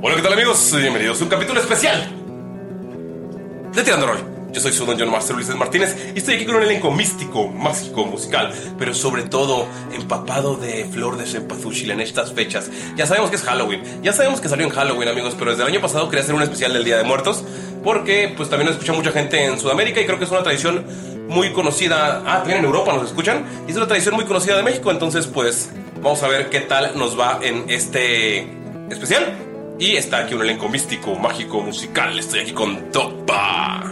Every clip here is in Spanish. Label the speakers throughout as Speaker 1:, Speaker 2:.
Speaker 1: Hola, ¿qué tal amigos? Bienvenidos a un capítulo especial de Tirando Rol. Yo soy su Dungeon Master Ulises Martínez y estoy aquí con un elenco místico, mágico, musical, pero sobre todo empapado de flor de cempasúchil en estas fechas. Ya sabemos que es Halloween, ya sabemos que salió en Halloween amigos, pero desde el año pasado quería hacer un especial del Día de Muertos porque pues también lo escucha mucha gente en Sudamérica y creo que es una tradición muy conocida. Ah, también en Europa nos escuchan y es una tradición muy conocida de México, entonces pues vamos a ver qué tal nos va en este especial. Y está aquí un elenco místico, mágico, musical. Estoy aquí con Dopa.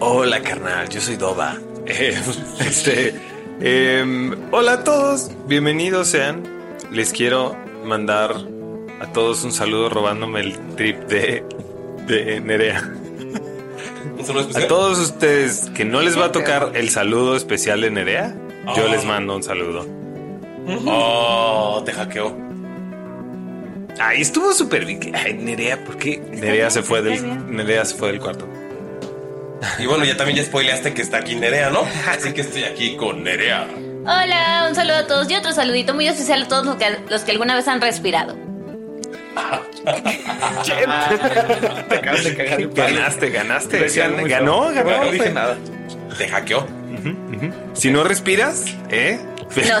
Speaker 2: Hola, carnal, yo soy Doba. Eh, este, em, hola a todos, bienvenidos sean. Les quiero mandar a todos un saludo robándome el trip de, de Nerea. A todos ustedes que no les va a tocar el saludo especial de Nerea, yo
Speaker 1: Ah.
Speaker 2: les mando un saludo.
Speaker 1: Oh, te hackeó.
Speaker 2: Ay, estuvo súper bien. Ay, Nerea, ¿por qué? Nerea se fue del, Nerea se fue del cuarto.
Speaker 1: Y bueno, ya también ya spoileaste que está aquí Nerea, ¿no? Así que estoy aquí con Nerea.
Speaker 3: Hola, un saludo a todos y otro saludito muy especial a todos los que, los que alguna vez han respirado.
Speaker 2: Te acabas de cagar el palo. Ganaste, ganaste. ganó, ganó.
Speaker 1: Bueno, no dije
Speaker 2: fue-
Speaker 1: nada. Te hackeó.
Speaker 2: Si no respiras, ¿eh?
Speaker 3: No,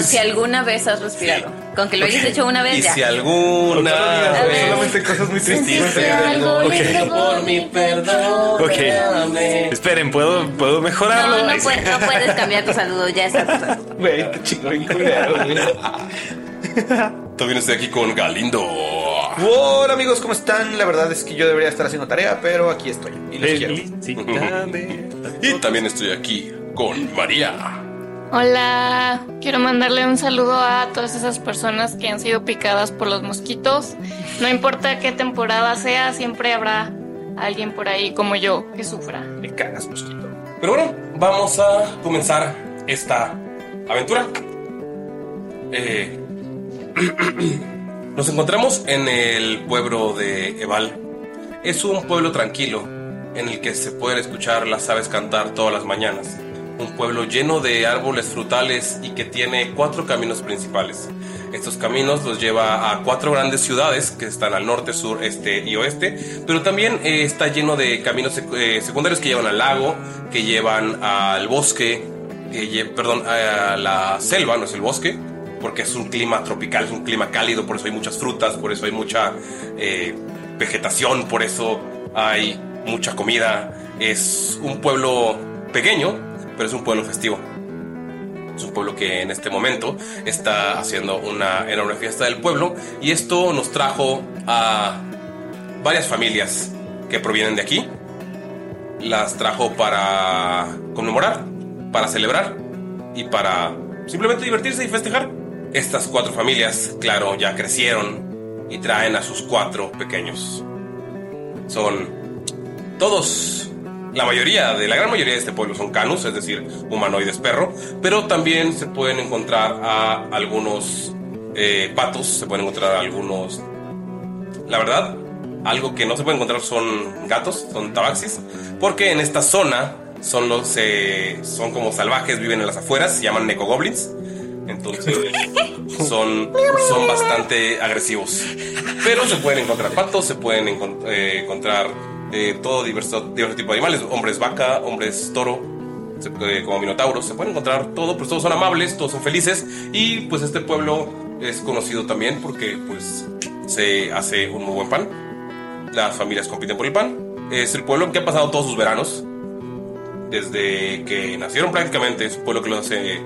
Speaker 3: si alguna vez has respirado. Con que lo hayas hecho una vez
Speaker 1: Y
Speaker 3: ya.
Speaker 1: si alguna vez
Speaker 3: A ver.
Speaker 1: pues, solamente
Speaker 2: cosas muy
Speaker 1: tristes
Speaker 3: Si algo
Speaker 1: Ok.
Speaker 3: lindo por mi perdón.
Speaker 2: Ok. Esperen, ¿puedo, puedo mejorarlo?
Speaker 3: No, no,
Speaker 2: Ay, sí.
Speaker 3: puedes, no puedes cambiar tu saludo, ya está tu saludo.
Speaker 2: Güey, qué chingón, culero, güey.
Speaker 1: También estoy aquí con Galindo.
Speaker 4: Hola amigos, ¿cómo están? La verdad es que yo debería estar haciendo tarea, pero aquí estoy. Y los quiero.
Speaker 1: Y también estoy aquí con María.
Speaker 5: Hola, quiero mandarle un saludo a todas esas personas que han sido picadas por los mosquitos. No importa qué temporada sea, siempre habrá alguien por ahí como yo que sufra.
Speaker 1: Me cagas, mosquito. Pero bueno, vamos a comenzar esta aventura. Eh, nos encontramos en el pueblo de Eval. Es un pueblo tranquilo en el que se pueden escuchar las aves cantar todas las mañanas. Un pueblo lleno de árboles frutales y que tiene cuatro caminos principales. Estos caminos los lleva a cuatro grandes ciudades que están al norte, sur, este y oeste, pero también eh, está lleno de caminos sec- eh, secundarios que llevan al lago, que llevan al bosque, que lle- eh, perdón, a la selva, no es el bosque, porque es un clima tropical, es un clima cálido, por eso hay muchas frutas, por eso hay mucha eh, vegetación, por eso hay mucha comida. Es un pueblo pequeño, pero es un pueblo festivo. Es un pueblo que en este momento está haciendo una enorme fiesta del pueblo y esto nos trajo a varias familias que provienen de aquí. Las trajo para conmemorar, para celebrar y para simplemente divertirse y festejar. Estas cuatro familias, claro, ya crecieron y traen a sus cuatro pequeños. Son todos la mayoría, de la gran mayoría de este pueblo son canus, es decir, humanoides perro, pero también se pueden encontrar a algunos eh, patos, se pueden encontrar algunos... La verdad, algo que no se puede encontrar son gatos, son tabaxis, porque en esta zona son los... eh, son como salvajes, viven en las afueras, se llaman necogoblins, entonces son, son bastante agresivos. Pero se pueden encontrar patos, se pueden encon- eh, encontrar eh, todo diverso, diverso tipo de animales, hombres vaca, hombres toro, se puede- como minotauros, se pueden encontrar todo, pues todos son amables, todos son felices y pues este pueblo es conocido también porque pues se hace un muy buen pan. Las familias compiten por el pan. Es el pueblo que ha pasado todos sus veranos desde que nacieron prácticamente. Es un pueblo que los hace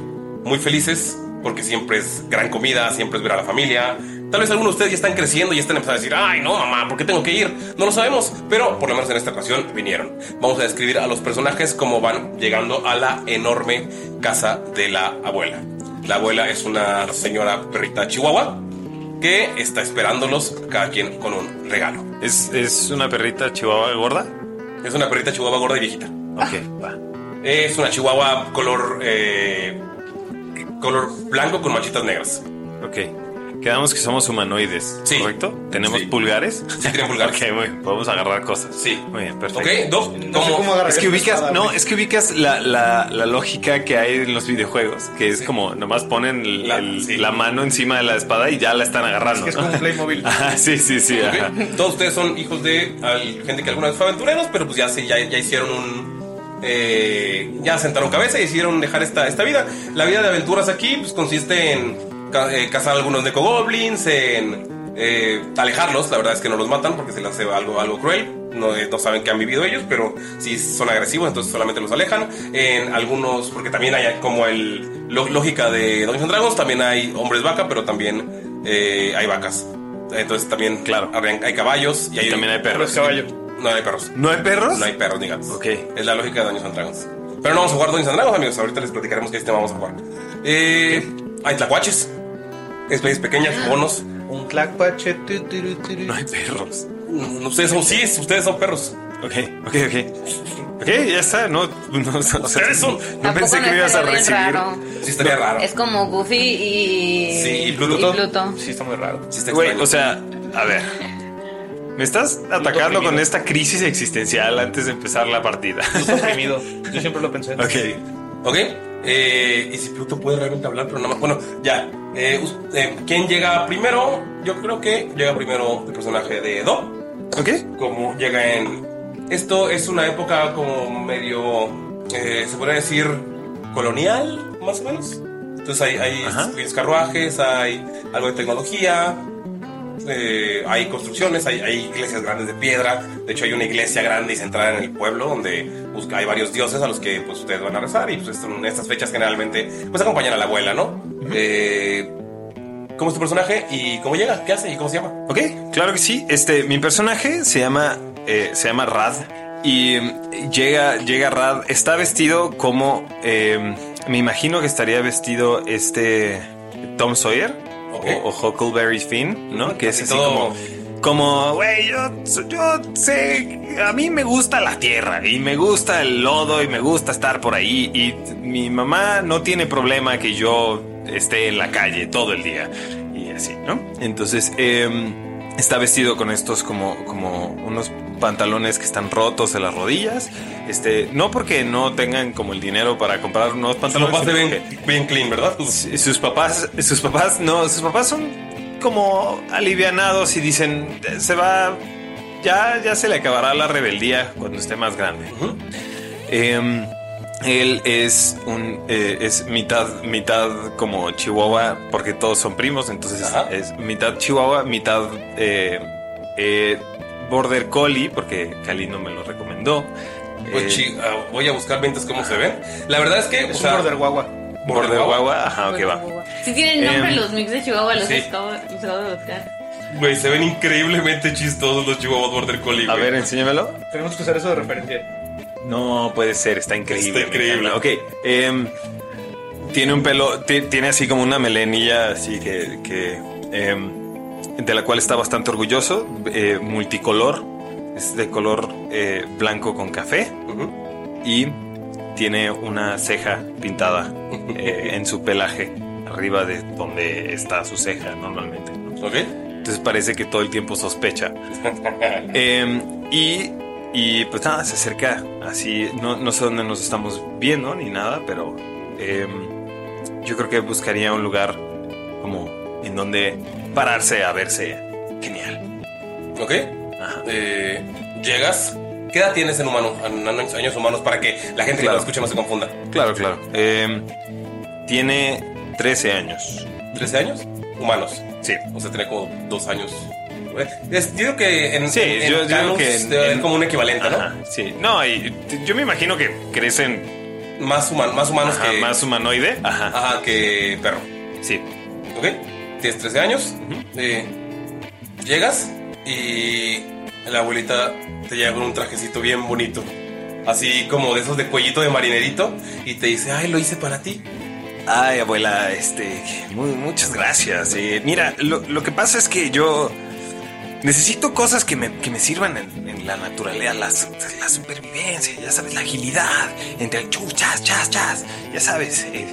Speaker 1: muy felices porque siempre es gran comida, siempre es ver a la familia. Tal vez algunos de ustedes ya están creciendo y ya están empezando a decir, ay no mamá, ¿por qué tengo que ir? No lo sabemos, pero por lo menos en esta ocasión vinieron. Vamos a describir a los personajes cómo van llegando a la enorme casa de la abuela. La abuela es una señora perrita chihuahua que está esperándolos cada quien con un regalo.
Speaker 2: ¿Es, es una perrita chihuahua gorda?
Speaker 1: Es una perrita chihuahua gorda y viejita.
Speaker 2: Ok, va.
Speaker 1: Es una chihuahua color eh, color blanco con manchitas negras.
Speaker 2: Ok. Quedamos que somos humanoides,
Speaker 1: Sí.
Speaker 2: ¿correcto? ¿Tenemos
Speaker 1: Sí.
Speaker 2: pulgares?
Speaker 1: Sí, tienen pulgares.
Speaker 2: ok, muy bien. Podemos agarrar cosas.
Speaker 1: Sí.
Speaker 2: Muy bien, perfecto.
Speaker 1: Ok, Doc,
Speaker 4: No sé cómo
Speaker 1: ¿cómo?
Speaker 4: agarrar
Speaker 2: Es que
Speaker 4: una
Speaker 2: ubicas,
Speaker 4: espada,
Speaker 2: no,
Speaker 4: güey.
Speaker 2: es que ubicas la, la- la lógica que hay en los videojuegos, que es como nomás ponen el- el-
Speaker 1: La-
Speaker 2: la,
Speaker 1: sí.
Speaker 2: mano encima de la espada y ya la están agarrando.
Speaker 4: Es como un Playmobil.
Speaker 2: Ajá, sí, sí, sí.
Speaker 1: Ok,
Speaker 2: ajá.
Speaker 1: Todos ustedes son hijos de al- gente que alguna vez fue aventureros, pero pues ya, se, ya, ya hicieron un... eh, ya sentaron cabeza y decidieron dejar esta, esta vida. La vida de aventuras aquí pues, consiste en ca- eh, cazar algunos necogoblins, en eh, alejarlos. La verdad es que no los matan porque se les hace algo, algo cruel. No, eh, no saben que han vivido ellos, pero si son agresivos, entonces solamente los alejan. En algunos, porque también hay como el lo- lógica de Dungeons and Dragons, también hay hombres vaca, pero también eh, hay vacas. Entonces también, claro, habrían- hay caballos y hay,
Speaker 2: También hay perros.
Speaker 1: Caballo. No hay perros.
Speaker 2: ¿No hay perros?
Speaker 1: No hay perros ni gatos.
Speaker 2: Ok.
Speaker 1: Es la lógica de Dungeons and Dragons. Pero no vamos a jugar Dungeons and Dragons, amigos. Ahorita les platicaremos qué sistema vamos a jugar. Eh, Hay tlacuaches. Especies pequeñas, monos.
Speaker 4: Un clacpache. tu, tu, tu, tu.
Speaker 2: No hay perros.
Speaker 1: Mm, Ustedes son, sí, ustedes son perros.
Speaker 2: Ok, ok, ok. Ok, ya está. No, no, o sea,
Speaker 1: Ustedes son-
Speaker 2: no
Speaker 3: Tampoco
Speaker 2: pensé
Speaker 3: no
Speaker 2: que me ibas a
Speaker 3: estaría bien
Speaker 2: recibir.
Speaker 3: raro.
Speaker 1: Sí, estaría raro.
Speaker 3: Es como Goofy y.
Speaker 1: Sí, y Pluto.
Speaker 4: Sí, está muy raro.
Speaker 1: Sí, está
Speaker 2: Güey,
Speaker 1: extraño.
Speaker 2: o sea, a ver. Me estás atacando con
Speaker 4: oprimido.
Speaker 2: esta crisis existencial antes de empezar la partida.
Speaker 4: Está oprimido. Yo siempre lo pensé.
Speaker 2: ok.
Speaker 1: Ok. eh, y si Pluto puede realmente hablar, pero nada más. Bueno, ya. Eh, us- eh, ¿Quién llega primero? Yo creo que llega primero el personaje de Do.
Speaker 2: Ok.
Speaker 1: como llega en... Esto es una época como medio, eh, se podría decir, colonial, más o menos. Entonces hay, hay
Speaker 2: Ajá.
Speaker 1: es- carruajes, hay algo de tecnología, eh, hay construcciones, hay, hay iglesias grandes de piedra. De hecho hay una iglesia grande y centrada en el pueblo donde busca, hay varios dioses a los que pues, ustedes van a rezar y pues, esto- en estas fechas generalmente pues acompañan a la abuela, ¿no? Eh, ¿Cómo es tu personaje y cómo llega? ¿Qué hace y cómo se llama?
Speaker 2: Ok, claro que sí. Este, mi personaje se llama, eh, se llama Rad y mm, llega, llega Rad. Está vestido como, eh, me imagino que estaría vestido este Tom Sawyer
Speaker 1: Ok.
Speaker 2: o, o Huckleberry Finn, ¿no? Que es
Speaker 1: Así
Speaker 2: así
Speaker 1: todo
Speaker 2: como Como, güey, yo, yo sé, a mí me gusta la tierra y me gusta el lodo y me gusta estar por ahí y mi mamá no tiene problema que yo esté en la calle todo el día y así, ¿no? Entonces, em, está vestido con estos como, como unos pantalones que están rotos en las rodillas. Este, no porque no tengan como el dinero para comprar unos pantalones.
Speaker 1: papás se
Speaker 2: sino
Speaker 1: ven
Speaker 2: que-
Speaker 1: bien clean, ¿verdad?
Speaker 2: Sí, sus papás, sus papás, no, sus papás son como alivianados y dicen, se va, ya, ya se le acabará la rebeldía cuando esté más grande. Em, él es un, eh, es mitad, mitad como chihuahua, porque todos son primos, entonces es mitad chihuahua, mitad eh, eh, border collie, porque Cali no me lo recomendó.
Speaker 1: Pues
Speaker 2: Eh,
Speaker 1: chi- ah, voy a buscar ventas cómo se ven. La verdad es que.
Speaker 2: Es un border
Speaker 4: guagua.
Speaker 2: Border guagua, ajá, ok, va.
Speaker 3: Si tienen nombre
Speaker 1: Em,
Speaker 3: los mix de Chihuahua, los
Speaker 1: sí.
Speaker 3: acabo los acabo de buscar.
Speaker 1: Güey, se ven increíblemente chistosos los chihuahuas border collie.
Speaker 2: A ver, enséñamelo.
Speaker 4: Tenemos que usar eso de referencia.
Speaker 2: No puede ser, está increíble.
Speaker 1: Está increíble.
Speaker 2: me encanta. Ok. em, tiene un pelo, ti- tiene así como una melenilla, así que. que, em, de la cual está bastante orgulloso, eh, multicolor, es de color eh, blanco con café y tiene una ceja pintada eh, en su pelaje, arriba de donde está su ceja normalmente. ¿no? Entonces parece que todo el tiempo sospecha. Eh, y, y, pues nada, se acerca así. No, no sé dónde nos estamos viendo ni nada, pero eh, yo creo que buscaría un lugar como en donde pararse a verse. Genial.
Speaker 1: Ok. Eh, llegas. ¿Qué edad tienes en humano? En años años humanos para que la gente que
Speaker 2: Claro.
Speaker 1: lo escuche no se confunda.
Speaker 2: Claro, claro. Em, tiene 13 años.
Speaker 1: ¿13 años? Humanos.
Speaker 2: Sí.
Speaker 1: O sea, tiene como dos años. Eh, Es, yo creo que en.
Speaker 2: Sí,
Speaker 1: en- en
Speaker 2: yo, yo creo
Speaker 1: Canus
Speaker 2: que.
Speaker 1: debe haber como un equivalente, ¿no?
Speaker 2: Ajá, Sí. No, y t- yo me imagino que crecen.
Speaker 1: Más, human- más humanos
Speaker 2: Ajá,
Speaker 1: que.
Speaker 2: Más humanoide. Ajá.
Speaker 1: Ajá, que perro.
Speaker 2: Sí.
Speaker 1: Ok. Tienes 13 años. eh, llegas y la abuelita te lleva con un trajecito bien bonito. Así como de esos de cuellito de marinerito. Y te dice, ay, lo hice para ti.
Speaker 2: Ay, abuela, este, mu- muchas gracias. Eh, mira, lo, lo que pasa es que yo necesito cosas que me, que me sirvan en, en la naturaleza, las- la supervivencia, ya sabes, la agilidad, entre el chu, chas, chas, chas, ya sabes, eh,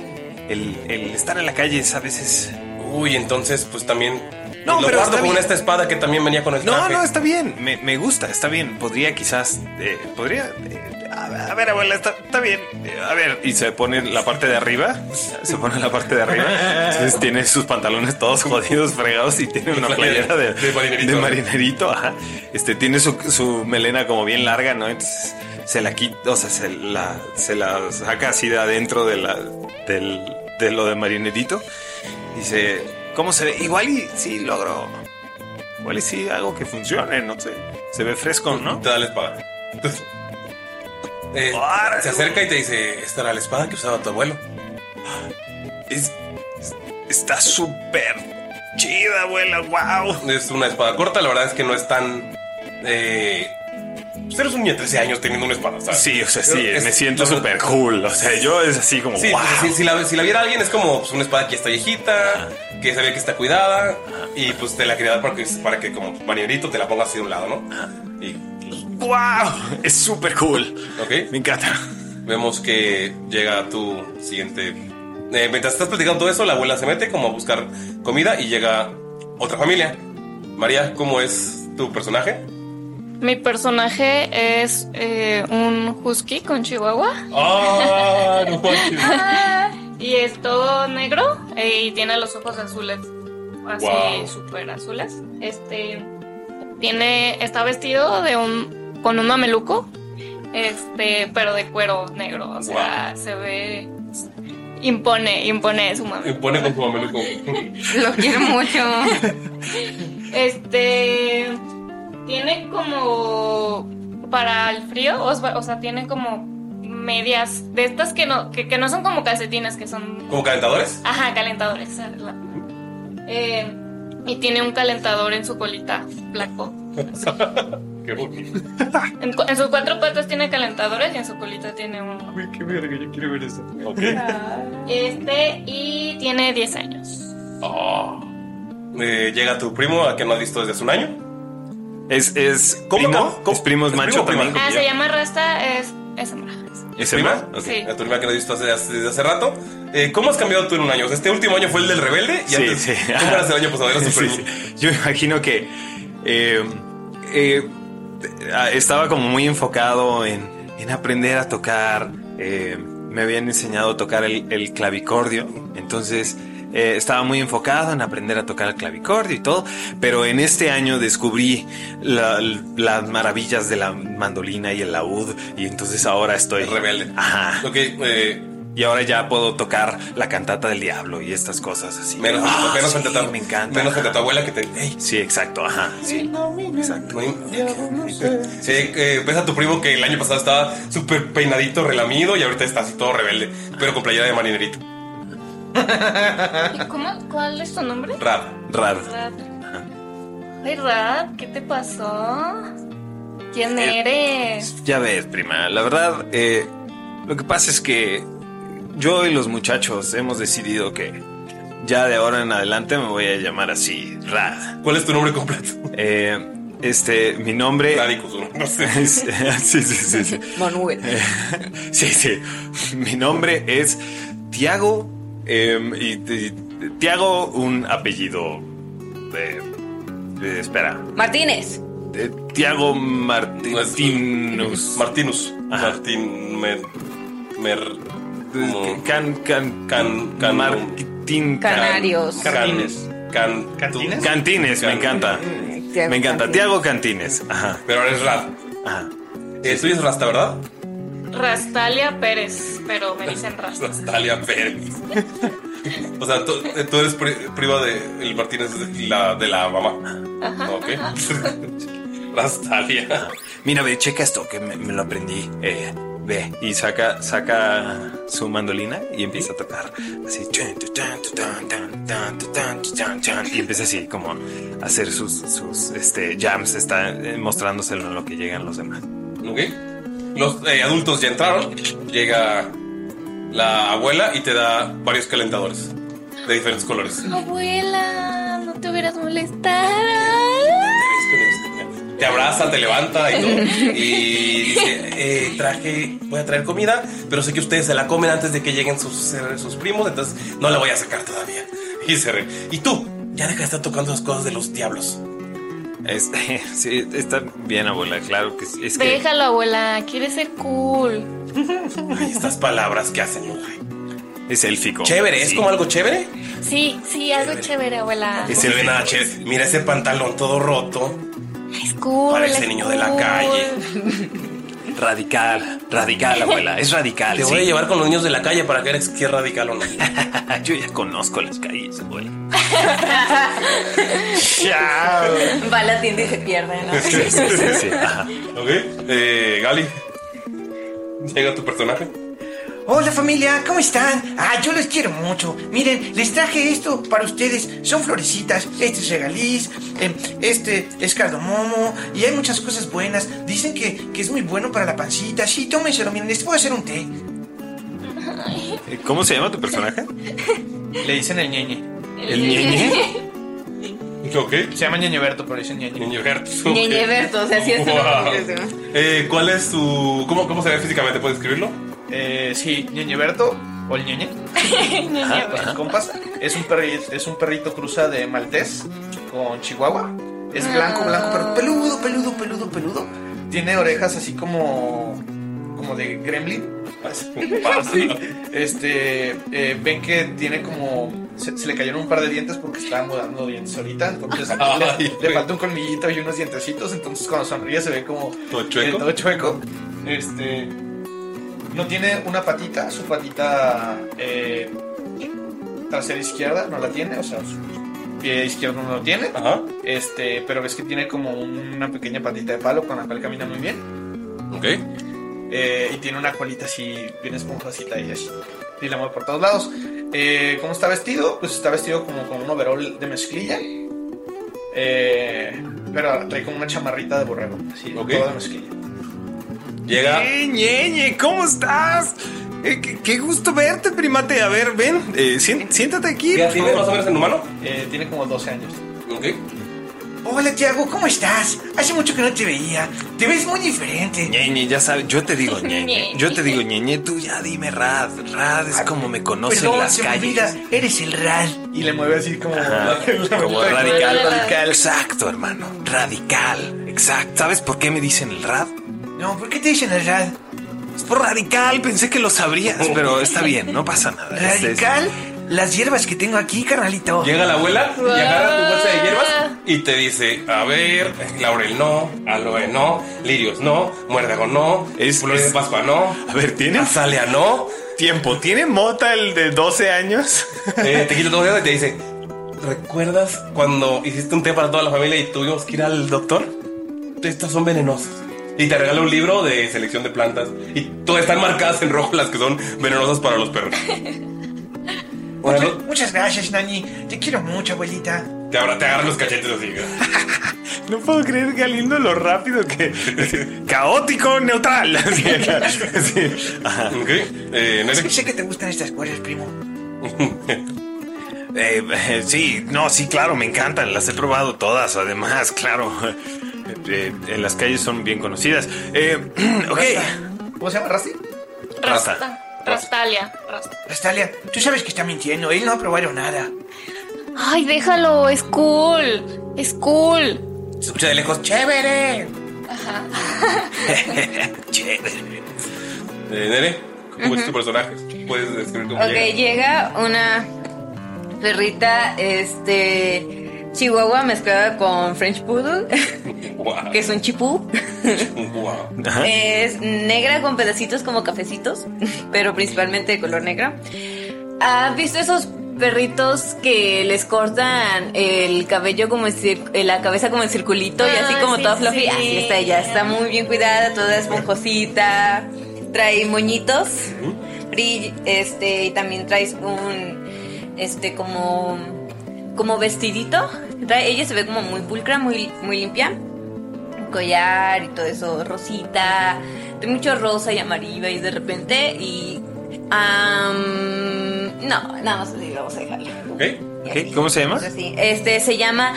Speaker 2: el, el estar en la calle es a veces...
Speaker 1: Uy, entonces, pues también...
Speaker 2: No,
Speaker 1: lo
Speaker 2: pero
Speaker 1: guardo
Speaker 2: está
Speaker 1: con
Speaker 2: bien.
Speaker 1: esta espada que también venía con el
Speaker 2: No,
Speaker 1: traje.
Speaker 2: no, está bien, me, me gusta, está bien, podría quizás, eh, podría... eh, a, a ver, abuela, está, está bien. Eh, A ver, y se pone la parte de arriba, se pone la parte de arriba, entonces tiene sus pantalones todos jodidos, fregados y tiene una playera de,
Speaker 1: De marinerito.
Speaker 2: de marinerito, ajá. Este tiene su, su melena como bien larga, ¿no? Entonces se la quita, o sea, se la, se la saca así de adentro de la del, de lo de marinerito. Dice, ¿cómo se ve? Igual y sí logro. Igual y sí algo que funcione, no sé. Se ve fresco, ¿no?
Speaker 1: Te da la espada. Eh, se acerca y te dice, esta era la espada que usaba tu abuelo.
Speaker 2: Es- es- está súper chida, abuela, wow.
Speaker 1: Es una espada corta, la verdad es que no es tan... Eh, pues eres un niño de 13 años teniendo una espada, ¿sabes?
Speaker 2: Sí, o sea, sí,
Speaker 1: Pero es-
Speaker 2: me siento
Speaker 1: la verdad-
Speaker 2: súper cool. O sea, yo es así como,
Speaker 1: Sí,
Speaker 2: wow.
Speaker 1: pues, si, si la, si la viera alguien es como pues, una espada que ya está viejita, que se ve que está cuidada y pues te la quería dar para que, para que como manierito te la pongas así de un lado, ¿no? Y,
Speaker 2: ¡Wow! Es súper cool.
Speaker 1: ok.
Speaker 2: Me encanta.
Speaker 1: Vemos que llega tu siguiente... eh, mientras estás platicando todo eso, la abuela se mete como a buscar comida y llega otra familia. María, ¿cómo es tu personaje?
Speaker 5: Mi personaje es eh, un husky con chihuahua.
Speaker 1: ¡Ah! no
Speaker 5: y es todo negro eh, y tiene los ojos azules. Así
Speaker 6: Guau.
Speaker 5: súper azules. Este tiene. está vestido de un. con un mameluco. Este, pero de cuero negro. O sea, se ve. Impone, impone su mameluco.
Speaker 1: Pone con tu mameluco.
Speaker 5: Lo quiero mucho. Este. Tiene como. Para el frío, o sea, o sea, tiene como medias de estas que no, que, que no son como calcetines, que son.
Speaker 1: ¿Como calentadores?
Speaker 5: Ajá, calentadores. esa es la- Eh, y tiene un calentador en su colita blanco.
Speaker 1: Qué bonito.
Speaker 5: En, cu- en sus cuatro patas tiene calentadores y en su colita tiene uno.
Speaker 2: qué verga, yo quiero ver eso. Ah.
Speaker 5: Este, y tiene 10 años.
Speaker 1: Ah. Eh, llega tu primo, a que no has visto desde hace un año.
Speaker 2: Es, es
Speaker 1: ¿Cómo,
Speaker 2: primo,
Speaker 1: cómo, cómo?
Speaker 2: es primo, es
Speaker 1: ¿Es
Speaker 2: macho
Speaker 1: primo o prima?
Speaker 2: también.
Speaker 5: Ah, se llama Rasta, es, es hembra.
Speaker 2: ¿Es
Speaker 1: prima?
Speaker 2: prima?
Speaker 1: Ok,
Speaker 5: Sí.
Speaker 1: La tu prima que no he visto hace- hace- desde hace rato. Eh, ¿Cómo has cambiado tú en un año? O sea, Este último año fue el del rebelde y
Speaker 2: Sí,
Speaker 1: antes.
Speaker 2: sí.
Speaker 1: ¿Cómo eras el año Pues, pasado? Eras
Speaker 2: Sí,
Speaker 1: súper
Speaker 2: sí. Yo me imagino que eh, eh, ah, estaba como muy enfocado en, en aprender a tocar. eh, me habían enseñado a tocar el, el clavicordio. Entonces eh, estaba muy enfocado en aprender a tocar el clavicordio y todo. Pero en este año descubrí la- las maravillas de la mandolina y el laúd. Y entonces ahora estoy...
Speaker 1: rebelde.
Speaker 2: Ajá.
Speaker 1: Ok, eh,
Speaker 2: Y ahora ya puedo tocar la cantata del diablo y estas cosas así.
Speaker 1: menos,
Speaker 2: Ah,
Speaker 1: menos
Speaker 2: sí,
Speaker 1: frente a tu,
Speaker 2: Me encanta.
Speaker 1: Menos frente a tu
Speaker 2: Ajá.
Speaker 1: abuela que te. ey,
Speaker 2: Sí, exacto, ajá. Sí.
Speaker 1: Exacto. Eh, eh, ves a tu primo que el año pasado estaba súper peinadito, relamido y ahorita está así todo rebelde, pero con playera de marinerito.
Speaker 5: ¿Y ¿Cómo? ¿Cuál es tu nombre?
Speaker 1: Rap.
Speaker 2: Rad.
Speaker 5: Rad. Ay, Rad, ¿qué te pasó? ¿Quién
Speaker 2: Eh,
Speaker 5: eres?
Speaker 2: Ya ves, prima. La verdad, eh, lo que pasa es que yo y los muchachos hemos decidido que ya de ahora en adelante me voy a llamar así, Rad.
Speaker 1: ¿Cuál es tu nombre completo?
Speaker 2: Eh, este, mi nombre.
Speaker 1: Radicus, ¿no? no sé.
Speaker 2: sí, sí, sí, sí. Eh,
Speaker 6: Manuel.
Speaker 2: Sí, sí. Mi nombre es Tiago. em, y, y- Tiago, un apellido. eh, eh, espera.
Speaker 6: Martínez.
Speaker 2: Eh, Tiago Marti-
Speaker 1: No es-
Speaker 2: Martinus.
Speaker 1: Martinus.
Speaker 2: Ajá.
Speaker 1: Martín. Mer. Mer.
Speaker 2: Eh, Can, can,
Speaker 1: Can- can-
Speaker 2: Martin-
Speaker 6: Canarios.
Speaker 1: Cantines. Can,
Speaker 4: ¿Cantines?
Speaker 2: Cantines, me
Speaker 1: Can-
Speaker 2: encanta.
Speaker 6: Tiago
Speaker 2: me encanta.
Speaker 6: Cantines.
Speaker 2: Tiago Cantines. Ajá,
Speaker 1: Pero ahora es Rad.
Speaker 2: ajá.
Speaker 1: Eh, tú eres Rasta, ¿verdad?
Speaker 5: Rastalia Pérez, pero me dicen Rasta.
Speaker 1: Rastalia Pérez. O sea, tú, eh, tú eres pri- prima de el Martínez de la, de la mamá. Ok. Rastalia.
Speaker 2: Mira, ve, checa esto que me, me lo aprendí. Eh, ve. Y saca, saca su mandolina y empieza a tocar. Así. Y empieza así como a hacer sus, sus este, jams. Está eh, mostrándoselo en lo que llegan los demás.
Speaker 1: Ok. Los eh, adultos ya entraron. Llega la abuela y te da varios calentadores de diferentes colores.
Speaker 5: Abuela, no te hubieras molestado.
Speaker 1: Te abraza, te levanta y todo. Y dice, eh, traje, voy a traer comida, pero sé que ustedes se la comen antes de que lleguen sus, eh, sus primos, entonces no la voy a sacar todavía. Y se re. Y tú, ya deja de estar tocando las cosas de los diablos.
Speaker 2: Este, sí, está bien, abuela. Claro que sí. Es que.
Speaker 5: Déjalo, abuela, quiere ser cool.
Speaker 1: Ay, estas palabras que hacen. ¿no?
Speaker 2: Es élfico.
Speaker 1: Chévere, ¿es
Speaker 2: Sí.
Speaker 1: como algo chévere?
Speaker 5: Sí, sí, algo chévere, abuela.
Speaker 1: No se ve nada chévere. Mira ese pantalón todo roto.
Speaker 5: Es cool.
Speaker 1: Parece
Speaker 5: es
Speaker 1: niño de la
Speaker 5: cool.
Speaker 1: calle.
Speaker 2: Radical, radical, abuela. Es radical.
Speaker 1: Te
Speaker 2: sí.
Speaker 1: voy a llevar con los niños de la calle para que eres que es radical o no.
Speaker 2: Yo ya conozco las calles, abuela.
Speaker 1: Ah.
Speaker 2: Chao.
Speaker 6: Va a la tienda y se pierde, ¿no?
Speaker 2: Sí, sí, sí, sí, ajá.
Speaker 1: Ok, eh, Gali. Llega tu personaje.
Speaker 7: Hola familia, ¿cómo están? Ah, yo los quiero mucho. Miren, les traje esto para ustedes. Son florecitas, este es regaliz, eh, este es cardomomo y hay muchas cosas buenas. Dicen que, que es muy bueno para la pancita. Sí, tómenselo, miren, les puedo hacer un té.
Speaker 2: Eh, ¿Cómo se llama tu personaje?
Speaker 4: Le dicen el ñeñe.
Speaker 2: El ñeñe.
Speaker 1: Ok.
Speaker 4: Se llama ñeñeberto, pero dicen ñeñe.
Speaker 1: Ñeñeberto.
Speaker 6: Ñeñeberto, o sea, sí es un
Speaker 1: Wow.
Speaker 6: nombre, sí.
Speaker 1: Eh, ¿Cuál es tu. ¿Cómo, cómo se ve físicamente? ¿Puedes escribirlo?
Speaker 4: Eh, sí, ñeñeberto o el ñeñe.
Speaker 5: Niña,
Speaker 4: Para los compas. Es un perrito, es un perrito cruza de maltés con chihuahua. Es blanco, blanco, pero peludo, peludo, peludo, peludo. Tiene orejas así como como de gremlin. Así. Este, eh, ven que tiene como se, se le cayeron un par de dientes porque estaba mudando dientes ahorita, entonces
Speaker 1: Ay,
Speaker 4: le,
Speaker 1: güey.
Speaker 4: le falta un colmillito y unos dientecitos, entonces cuando sonríe se ve como
Speaker 1: ¿Todo chueco?
Speaker 4: eh, todo chueco. Este, no tiene una patita, su patita eh, trasera izquierda no la tiene, o sea, su pie izquierdo no lo tiene.
Speaker 1: Ajá.
Speaker 4: Este, pero ves que tiene como una pequeña patita de palo con la cual camina muy bien.
Speaker 1: Ok.
Speaker 4: eh, y tiene una colita así, bien esponjosita y así. Y la mueve por todos lados. Eh, ¿Cómo está vestido? Pues está vestido como con un overall de mezclilla. Eh, pero trae como una chamarrita de borrego, así,
Speaker 1: Ok.
Speaker 4: todo de mezclilla.
Speaker 1: Llega.
Speaker 2: Eh, ñeñe, ¿cómo estás? Eh, qué, qué gusto verte, primate. A ver, ven, eh, sien- siéntate aquí.
Speaker 1: ¿Qué edad
Speaker 2: por
Speaker 1: tiene más o
Speaker 2: favor.
Speaker 1: menos en humano?
Speaker 4: Eh, tiene como 12 años.
Speaker 1: Ok.
Speaker 7: Hola, Tiago, ¿cómo estás? Hace mucho que no te veía. Te ves muy diferente.
Speaker 2: Ñeñe, ya sabes, yo te digo Ñeñe. Yo te digo Ñeñe, tú ya dime Rad. Rad es como me conoce en
Speaker 7: Perdón,
Speaker 2: las
Speaker 7: se me
Speaker 2: calles.
Speaker 7: olvida, eres el Rad.
Speaker 4: Y le mueve así como.
Speaker 2: Ajá, Como radical,
Speaker 4: radical.
Speaker 2: Exacto, hermano. Radical. Exacto. ¿Sabes por qué me dicen el rad?
Speaker 7: No, ¿por qué te dicen el Rad?
Speaker 2: Es por radical, pensé que lo sabrías, pero está bien, no pasa nada. Este es-
Speaker 7: Radical, las hierbas que tengo aquí, carnalito.
Speaker 1: Llega la abuela y agarra tu bolsa de hierbas y te dice, a ver, laurel no, aloe no, lirios no, muérdago no, flores de pascua no.
Speaker 2: A ver, ¿tiene?
Speaker 1: Azalea no.
Speaker 2: Tiempo, ¿tiene mota el de 12 años?
Speaker 1: Eh, te quita todo eso y te dice, ¿recuerdas cuando hiciste un té para toda la familia y tuvimos que ir al doctor? Estas son venenosas. Y te regala un libro de selección de plantas y todas están marcadas en rojo las que son venenosas para los perros. Bueno,
Speaker 7: Muchas gracias, Nani. Te quiero mucho, abuelita.
Speaker 1: te, abra- te agarran los cachetes así.
Speaker 2: No puedo creer, Galindo, lo rápido que. Caótico,
Speaker 1: Ah,
Speaker 2: neutral. Así, así. Ajá.
Speaker 1: Ok, eh, ¿no
Speaker 7: Sé,
Speaker 1: es-
Speaker 7: sé que te gustan estas cosas, primo.
Speaker 2: Eh, eh, sí, no, sí, claro, me encantan. Las he probado todas, además, claro. Eh, en las calles son bien conocidas. Eh, ok.
Speaker 4: ¿Cómo se llama Rasti?
Speaker 2: Rasta.
Speaker 5: Rastalia. Rasta-
Speaker 7: Rastalia, tú sabes que está mintiendo. Él no ha probado nada.
Speaker 5: Ay, déjalo, es cool. Es cool.
Speaker 1: Se escucha de lejos, chévere.
Speaker 2: Chévere.
Speaker 1: Eh, Nere, ¿cómo es tu personaje? ¿Puedes describir cómo
Speaker 6: Ok,
Speaker 1: llega?
Speaker 6: llega una perrita, este, chihuahua mezclada con French Poodle,
Speaker 1: Guau,
Speaker 6: que es un chipú.
Speaker 1: guau.
Speaker 2: Ajá.
Speaker 6: Es negra con pedacitos como cafecitos, pero principalmente de color negro. ¿Has visto esos perritos que les cortan el cabello como en cir- eh, la cabeza como en circulito y así
Speaker 3: Ah,
Speaker 6: como
Speaker 3: sí,
Speaker 6: toda fluffy?
Speaker 3: sí.
Speaker 6: Así está ella, está muy bien cuidada, toda esponjosita, trae moñitos, brill- este, y también traes un, este, como, como vestidito. Trae- ella se ve como muy pulcra, muy, muy limpia collar y todo eso, rosita, de mucho rosa y amarillo y de repente y... am, no, nada más así, vamos a dejarlo.
Speaker 1: Ok,
Speaker 2: Ok, ¿Cómo se llama?
Speaker 6: Entonces, sí, este se llama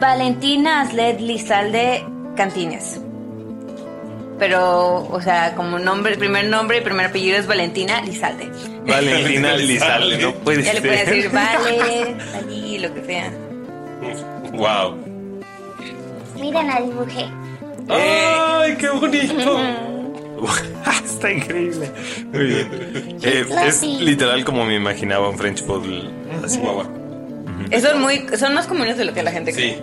Speaker 6: Valentina Aslet Lizalde Cantines. Pero, o sea, como nombre, primer nombre y primer apellido es Valentina Lizalde.
Speaker 2: Valentina Lizalde, no puede
Speaker 6: Ya le
Speaker 2: ser.
Speaker 6: pueden decir Vale, allí, lo que sea.
Speaker 1: wow.
Speaker 8: Miren, la dibujé.
Speaker 1: ¡Ay, qué bonito!
Speaker 2: Está increíble. Muy bien. Eh, es literal como me imaginaba un French Poodle. Así,
Speaker 1: Guau, guau.
Speaker 6: Son, muy, son más comunes de lo que la gente cree.
Speaker 1: Sí,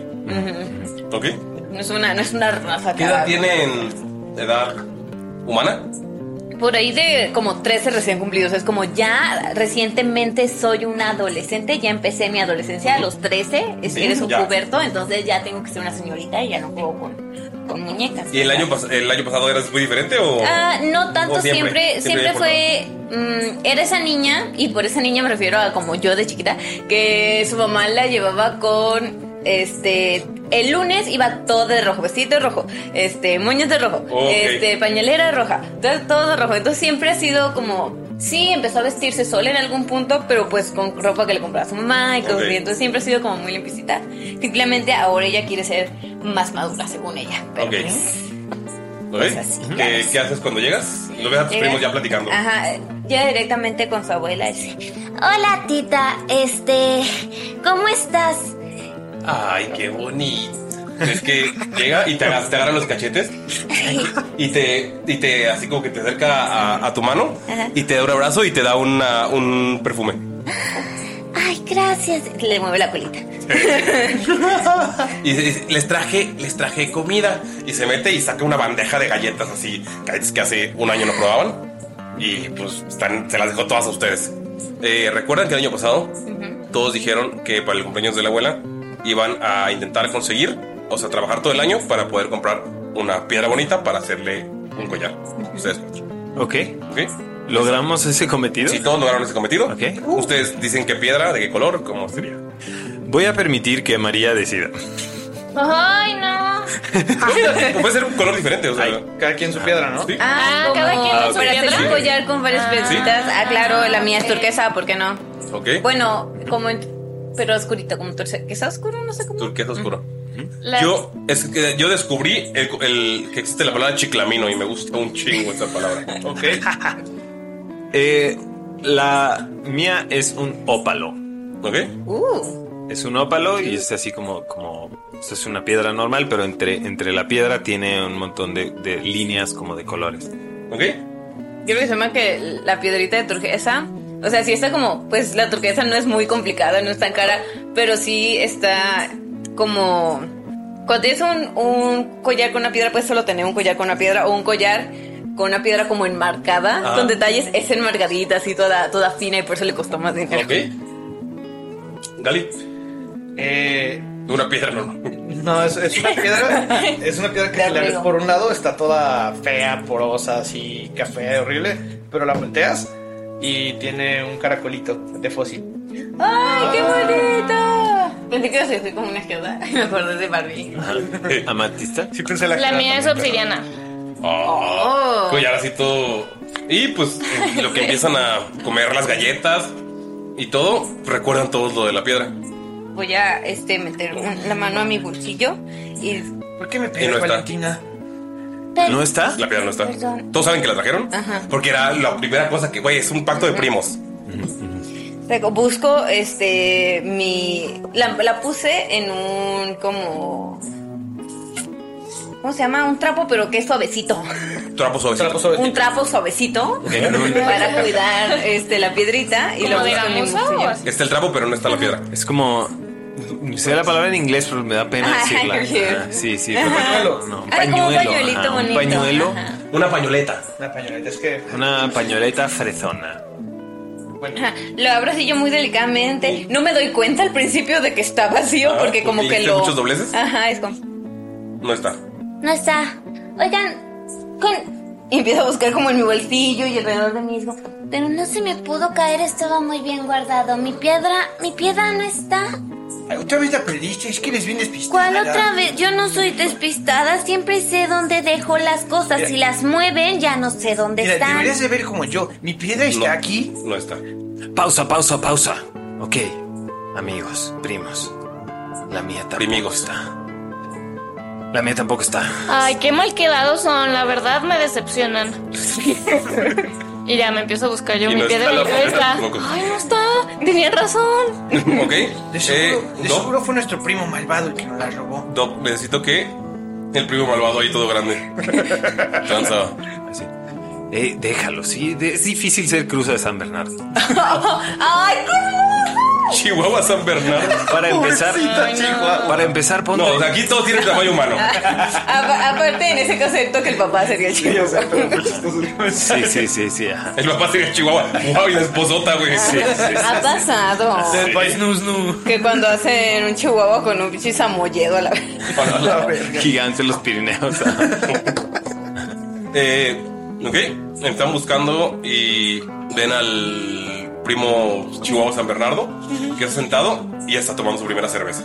Speaker 6: Ujú.
Speaker 1: ok.
Speaker 6: No es una, no es una raza
Speaker 1: ¿Qué
Speaker 6: acá.
Speaker 1: edad tienen de edad humana?
Speaker 6: Por ahí de como 13 recién cumplidos. Es como ya recientemente soy una adolescente. Ya empecé mi adolescencia a los 13. Es,
Speaker 1: Sí,
Speaker 6: eres un
Speaker 1: ya.
Speaker 6: puberto. Entonces ya tengo que ser una señorita y ya no juego con, con muñecas.
Speaker 1: ¿Y el año, pas- el año pasado eras muy diferente o...?
Speaker 6: Ah, no tanto,
Speaker 1: o
Speaker 6: siempre,
Speaker 1: siempre
Speaker 6: siempre, fue. mm, era esa niña, y por esa niña me refiero a como yo de chiquita, que su mamá la llevaba con. Este. El lunes iba todo de rojo, vestido de rojo, este, moños de rojo,
Speaker 1: Ok.
Speaker 6: este, pañalera roja, todo, todo de rojo. Entonces siempre ha sido como. Sí, empezó a vestirse sola en algún punto, pero pues con ropa que le compraba su mamá y cosas
Speaker 1: Ok.
Speaker 6: así. Entonces siempre ha sido como muy limpicita. Simplemente ahora ella quiere ser más madura, según ella. Pero
Speaker 1: Ok.
Speaker 6: pues,
Speaker 1: ¿Lo ves?
Speaker 6: es así,
Speaker 1: ¿Qué,
Speaker 6: claro.
Speaker 1: qué haces cuando llegas? Lo ves a tus
Speaker 6: Llega-
Speaker 1: primos ya platicando.
Speaker 6: Ajá, ya directamente con su abuela. dice,
Speaker 8: Hola, tita. Este, ¿cómo estás?
Speaker 1: Ay, qué bonito. Es que llega y te, aga- te agarra los cachetes y te, y te así como que te acerca a, a tu mano
Speaker 8: Ajá.
Speaker 1: y te da un abrazo y te da una- un perfume.
Speaker 8: Ay, gracias.
Speaker 6: Le mueve la colita.
Speaker 1: Y dice, les traje, les traje comida. Y se mete y saca una bandeja de galletas así, galletas que hace un año no probaban. Y pues están, se las dejó todas a ustedes. Eh, ¿Recuerdan que el año pasado todos dijeron que para el cumpleaños de la abuela iban a intentar conseguir, o sea, trabajar todo el año para poder comprar una piedra bonita para hacerle un collar? Ustedes cuatro,
Speaker 2: Ok.
Speaker 1: ¿ok?
Speaker 2: ¿Logramos ese cometido?
Speaker 1: Si todos lograron ese cometido,
Speaker 2: Ok.
Speaker 1: ustedes dicen qué piedra, de qué color, cómo sería.
Speaker 2: Voy a permitir que María decida.
Speaker 5: Ay, no.
Speaker 1: Puede ser un color diferente, o sea.
Speaker 4: Cada quien su piedra, ¿no?
Speaker 1: Sí.
Speaker 6: Ah,
Speaker 5: Ah, cada quien
Speaker 2: con su
Speaker 6: para hacer
Speaker 5: piedra.
Speaker 6: un collar con varias
Speaker 5: Ah.
Speaker 6: piedritas. Ah, claro, la mía es turquesa, ¿por qué no?
Speaker 1: Ok.
Speaker 6: Bueno, como en- pero oscurito, como turquesa oscuro, no sé cómo.
Speaker 1: Turquesa oscuro.
Speaker 5: Las-
Speaker 1: Yo, es que yo descubrí el, el- que existe la palabra chiclamino y me gusta un chingo esa palabra. Ok.
Speaker 2: Eh, la mía es un ópalo.
Speaker 1: ¿Ok?
Speaker 6: Uh,
Speaker 2: Es un ópalo y es así como, como esto es una piedra normal, pero entre, entre la piedra tiene un montón de, de líneas como de colores.
Speaker 1: ¿Ok?
Speaker 6: yo creo que se llama que la piedrita de turquesa. O sea, sí está como, pues la turquesa no es muy complicada, no es tan cara, pero sí está como. Cuando tienes un, un collar con una piedra, puedes solo tener un collar con una piedra o un collar con una piedra como enmarcada,
Speaker 1: Ah.
Speaker 6: con detalles, es enmarcadita, así toda, toda fina y por eso le costó más dinero.
Speaker 1: ¿Ok? Gali. Una piedra normal.
Speaker 4: No, es, es una piedra. es una piedra que si la ves por un lado está toda fea, porosa, así, café, horrible. Pero la volteas y tiene un caracolito de fósil.
Speaker 6: ¡Ay, qué
Speaker 4: Ah.
Speaker 6: bonito! Pensé que iba a decir como una esqueda. Me acordé de Barbie.
Speaker 1: Eh.
Speaker 2: ¿Amatista?
Speaker 4: Sí, pensé
Speaker 5: La mía es obsidiana.
Speaker 1: Oh,
Speaker 5: Oh.
Speaker 1: Collar así todo. Y pues eh, lo que empiezan a comer las galletas y todo, recuerdan todos lo de la piedra.
Speaker 6: Voy a este, meter un- la mano a mi bolsillo y.
Speaker 4: ¿Por qué me
Speaker 1: Y no está.
Speaker 6: Pero-
Speaker 2: está?
Speaker 1: La piedra no está.
Speaker 6: Perdón.
Speaker 1: ¿Todos saben que la trajeron?
Speaker 6: Ajá.
Speaker 1: Porque era la primera cosa que, güey, es un pacto de primos.
Speaker 6: Reco- Busco este mi la, la puse en un como ¿Cómo se llama? Un trapo, pero que es suavecito.
Speaker 1: Trapo suavecito.
Speaker 6: Un trapo suavecito
Speaker 1: En un-
Speaker 6: para cuidar este la piedrita y
Speaker 5: ¿Como
Speaker 6: lo
Speaker 5: de
Speaker 6: busco en mi
Speaker 5: gamuza o
Speaker 6: bolsillo.
Speaker 5: así?
Speaker 1: Está el trapo, pero no está la piedra.
Speaker 2: Es como. Sé la palabra en inglés, pero me da pena
Speaker 6: Ay,
Speaker 2: decirla.
Speaker 6: Ah, bien.
Speaker 2: Ajá, sí, sí.
Speaker 6: Ajá.
Speaker 2: pero- no, un
Speaker 6: Ay, como un
Speaker 2: pañuelo,
Speaker 6: pañuelito
Speaker 2: ajá, un
Speaker 6: bonito,
Speaker 2: pañuelo,
Speaker 6: ajá.
Speaker 1: Una pañoleta.
Speaker 4: Una pañoleta, es que.
Speaker 2: una pañoleta frezona.
Speaker 6: Ajá, Lo abro así yo muy delicadamente. No me doy cuenta al principio de que está vacío
Speaker 1: Ah,
Speaker 6: porque como
Speaker 1: porque
Speaker 6: que
Speaker 1: hiciste
Speaker 6: lo
Speaker 1: muchos dobleces.
Speaker 6: Ajá, es como
Speaker 1: No está.
Speaker 6: No está. Oigan, con... Y empiezo a buscar como en mi bolsillo y alrededor de mí. es como,
Speaker 8: Pero no se me pudo caer, estaba muy bien guardado. Mi piedra, mi piedra no está.
Speaker 7: Ay, Otra vez la perdiste, es que eres bien despistada.
Speaker 8: ¿Cuál otra vez? Yo no soy despistada, siempre sé dónde dejo las cosas. Si las mueven, ya no sé dónde
Speaker 7: Mira,
Speaker 8: están.
Speaker 7: deberías de ver como
Speaker 1: Oh,
Speaker 7: yo. Mi piedra está aquí.
Speaker 1: No está.
Speaker 2: Pausa, pausa, pausa. Ok, amigos, primos. La mía tampoco
Speaker 1: Primigos.
Speaker 2: está. La mía tampoco está.
Speaker 5: Ay, qué mal quedados son, la verdad me decepcionan. y ya me empiezo a buscar yo
Speaker 1: Y
Speaker 5: mi
Speaker 1: no
Speaker 5: piedra
Speaker 1: está la
Speaker 5: y ahí está.
Speaker 1: tampoco.
Speaker 5: Ay, no está. Tenían razón.
Speaker 1: ok.
Speaker 7: De
Speaker 1: Eh,
Speaker 7: seguro, de
Speaker 1: Dob,
Speaker 7: seguro fue nuestro primo malvado el que nos la robó.
Speaker 1: Dob, necesito que el primo malvado ahí todo grande. Tranza.
Speaker 2: Así. Eh, déjalo, sí. de- es difícil ser cruza de San Bernardo.
Speaker 6: ¡Ay, cómo!
Speaker 1: Chihuahua San Bernardo.
Speaker 2: Para empezar, para empezar, ponte.
Speaker 1: No, o sea, aquí todo tiene tamaño humano.
Speaker 6: A- Aparte, en ese caso, siento que el papá sería chido.
Speaker 2: pues, Sí, sí, sí, sí. ajá.
Speaker 1: El papá sería Chihuahua. Wow, y la esposota, güey.
Speaker 2: Sí, sí, sí.
Speaker 6: Ah, Ha pasado
Speaker 1: Sí.
Speaker 6: que cuando hacen un chihuahua con un pinche samoyedo a la vez.
Speaker 2: Gigante los Pirineos.
Speaker 1: Eh, ok, están buscando y ven al primo Chihuahua San Bernardo que está sentado y ya está tomando su primera cerveza.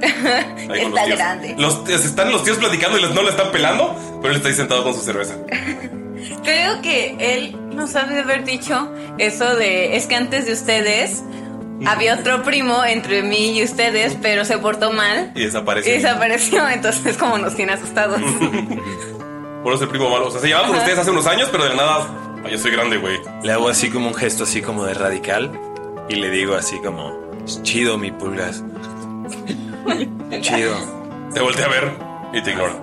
Speaker 1: Ahí con los
Speaker 6: Está
Speaker 1: tíos.
Speaker 6: grande.
Speaker 1: Los tíos- están los tíos platicando y les- no le están pelando, pero él está ahí sentado con su cerveza.
Speaker 6: Creo que él nos ha de haber dicho eso de es que antes de ustedes había otro primo entre mí y ustedes, pero se portó mal
Speaker 1: Y
Speaker 6: y
Speaker 1: desaparece.
Speaker 6: desapareció. Entonces, como nos tiene asustados.
Speaker 1: Por eso es el primo malo. O sea, se llevaban con ustedes hace unos años, pero de la nada. "Ay, yo soy grande, güey.
Speaker 2: Le hago así como un gesto así como de radical y le digo así como, "Es chido mi pulgas. Chido.
Speaker 1: Te volteé a ver y te ignora.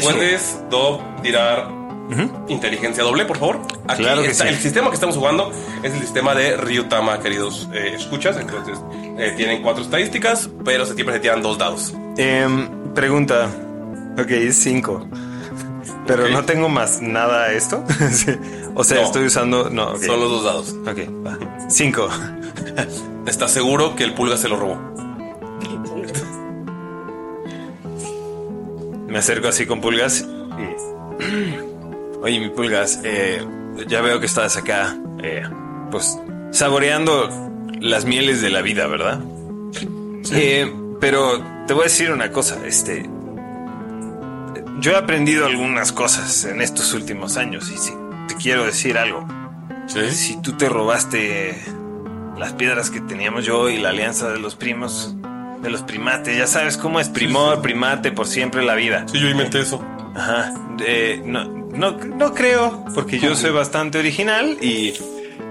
Speaker 1: Puedes do, tirar inteligencia doble, por favor. Aquí
Speaker 2: Claro que
Speaker 1: está.
Speaker 2: sí.
Speaker 1: El sistema que estamos jugando es el sistema de Ryutama, queridos eh, escuchas. Entonces, eh, tienen cuatro estadísticas, pero se siempre se tiran dos dados.
Speaker 2: Em, pregunta. Ok, es 5. Pero
Speaker 1: Ok.
Speaker 2: no tengo más nada a esto. Sí. O sea,
Speaker 1: No.
Speaker 2: estoy usando. No, ok.
Speaker 1: Son los dos dados.
Speaker 2: Ok, va. 5.
Speaker 1: ¿Estás seguro que el pulga se lo robó?
Speaker 2: Me acerco así con pulgas y. Oye, mi pulgas, eh, ya veo que estás acá. eh, pues saboreando las mieles de la vida, ¿verdad? Eh, pero te voy a decir una cosa, este. Yo he aprendido algunas cosas en estos últimos años y sí, te quiero decir algo. Si tú te robaste las piedras que teníamos yo y la alianza de los primos, de los primates. Ya sabes cómo es primor, primate, por siempre la vida. Sí, yo inventé eso. Ajá. Eh, no, no, no creo, porque yo soy bastante original y,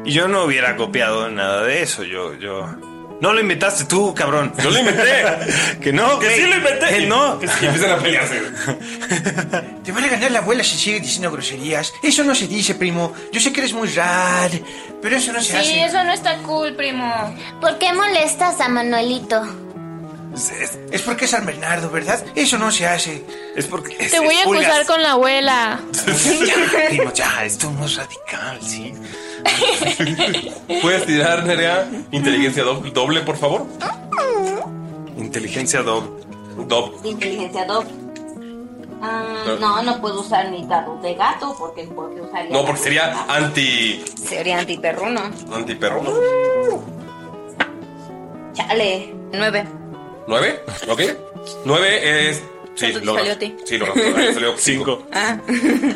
Speaker 2: y yo no hubiera copiado nada de eso. Yo, yo. No lo inventaste tú, cabrón.
Speaker 1: Yo lo inventé.
Speaker 2: que no,
Speaker 1: Que
Speaker 2: güey.
Speaker 1: sí lo inventé.
Speaker 2: Que no.
Speaker 1: Que sí, empiezan a pelearse.
Speaker 7: Te van a ganar la abuela si sigues diciendo groserías. Eso no se dice, primo. Yo sé que eres muy rad, pero eso no se
Speaker 8: Ah,
Speaker 5: Sí,
Speaker 7: hace.
Speaker 5: eso no está cool, primo.
Speaker 8: ¿Por qué molestas a Manuelito?
Speaker 7: Es porque es San Bernardo, ¿verdad? Eso no se hace.
Speaker 2: Es porque.
Speaker 5: Te voy a acusar Pues con la abuela.
Speaker 2: Primo, ya, esto no es
Speaker 7: Ah,
Speaker 2: radical, sí.
Speaker 1: ¿Puedes tirar, Nerea, inteligencia doble, doble, por favor?
Speaker 2: Inteligencia doble.
Speaker 1: Doble.
Speaker 8: Inteligencia doble. Ah,
Speaker 1: Claro.
Speaker 8: no, no puedo usar mi dado de gato porque, porque usaría.
Speaker 1: No, porque sería anti.
Speaker 8: Sería antiperruno.
Speaker 1: anti perro.
Speaker 8: Chale. Nueve.
Speaker 1: ¿Nueve? ¿Ok? Nueve es. Sí,
Speaker 8: ¿Cuánto te
Speaker 1: logra.
Speaker 8: salió a ti?
Speaker 1: Sí, logra. logra, salió cinco.
Speaker 8: Ah.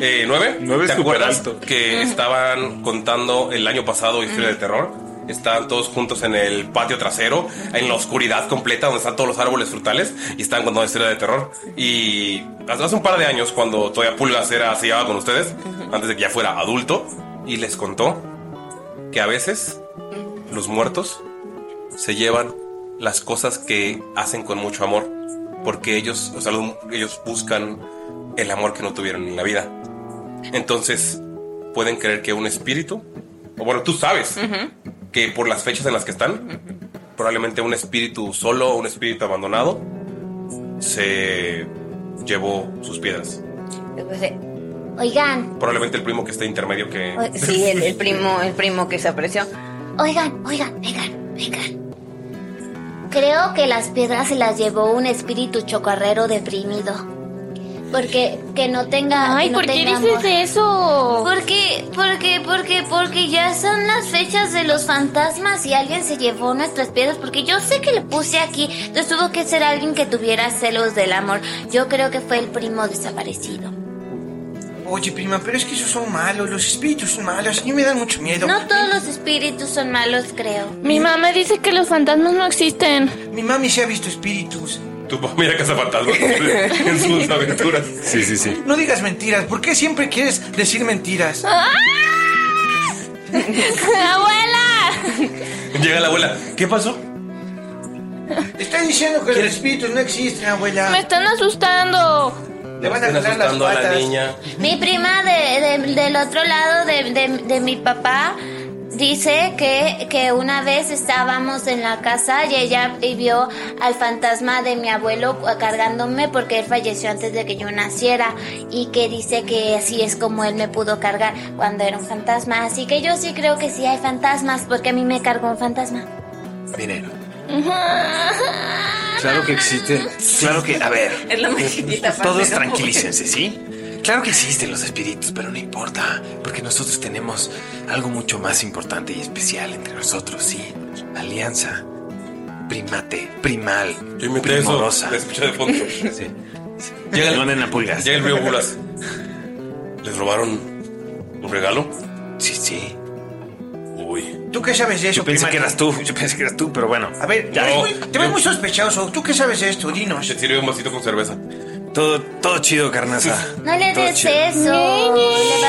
Speaker 1: Eh, ¿Nueve?
Speaker 2: Nueve
Speaker 1: ¿Te
Speaker 2: es súper
Speaker 1: acuerdas
Speaker 2: alto.
Speaker 1: Que estaban contando el año pasado historia de terror. Estaban todos juntos en el patio trasero, en la oscuridad completa donde están todos los árboles frutales y estaban contando historia de terror. Y hace hace un par de años, cuando todavía Pulgas era así ah, con ustedes, antes de que ya fuera adulto, y les contó que a veces los muertos se llevan las cosas que hacen con mucho amor, porque ellos, o sea, los- ellos buscan el amor que no tuvieron en la vida. Entonces, pueden creer que un espíritu, o bueno, tú sabes que por las fechas en las que están, probablemente un espíritu solo o un espíritu abandonado se llevó sus piedras.
Speaker 5: Pues, eh,
Speaker 8: Oigan,
Speaker 1: Probablemente el primo que está intermedio que...
Speaker 8: o- sí, el, el primo, el primo que se apreció. Oigan, oigan, vengan, vengan.
Speaker 3: Creo que las piedras se las llevó un espíritu chocarrero deprimido. Porque que no tenga.
Speaker 8: Ay,
Speaker 3: que no
Speaker 8: ¿por qué
Speaker 3: tenga
Speaker 8: dices
Speaker 5: eso?
Speaker 3: amor. Porque, porque, porque, porque ya son las fechas de los fantasmas y alguien se llevó nuestras piedras. Porque yo sé que le puse aquí. Entonces tuvo que ser alguien que tuviera celos del amor. Yo creo que fue el primo desaparecido.
Speaker 7: Oye, prima, pero es que esos son malos. Los espíritus son malos. A mí me dan mucho miedo.
Speaker 3: No todos los espíritus son malos, creo.
Speaker 5: Mi mamá dice que los fantasmas no existen.
Speaker 7: Mi mami se ha visto espíritus.
Speaker 1: Tu mami era cazafantasmas en sus aventuras.
Speaker 2: Sí, sí, sí.
Speaker 7: No digas mentiras. ¿Por qué siempre quieres decir mentiras?
Speaker 5: Ah. ¡Abuela!
Speaker 1: Llega la abuela. ¿Qué pasó?
Speaker 7: Estás diciendo que los espíritus no existen, abuela.
Speaker 5: Me están asustando.
Speaker 7: Le van a
Speaker 1: Están
Speaker 7: jalar las
Speaker 1: asustando a la
Speaker 7: patas.
Speaker 1: niña.
Speaker 3: Mi prima de- de- del otro lado de, de- de mi papá dice que, que una vez estábamos en la casa y ella y vio al fantasma de mi abuelo cargándome porque él falleció antes de que yo naciera y que dice que así es como él me pudo cargar cuando era un fantasma. Así que yo sí creo que sí hay fantasmas porque a mí me cargó un fantasma.
Speaker 2: Miren, claro que existe. Claro que, a ver.
Speaker 6: Es la más chiquita parte,
Speaker 2: Todos
Speaker 6: ¿no?
Speaker 2: tranquilícense, ¿sí? Claro que existen los espíritus, pero no importa, porque nosotros tenemos algo mucho más importante y especial entre nosotros, ¿sí? Alianza, primate, primal,
Speaker 1: Yo inventé eso.
Speaker 2: primorosa.
Speaker 1: La escuché de fondo.
Speaker 2: Sí.
Speaker 1: Llega el,
Speaker 2: Perdonen a Pulgas.
Speaker 1: llega el primo Bulas. ¿Les robaron un regalo?
Speaker 2: Sí, sí.
Speaker 1: Uy.
Speaker 7: ¿Tú qué sabes de eso,
Speaker 2: Yo pensé
Speaker 7: prima?
Speaker 2: que eras tú, yo pensé que eras tú, pero bueno.
Speaker 7: A ver,
Speaker 2: Ya.
Speaker 7: te, ves muy, te ves muy sospechoso. ¿Tú qué sabes de esto? Dinos.
Speaker 1: Te sirve un vasito con cerveza.
Speaker 2: Todo, todo chido, carnaza.
Speaker 3: No le
Speaker 2: Todo
Speaker 3: des
Speaker 2: chido.
Speaker 3: eso, le va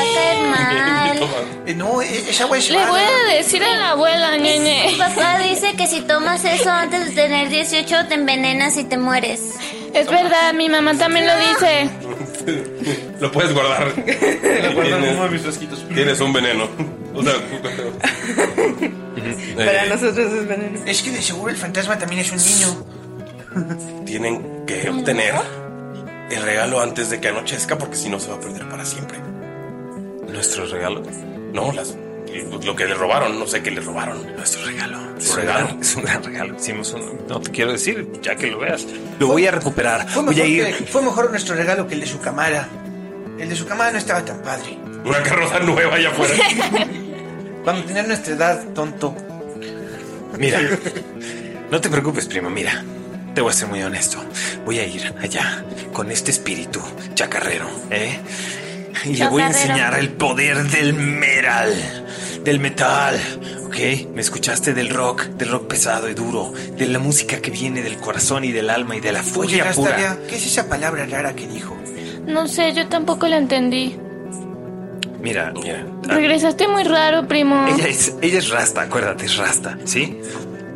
Speaker 3: a caer mal.
Speaker 7: Eh, no, eh, esa agua es
Speaker 5: Le
Speaker 3: Ah,
Speaker 7: mala.
Speaker 5: voy a decir a la abuela,
Speaker 3: Mi
Speaker 5: ñeñe.
Speaker 3: papá dice que si tomas eso antes de tener 18 te envenenas y te mueres.
Speaker 5: Es verdad, mi mamá también lo dice.
Speaker 1: Lo puedes guardar.
Speaker 4: Guardan
Speaker 1: Tienes-
Speaker 4: uno de mis frasquitos.
Speaker 1: Tienes un veneno. O sea,
Speaker 6: Para
Speaker 1: eh,
Speaker 6: nosotros es veneno.
Speaker 7: Es que de seguro el fantasma también es un niño.
Speaker 1: tienen que obtener el regalo antes de que anochezca porque si no se va a perder para siempre.
Speaker 2: Nuestro regalo.
Speaker 1: No, las, lo que le robaron, no sé qué le robaron.
Speaker 2: Nuestro regalo.
Speaker 1: Es
Speaker 2: Es
Speaker 1: un
Speaker 2: un
Speaker 1: regalo.
Speaker 2: gran, es un gran regalo. Hicimos un, no te quiero decir, ya que lo veas. Lo voy a recuperar.
Speaker 7: Fue
Speaker 2: Voy
Speaker 7: mejor,
Speaker 2: a ir.
Speaker 7: que- fue mejor nuestro regalo que el de su camada. El de su camada no estaba tan padre.
Speaker 1: Una carroza nueva allá afuera.
Speaker 7: Cuando tenía nuestra edad, tonto.
Speaker 2: Mira, no te preocupes, primo. Mira, te voy a ser muy honesto. Voy a ir allá con este espíritu chacarrero, ¿eh? Y le voy a
Speaker 3: Chacarrero.
Speaker 2: enseñar el poder del meral, del metal, ¿ok? Ok, me escuchaste del rock, del rock pesado y duro, de la música que viene del corazón y del alma y de la
Speaker 7: Oye,
Speaker 2: furia pura.
Speaker 7: Castalia, ¿qué es esa palabra rara que dijo?
Speaker 5: No sé, yo tampoco la entendí.
Speaker 2: Mira, mira. ah,
Speaker 5: Regresaste muy raro, primo.
Speaker 2: Ella es, ella es rasta, acuérdate, es rasta, ¿sí?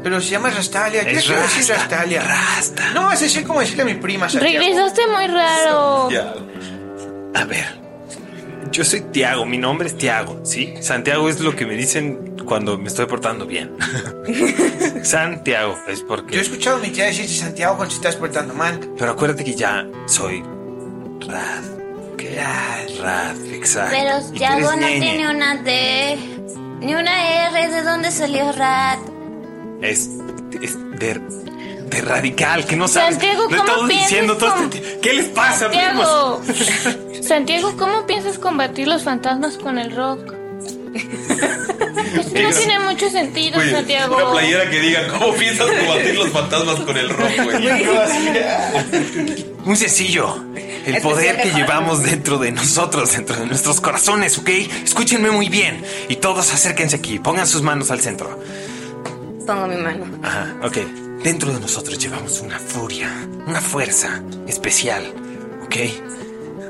Speaker 7: Pero se llama Rastalia. ¿Qué
Speaker 2: Es
Speaker 7: quiero decir
Speaker 2: Rasta,
Speaker 7: Rastalia?
Speaker 2: Rasta.
Speaker 7: No, es decir, como decirle a mi prima. Santiago.
Speaker 5: Regresaste muy raro.
Speaker 1: Ya.
Speaker 2: A ver, yo soy Tiago, mi nombre es Tiago, ¿sí? Santiago es lo que me dicen cuando me estoy portando bien. Santiago, es porque...
Speaker 7: Yo he escuchado a mi tía decirte Santiago cuando te estás portando mal.
Speaker 2: Pero acuérdate que ya soy Rad. Que Rad, exacto.
Speaker 3: Pero
Speaker 2: Ah, Y tú eres
Speaker 3: Yago no
Speaker 2: ñeñe.
Speaker 3: tiene una D, ni una R. ¿De dónde salió Rat?
Speaker 2: Es, es de, de radical, que no sabes.
Speaker 5: Santiago,
Speaker 2: no
Speaker 5: ¿cómo
Speaker 2: estamos
Speaker 5: piensas
Speaker 2: diciendo todo
Speaker 5: con-
Speaker 2: este- ¿Qué les pasa, primos?
Speaker 5: Santiago. Santiago, ¿cómo piensas combatir los fantasmas con el rock? Eso no
Speaker 1: Negros.
Speaker 5: tiene mucho sentido,
Speaker 1: Güey,
Speaker 5: Santiago.
Speaker 1: Una playera que diga cómo piensas combatir los fantasmas con el rock, güey.
Speaker 2: Muy sencillo. El poder que llevamos dentro de nosotros, dentro de nuestros corazones, ¿ok? Escúchenme muy bien. Y todos acérquense aquí. Pongan sus manos al centro.
Speaker 6: Pongo mi mano.
Speaker 2: Ajá, ok. Dentro de nosotros llevamos una furia, una fuerza especial, ¿ok?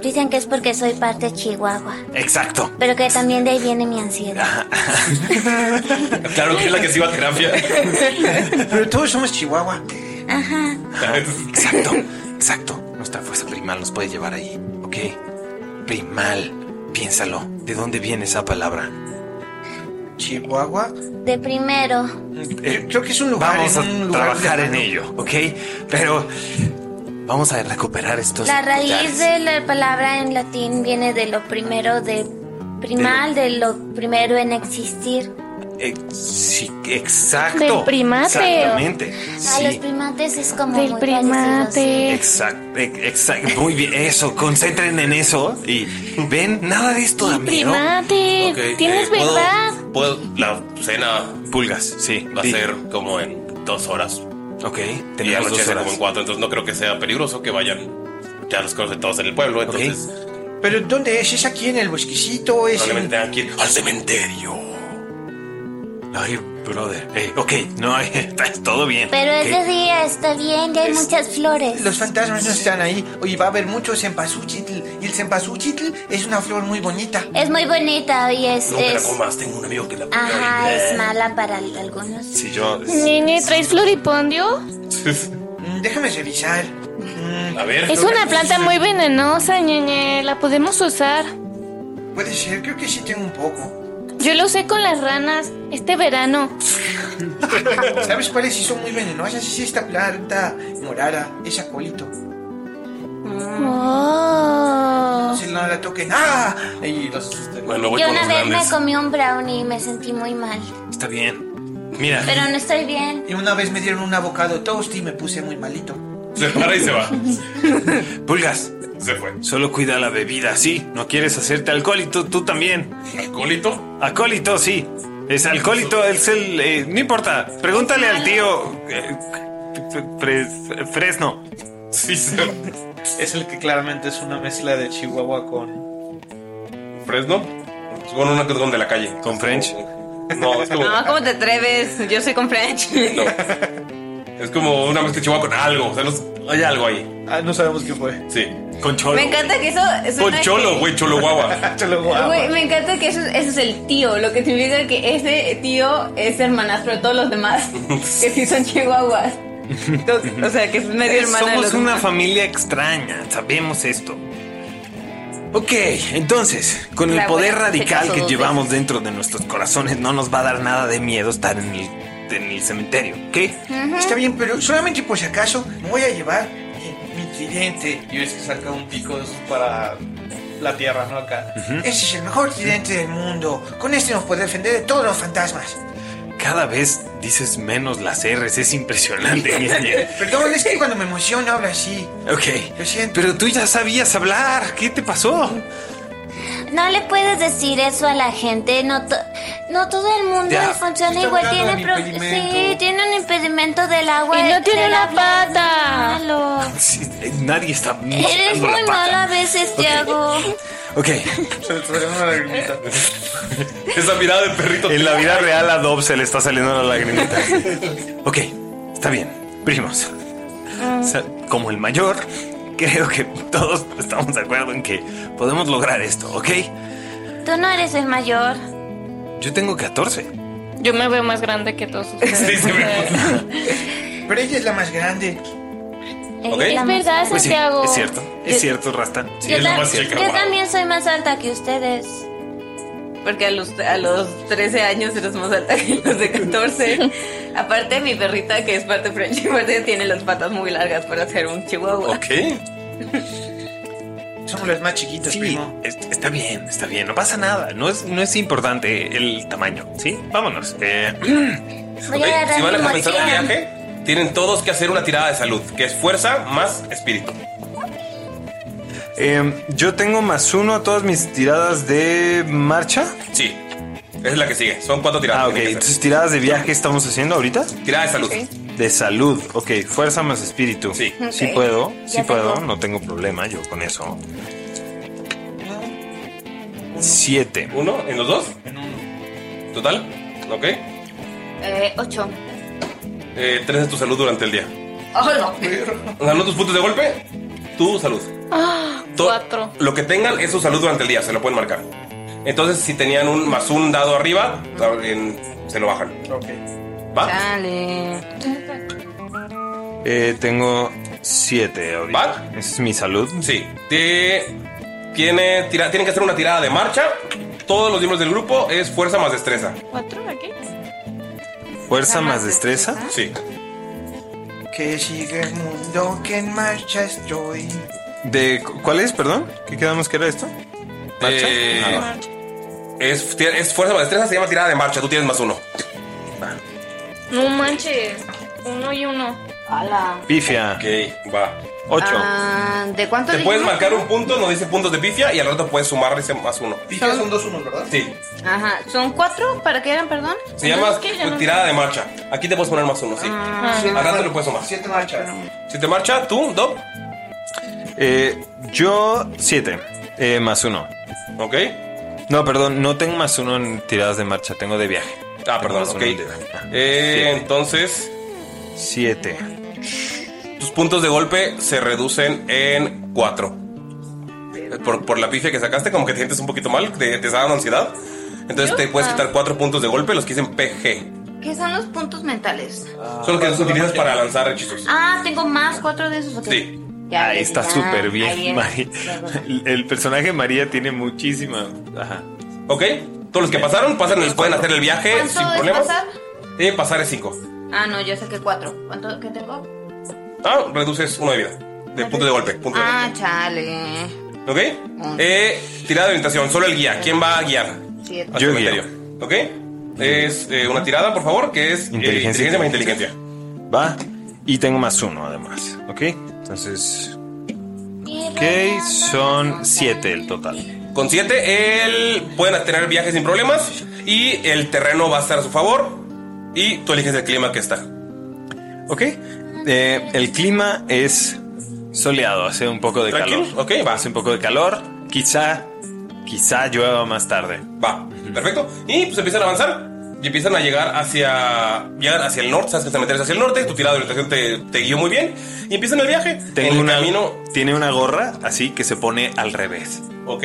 Speaker 3: Dicen que es porque soy parte de Chihuahua.
Speaker 2: Exacto.
Speaker 3: Pero que también de ahí viene mi ansiedad.
Speaker 1: Claro que es la que se iba a terapia.
Speaker 7: Pero todos somos Chihuahua.
Speaker 2: Exacto, exacto. Nuestra fuerza primal nos puede llevar ahí, ¿ok? Primal, piénsalo. ¿De dónde viene esa palabra?
Speaker 7: Chihuahua.
Speaker 3: De primero.
Speaker 7: Yo creo que es un lugar.
Speaker 2: Eh, Vamos a
Speaker 7: en un lugar
Speaker 2: trabajar en
Speaker 7: lejano.
Speaker 2: ello, ¿ok? Pero vamos a recuperar estos.
Speaker 3: La raíz
Speaker 2: lugares.
Speaker 3: de la palabra en latín viene de lo primero de primal, de lo primero en existir.
Speaker 2: Ex- eh, sí, exacto.
Speaker 5: Del primate. Ah,
Speaker 2: Exactamente.
Speaker 3: A los
Speaker 2: Sí.
Speaker 3: primates es como
Speaker 5: Del
Speaker 3: muy parecido, sí.
Speaker 5: primate.
Speaker 2: Exacto, exacto. eh, Muy bien, eso. Concentren en eso y ven nada de esto, amigo.
Speaker 5: Primate.
Speaker 1: Ok,
Speaker 5: Tienes
Speaker 1: eh, ¿puedo-
Speaker 5: verdad.
Speaker 1: Puedo, la cena
Speaker 2: Pulgas, sí.
Speaker 1: va a
Speaker 2: di.
Speaker 1: ser como en dos horas.
Speaker 2: Ok,
Speaker 1: Y
Speaker 2: tenemos dos
Speaker 1: anochece
Speaker 2: horas.
Speaker 1: como en cuatro, entonces no creo que sea peligroso que vayan. Ya los conocen todos en el pueblo, entonces
Speaker 7: Pero ¿dónde es? ¿Es aquí en el bosquecito? ¿Es en-
Speaker 1: probablemente tengan que ir al cementerio.
Speaker 2: Ay, brother. Eh, ok, no, eh, está todo bien.
Speaker 3: Pero
Speaker 2: Ok.
Speaker 3: es de día, está bien, ya hay muchas flores.
Speaker 7: Los fantasmas no están ahí. Oye, va a haber mucho cempasúchil. Y el cempasúchil es una flor muy bonita.
Speaker 3: Es muy bonita y es...
Speaker 1: No me la
Speaker 3: es-
Speaker 1: comas, tengo un amigo que la
Speaker 3: Ajá, es mala para algunos.
Speaker 2: Si yo.
Speaker 5: Nene, ¿traes floripondio?
Speaker 7: Mm, Déjame revisar. Mm,
Speaker 1: A ver.
Speaker 5: Es una planta muy venenosa, ñeñe. La podemos usar.
Speaker 7: Puede ser, creo que sí tengo un poco.
Speaker 5: Yo lo usé con las ranas este verano.
Speaker 7: ¿Sabes cuáles sí son muy venenosas? Es esta planta morada, es acolito.
Speaker 3: Mm.
Speaker 5: Oh.
Speaker 7: Si no la toquen, ¡ah! Y los
Speaker 1: Bueno, voy
Speaker 3: Yo
Speaker 1: con
Speaker 3: una
Speaker 1: los
Speaker 3: vez me
Speaker 1: grandes.
Speaker 3: comí un brownie y me sentí muy mal.
Speaker 2: Está bien. Mira,
Speaker 3: Pero no estoy bien.
Speaker 7: Y una vez me dieron un avocado toast y me puse muy malito.
Speaker 1: Se para y se va.
Speaker 2: pulgas,
Speaker 1: Se fue.
Speaker 2: solo cuida la bebida, sí. No quieres hacerte alcohólico, tú también.
Speaker 1: ¿Alcoholito?
Speaker 2: Acólito, sí. Es alcohólito, es el. eh, no importa. Pregúntale al tío. eh, Fres- fresno.
Speaker 1: Sí, se
Speaker 4: Es el que claramente es una mezcla de Chihuahua con.
Speaker 1: ¿Fresno? Es Con una con de la calle.
Speaker 2: ¿Con French?
Speaker 1: No, es como.
Speaker 6: No, ¿cómo te atreves? Yo soy con French.
Speaker 1: No. Es como una mezcla de chihuahua con algo. O sea, no es- hay algo ahí.
Speaker 4: Ah, no sabemos qué fue.
Speaker 1: Sí.
Speaker 2: Con cholo.
Speaker 6: Me encanta que eso
Speaker 1: Con
Speaker 6: suena
Speaker 1: cholo,
Speaker 6: que-
Speaker 1: güey, cholo guagua.
Speaker 6: Güey, me encanta que eso, eso es el tío, lo que significa que ese tío es hermanastro de todos los demás, que sí son chihuahuas. Entonces, o sea, que es medio
Speaker 2: Eh,
Speaker 6: hermana de
Speaker 2: Somos
Speaker 6: los
Speaker 2: una
Speaker 6: demás.
Speaker 2: familia extraña, sabemos esto. Ok, entonces, con el
Speaker 6: La
Speaker 2: poder
Speaker 6: abuela se
Speaker 2: radical
Speaker 6: casó
Speaker 2: que
Speaker 6: dos
Speaker 2: llevamos dentro de nuestros corazones, no nos va a dar nada de miedo estar en el, en el cementerio, ¿ok?
Speaker 7: Está bien, pero solamente por si acaso me voy a llevar eh, mi tridente.
Speaker 4: Y ves que saca un pico de esos para la tierra, ¿no? Acá.
Speaker 7: Ese es el mejor tridente del mundo. Con este nos puede defender de todos los fantasmas.
Speaker 2: Cada vez dices menos las R's, es impresionante. ñaña.
Speaker 7: Perdón, es que cuando me emociono hablo así. Lo
Speaker 2: ok,
Speaker 7: siento.
Speaker 2: pero tú ya sabías hablar, ¿qué te pasó?
Speaker 3: No le puedes decir eso a la gente. No, to- Pues no todo el mundo
Speaker 2: Ya,
Speaker 3: funciona
Speaker 7: está
Speaker 3: igual.
Speaker 7: hablando
Speaker 3: Tiene
Speaker 7: del
Speaker 3: pro-
Speaker 7: impedimento.
Speaker 3: sí, tiene un impedimento del agua.
Speaker 5: Y no
Speaker 8: eh,
Speaker 3: del
Speaker 5: tiene una
Speaker 3: agua, es
Speaker 5: pata.
Speaker 3: malo.
Speaker 2: Sí, eh, Nadie está... mostrando la
Speaker 3: Eres muy
Speaker 2: pata.
Speaker 3: malo a veces, Tiago.
Speaker 2: Ok, Ok.
Speaker 4: Se le salió una lagrimita.
Speaker 1: Esa mirada de perrito.
Speaker 2: En la vida real a Dob se le está saliendo la lagrimita. Ok, está bien. Primos. O sea, como el mayor, creo que todos estamos de acuerdo en que podemos lograr esto, ¿ok?
Speaker 3: Tú no eres el mayor.
Speaker 2: Yo tengo 14.
Speaker 5: Yo me veo más grande que todos ustedes.
Speaker 4: Pero ella es la más grande.
Speaker 2: ¿Ok?
Speaker 3: Es verdad,
Speaker 2: Pues sí,
Speaker 3: Santiago.
Speaker 2: es cierto, es
Speaker 3: Yo-
Speaker 2: cierto, Rastan.
Speaker 3: yo, ta- yo también soy más alta que ustedes.
Speaker 6: Porque a los, a los 13 años eres más alta que los de 14. Aparte, mi perrita, que es parte French Shepherd, tiene las patas muy largas para ser un chihuahua.
Speaker 4: Somos las más chiquitas,
Speaker 2: primo. está bien, está bien, no pasa nada. No es, no es importante el tamaño, ¿sí? Vámonos. Eh,
Speaker 3: Voy a
Speaker 1: si van
Speaker 3: agarrar
Speaker 1: a
Speaker 3: mi
Speaker 1: comenzar un
Speaker 3: mochila.
Speaker 1: viaje, tienen todos que hacer una tirada de salud, que es fuerza más espíritu.
Speaker 2: eh, yo tengo más uno a todas mis tiradas de marcha.
Speaker 1: Sí. Esa es la que sigue. Son cuatro tiradas.
Speaker 2: Ah, ok.
Speaker 1: tienen que
Speaker 2: Entonces, tiradas de viaje estamos haciendo ahorita.
Speaker 1: Tirada de salud.
Speaker 2: De salud, ok. Fuerza más espíritu. Sí, sí
Speaker 1: Ok.
Speaker 2: puedo,
Speaker 1: Ya
Speaker 2: sí
Speaker 1: tengo.
Speaker 2: puedo. No tengo problema yo con eso. Siete.
Speaker 1: ¿Uno? ¿En los dos? En uno. ¿Total? Ok.
Speaker 5: Eh, ocho.
Speaker 1: Eh, tres de tu salud durante el día.
Speaker 5: Oh, no.
Speaker 1: ¿Ganó tus puntos de golpe? Tu salud.
Speaker 6: Eh,
Speaker 5: Ah,
Speaker 1: To-
Speaker 5: cuatro.
Speaker 1: Lo que tengan es su salud durante el día, se lo pueden marcar. Entonces, si tenían un más un dado arriba, en- se lo bajan. ¿Va?
Speaker 2: Eh, tengo siete ahorita. ¿Esa es mi salud?
Speaker 1: Sí. Te- tiene, tira- tienen que hacer una tirada de marcha. Todos los miembros del grupo es fuerza más destreza.
Speaker 5: ¿Cuatro aquí?
Speaker 2: ¿Fuerza más destreza?
Speaker 1: Sí.
Speaker 7: Que sigue el mundo, que en marcha estoy.
Speaker 2: ¿De cu- cuál es, perdón? ¿Qué quedamos que era esto? ¿Marcha?
Speaker 1: Eh,
Speaker 2: Ah, va.
Speaker 1: es, ti- es fuerza más destreza, se llama tirada de marcha. Tú tienes más uno.
Speaker 5: No manches. Uno y uno.
Speaker 6: Ala.
Speaker 2: Pifia.
Speaker 1: Ok, va.
Speaker 6: Ah, ¿De cuánto
Speaker 1: Te
Speaker 6: dijimos?
Speaker 1: puedes marcar un punto, nos dice puntos de pifia y al rato puedes sumarle ese más uno.
Speaker 4: Pifia son dos unos, ¿verdad?
Speaker 1: Sí.
Speaker 6: Ajá. ¿Son cuatro? ¿Para qué eran, perdón?
Speaker 1: Se llama
Speaker 6: Entonces, ¿qué? Ya no-
Speaker 1: tirada de marcha. Aquí te puedes poner más uno, sí.
Speaker 6: Ah.
Speaker 1: Al rato le puedes sumar.
Speaker 4: Siete marchas.
Speaker 1: Si te marcha, tú, Dob.
Speaker 2: Eh, yo siete. eh, más uno.
Speaker 1: Ok.
Speaker 2: No, perdón, no tengo más uno en tiradas de marcha, tengo de viaje.
Speaker 1: Ah, perdón, ok. Eh, entonces.
Speaker 2: Siete.
Speaker 1: Tus puntos de golpe se reducen en cuatro. Eh, Por, por la pifia que sacaste, como que te sientes un poquito mal, te, te está dando ansiedad. Entonces te puedes quitar cuatro puntos de golpe, los que dicen PG.
Speaker 6: ¿Qué son los puntos mentales?
Speaker 1: Son
Speaker 4: Ah,
Speaker 1: los que los utilizas para lanzar hechizos.
Speaker 6: Ah, tengo más cuatro de esos. ok.
Speaker 1: Sí.
Speaker 6: Ya,
Speaker 2: Ahí
Speaker 6: ya,
Speaker 2: está
Speaker 6: ya.
Speaker 2: súper
Speaker 6: Ahí
Speaker 2: bien,
Speaker 6: es.
Speaker 2: María. El, el personaje María tiene muchísima. Ajá.
Speaker 1: Ok. Todos los que pasaron, pasan, les pueden hacer el viaje
Speaker 6: ¿Cuánto
Speaker 1: sin
Speaker 6: es
Speaker 1: problemas.
Speaker 6: pasar?
Speaker 1: Eh, pasar es cinco.
Speaker 6: Ah, no, yo saqué cuatro. ¿Cuánto que tengo?
Speaker 1: Ah, reduces uno de vida. De punto de golpe. Punto de golpe.
Speaker 6: Ah, chale.
Speaker 1: ¿Ok? Eh, tirada de orientación, solo el guía. ¿Quién va a guiar?
Speaker 6: Siete.
Speaker 1: Al cementerio. ¿Ok? Es eh, una tirada, por favor, que es eh,
Speaker 2: Inteligencia.
Speaker 1: inteligencia más inteligencia.
Speaker 2: Va. Y tengo más uno además. ¿Ok? Entonces. Ok, son siete el total.
Speaker 1: Con 7, él pueden tener viajes sin problemas y el terreno va a estar a su favor y tú eliges el clima que está.
Speaker 2: Ok. eh, el clima es soleado, hace un poco de
Speaker 1: Tranquilo,
Speaker 2: calor. Ok, va. Hace un poco de calor. Quizá, quizá llueva más tarde.
Speaker 1: Va, perfecto. Y pues empiezan a avanzar y empiezan a llegar hacia, llegan hacia el norte, sabes que el cementerio es hacia el norte, tu tirada de orientación te, te guió muy bien y empiezan el viaje.
Speaker 2: Tengo
Speaker 1: En el
Speaker 2: una,
Speaker 1: camino-
Speaker 2: Tiene una gorra así que se pone al revés.
Speaker 1: Ok.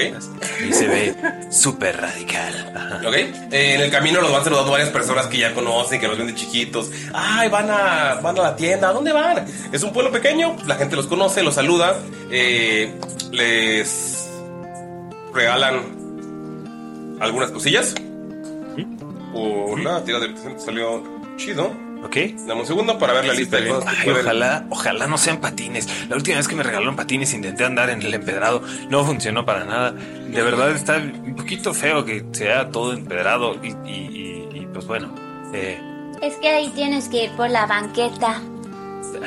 Speaker 2: Y se ve súper radical. Ajá.
Speaker 1: ¿Ok? Eh, en el camino los van saludando varias personas que ya conocen, que los ven de chiquitos. Ay, van a, van a la tienda, ¿a dónde van? Es un pueblo pequeño, Pues, la gente los conoce, los saluda, eh, les regalan algunas cosillas. Hola, tira de presente, salió chido.
Speaker 2: Ok.
Speaker 1: Dame un segundo para ver la
Speaker 2: Sí,
Speaker 1: lista de
Speaker 2: está bien.
Speaker 1: cosas que
Speaker 2: Ay,
Speaker 1: pueden-
Speaker 2: ojalá, ojalá no sean patines. La última vez que me regalaron patines intenté andar en el empedrado. No funcionó para nada. De verdad está un poquito feo que sea todo empedrado. Y, y- y- y, pues bueno. eh,
Speaker 3: Es que ahí tienes que ir por la banqueta.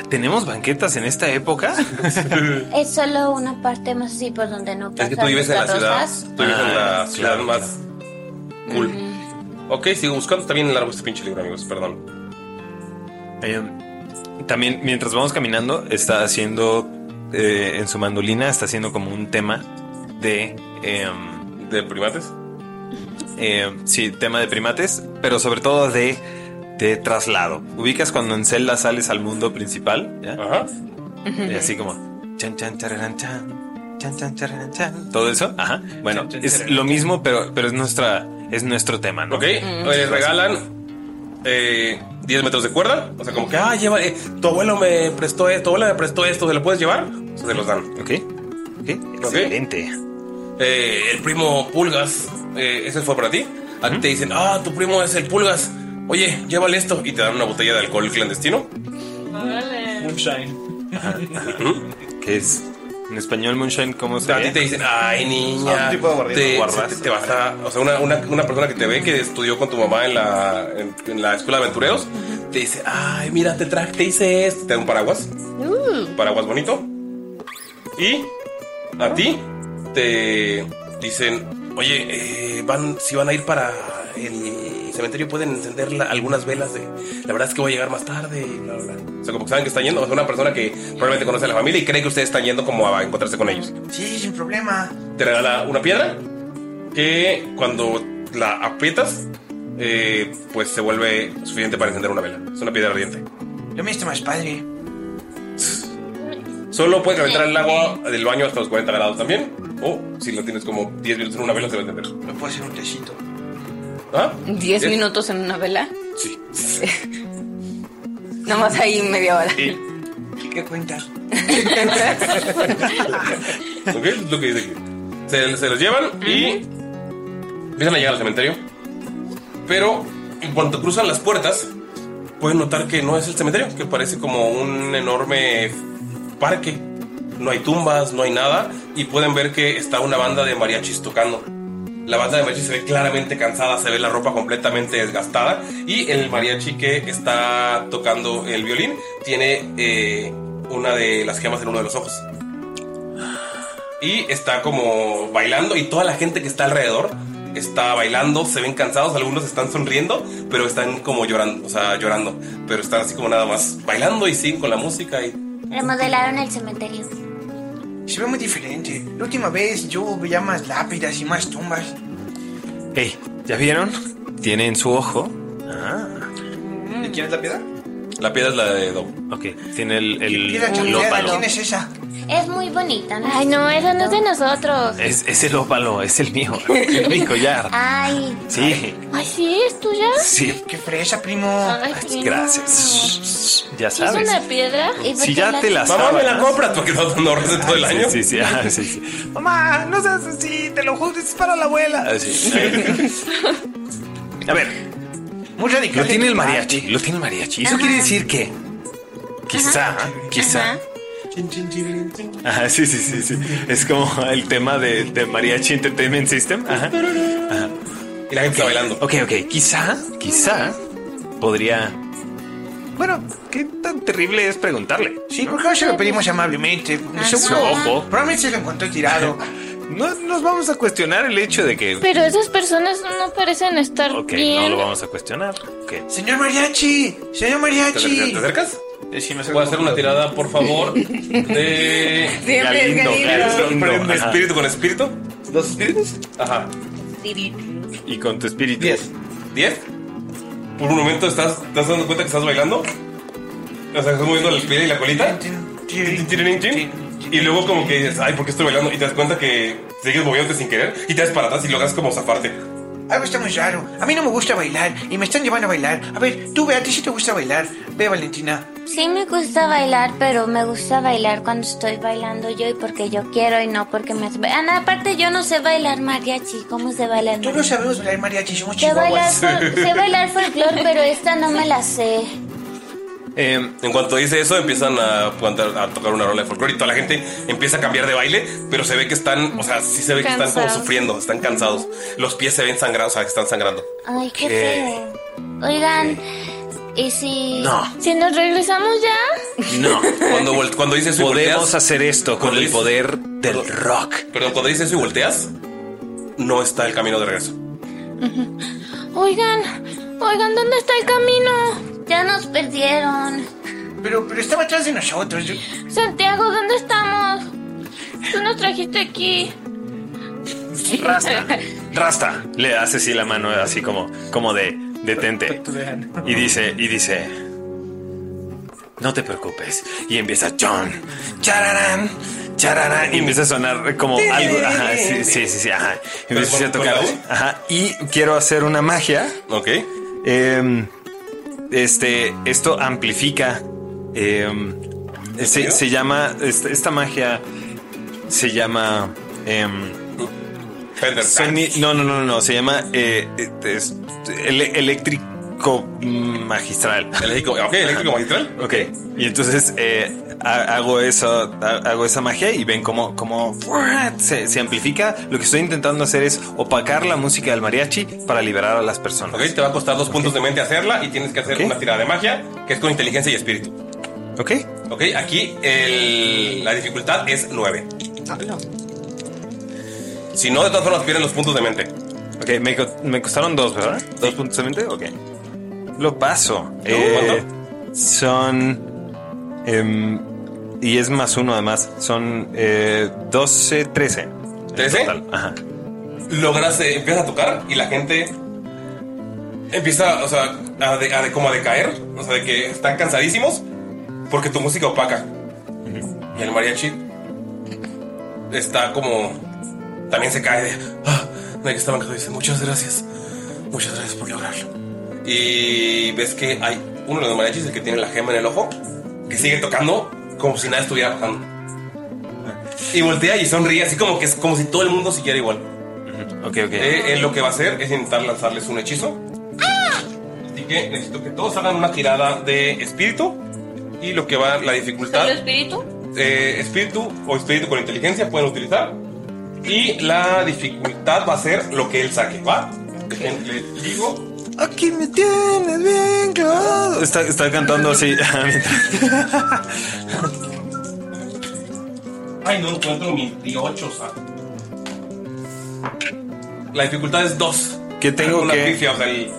Speaker 2: ¿Tenemos banquetas en esta época?
Speaker 3: Es solo una parte más así por donde no
Speaker 1: Es
Speaker 3: pasan
Speaker 1: que tú vives en la
Speaker 3: las
Speaker 1: ciudad.
Speaker 3: carrozas.
Speaker 1: Tú vives en la
Speaker 2: Ah,
Speaker 1: ciudad
Speaker 2: claro, Mm.
Speaker 1: más cool. Ok, sigo buscando. Está bien largo este pinche libro, amigos, perdón.
Speaker 2: Eh, también mientras vamos caminando está haciendo eh, en su mandolina está haciendo como un tema de ¿De primates? em, sí, tema de primates, pero sobre todo de, de traslado. Ubicas cuando en Zelda sales al mundo principal, ¿ya? Y así como chan chan chararán, chan, chan chan chararán, chan. Todo eso, ajá. Bueno,
Speaker 1: Chan, chan,
Speaker 2: es
Speaker 1: chararán,
Speaker 2: lo mismo, pero, pero es nuestra, es nuestro tema, ¿no?
Speaker 1: Ok, eh, regalan eh, 10 metros de cuerda. O sea, como que, ah, lleva, eh, tu abuelo me prestó esto, tu abuela me prestó esto, ¿se lo puedes llevar? O sea, se los dan.
Speaker 2: Ok, ok, excelente.
Speaker 1: Eh, el primo Pulgas, eh, ese fue para ti. A ti te dicen, ah, tu primo es el Pulgas. Oye, llévale esto. Y te dan una botella de alcohol clandestino.
Speaker 4: Moonshine.
Speaker 2: Que es en español moonshine, ¿cómo se
Speaker 1: A ti te dicen, ay, niña.
Speaker 4: Ah, un tipo de guardián,
Speaker 1: te,
Speaker 2: guardas.
Speaker 1: te- te vas a. O sea, una, una- una persona que te ve que estudió con tu mamá en la, en, en la escuela de aventureros, te dice, ay, mira, te traje, te hice esto. Te da un paraguas.
Speaker 5: Uh.
Speaker 1: Paraguas bonito. Y a ti te dicen, oye, eh, van, si van a ir para el cementerio pueden encender la- algunas velas de, la verdad es que voy a llegar más tarde y bla, bla, bla. O sea, como que saben que están yendo, o sea, una persona que probablemente conoce a la familia y cree que ustedes están yendo como a encontrarse con ellos.
Speaker 7: Sí, sin problema.
Speaker 1: Te regala una piedra que cuando la aprietas, eh, pues se vuelve suficiente para encender una vela. Es una piedra ardiente.
Speaker 7: Lo mío está más padre.
Speaker 1: Solo puede calentar el agua del baño hasta los 40 grados también. O si la tienes como 10 minutos en una vela, se va a encender.
Speaker 7: Me puedo hacer un tecito.
Speaker 1: ¿Ah?
Speaker 6: ¿Diez
Speaker 1: Es-
Speaker 6: minutos en una vela?
Speaker 1: Sí.
Speaker 6: Nomás ahí media hora.
Speaker 7: ¿Qué cuenta?
Speaker 1: Ok, es lo que dice aquí. Se, se los llevan y empiezan a llegar al cementerio. Pero en cuanto cruzan las puertas, pueden notar que no es el cementerio, que parece como un enorme parque. No hay tumbas, no hay nada. Y pueden ver que está una banda de mariachis tocando. La banda de mariachi se ve claramente cansada, se ve la ropa completamente desgastada. Y el mariachi que está tocando el violín tiene eh, una de las gemas en uno de los ojos y está como bailando y toda la gente que está alrededor está bailando, se ven cansados, algunos están sonriendo, pero están como llorando, o sea, llorando, pero están así como nada más bailando y sí con la música y
Speaker 8: Remodelaron el cementerio.
Speaker 7: Se ve muy diferente. La última vez yo veía más lápidas y más tumbas.
Speaker 2: Hey, ¿ya vieron? Tiene en su ojo. Ah,
Speaker 8: Mm.
Speaker 4: ¿Y quién es la piedra?
Speaker 1: la piedra es la de Do.
Speaker 2: ok. Tiene el,
Speaker 7: Piedra
Speaker 2: el, el
Speaker 7: chamullada,
Speaker 2: ópalo.
Speaker 7: ¿quién es esa?
Speaker 8: Es muy bonita.
Speaker 5: Ay, no, eso no es de nosotros.
Speaker 2: Es, es el ópalo, es el mío. Es mi collar.
Speaker 5: Ah.
Speaker 8: Ay,
Speaker 2: Sí,
Speaker 5: Ay, sí, es tuya.
Speaker 2: sí.
Speaker 7: ¡Qué fresa, primo!
Speaker 5: Ay, primo.
Speaker 2: Gracias. Ya
Speaker 5: ¿Es
Speaker 2: sabes.
Speaker 5: una piedra?
Speaker 8: ¿y por qué
Speaker 2: Si ya te la
Speaker 1: Mamá me la
Speaker 2: sábanas-
Speaker 1: compras porque no no ahorras en todo el año.
Speaker 2: Sí, sí, sí, ah, sí, sí. Mamá, no seas así, te lo juro, es para la abuela. Ah, sí. A ver,
Speaker 7: Muy radical.
Speaker 2: lo tiene el mariachi, lo tiene el mariachi. Eso quiere decir que quizá, quizá. Ajá, sí, sí, sí, sí. Es como el tema de, de Mariachi Entertainment System. Ajá.
Speaker 1: Y la gente está bailando.
Speaker 2: Ok, ok, quizá, quizá podría... Bueno, ¿qué tan terrible es preguntarle?
Speaker 7: Sí, ¿por qué no se lo pedimos amablemente?
Speaker 8: Ah,
Speaker 7: Seguro,
Speaker 2: Ojo.
Speaker 7: Probablemente se lo encontró tirado.
Speaker 2: No nos vamos a cuestionar el hecho de que...
Speaker 5: Pero esas personas no parecen estar
Speaker 2: Ok, no
Speaker 5: bien.
Speaker 2: lo vamos a cuestionar. Ok.
Speaker 7: ¡Señor Mariachi! ¡Señor
Speaker 1: ¿Te acer-
Speaker 7: Mariachi!
Speaker 1: te acercas?
Speaker 4: Eh, sí, me acerco
Speaker 1: Voy a hacer una
Speaker 4: un poquito.
Speaker 1: tirada, por favor, de
Speaker 6: Siempre es
Speaker 2: Galindo,
Speaker 6: Galindo.
Speaker 2: Galindo.
Speaker 1: de
Speaker 2: Ajá.
Speaker 1: espíritu con espíritu.
Speaker 4: ¿Los espíritus?
Speaker 1: Ajá.
Speaker 2: Y con tu espíritu.
Speaker 4: Diez.
Speaker 1: 10. Por un momento estás, te estás dando cuenta que estás bailando. O sea, estás moviendo el pie y la colita. Tin, tin, tin, tin. Y luego como que dices, ay, ¿por qué estoy bailando? Y te das cuenta que sigues moviéndote sin querer y te das para atrás y logras como zafarte.
Speaker 7: Algo está muy raro. A mí no me gusta bailar y me están llevando a bailar. A ver, tú ve, a ti sí te gusta bailar. Ve, Valentina.
Speaker 8: sí me gusta bailar, pero me gusta bailar cuando estoy bailando yo y porque yo quiero y no porque me... Ana, aparte yo no sé bailar mariachi. ¿Cómo se baila el
Speaker 7: Tú no
Speaker 8: mariachi?
Speaker 7: sabemos bailar mariachi, somos
Speaker 8: Sé bailar,
Speaker 7: chihuahuas.
Speaker 8: fol- sé bailar folclore, pero esta no me la sé.
Speaker 2: Eh,
Speaker 1: En cuanto dice eso, empiezan a, cantar- a tocar una rola de folclore y toda la gente empieza a cambiar de baile, pero se ve que están, o sea, sí se ve que están como
Speaker 5: Cansados.
Speaker 1: sufriendo, están cansados. Los pies se ven sangrados, o sea, que están sangrando.
Speaker 8: Ay, qué
Speaker 2: ¿Qué?
Speaker 8: feo. Oigan, ¿y si...?
Speaker 2: no,
Speaker 5: Si nos regresamos ya,
Speaker 2: no.
Speaker 1: Cuando, vol- cuando dice eso y
Speaker 2: Podemos
Speaker 1: volteas,
Speaker 2: hacer esto con el poder del rock.
Speaker 1: perdón, cuando dice eso y volteas, no está el camino de regreso.
Speaker 5: oigan, oigan, ¿dónde está el camino?
Speaker 8: Ya nos perdieron.
Speaker 7: Pero, pero estaba atrás de nosotros. Yo-
Speaker 5: Santiago, ¿dónde estamos? Tú nos trajiste aquí.
Speaker 2: Rasta. Rasta. Le hace así la mano, así como, como de detente. Y dice, y dice. No te preocupes. Y empieza John. Chararán. Chararán. Y empieza a sonar como algo. Ajá, sí, sí, sí, sí, ajá. Y Empieza a tocar. Ajá. Y quiero hacer una magia.
Speaker 1: Ok.
Speaker 2: Em, este. Esto amplifica. em, se, se llama. Esta, esta magia se llama. em, Soni- no, no, no, no, no, se llama eh, eh, es- ele- eléctrico mm, magistral.
Speaker 1: Eléctrico, ok, eléctrico magistral.
Speaker 2: Ok, y entonces eh, ha- hago, eso, ha- hago esa magia y ven cómo, cómo ¡fua! se, se amplifica. Lo que estoy intentando hacer es opacar la música del mariachi para liberar a las personas.
Speaker 1: Ok, te va a costar dos puntos de mente hacerla y tienes que hacer una tirada de magia que es con inteligencia y espíritu.
Speaker 2: Ok.
Speaker 1: Ok, aquí el- la dificultad es 9.
Speaker 4: Ah,
Speaker 1: Si no, de todas formas pierden los puntos de mente.
Speaker 2: Ok, me, co- me costaron dos, ¿verdad? Dos puntos de mente, ok. Lo paso. Eh, son. em, y es más uno además. Son eh, 12, 13. en
Speaker 1: 13?
Speaker 2: total, Ajá.
Speaker 1: Logras, eh, empiezas a tocar y la gente empieza, o sea, a de- a de- como a decaer, o sea, de que están cansadísimos porque tu música opaca. Y el mariachi está como. También se cae de. "Ah, de que estaban dice, muchas gracias. Muchas gracias por lograrlo. Y ves que hay uno de los mariachis, el que tiene la gema en el ojo, que sigue tocando como si nada estuviera pasando. Y voltea y sonríe, así como que es como si todo el mundo siguiera igual.
Speaker 2: Ok, ok.
Speaker 1: Eh, él lo que va a hacer es intentar lanzarles un hechizo. Así que necesito que todos hagan una tirada de espíritu. Y lo que va, la dificultad.
Speaker 5: ¿Solo espíritu?
Speaker 1: eh, espíritu o espíritu con inteligencia pueden utilizar. Y la dificultad va a ser lo que él saque, ¿va? Dejen- Les digo.
Speaker 2: Aquí me tienes bien clavado. Está, está cantando así.
Speaker 1: Ay, no encuentro mi D8, o sea. La dificultad es 2.
Speaker 2: ¿Qué tengo
Speaker 1: Una
Speaker 2: que-
Speaker 1: pifia, o sea, el,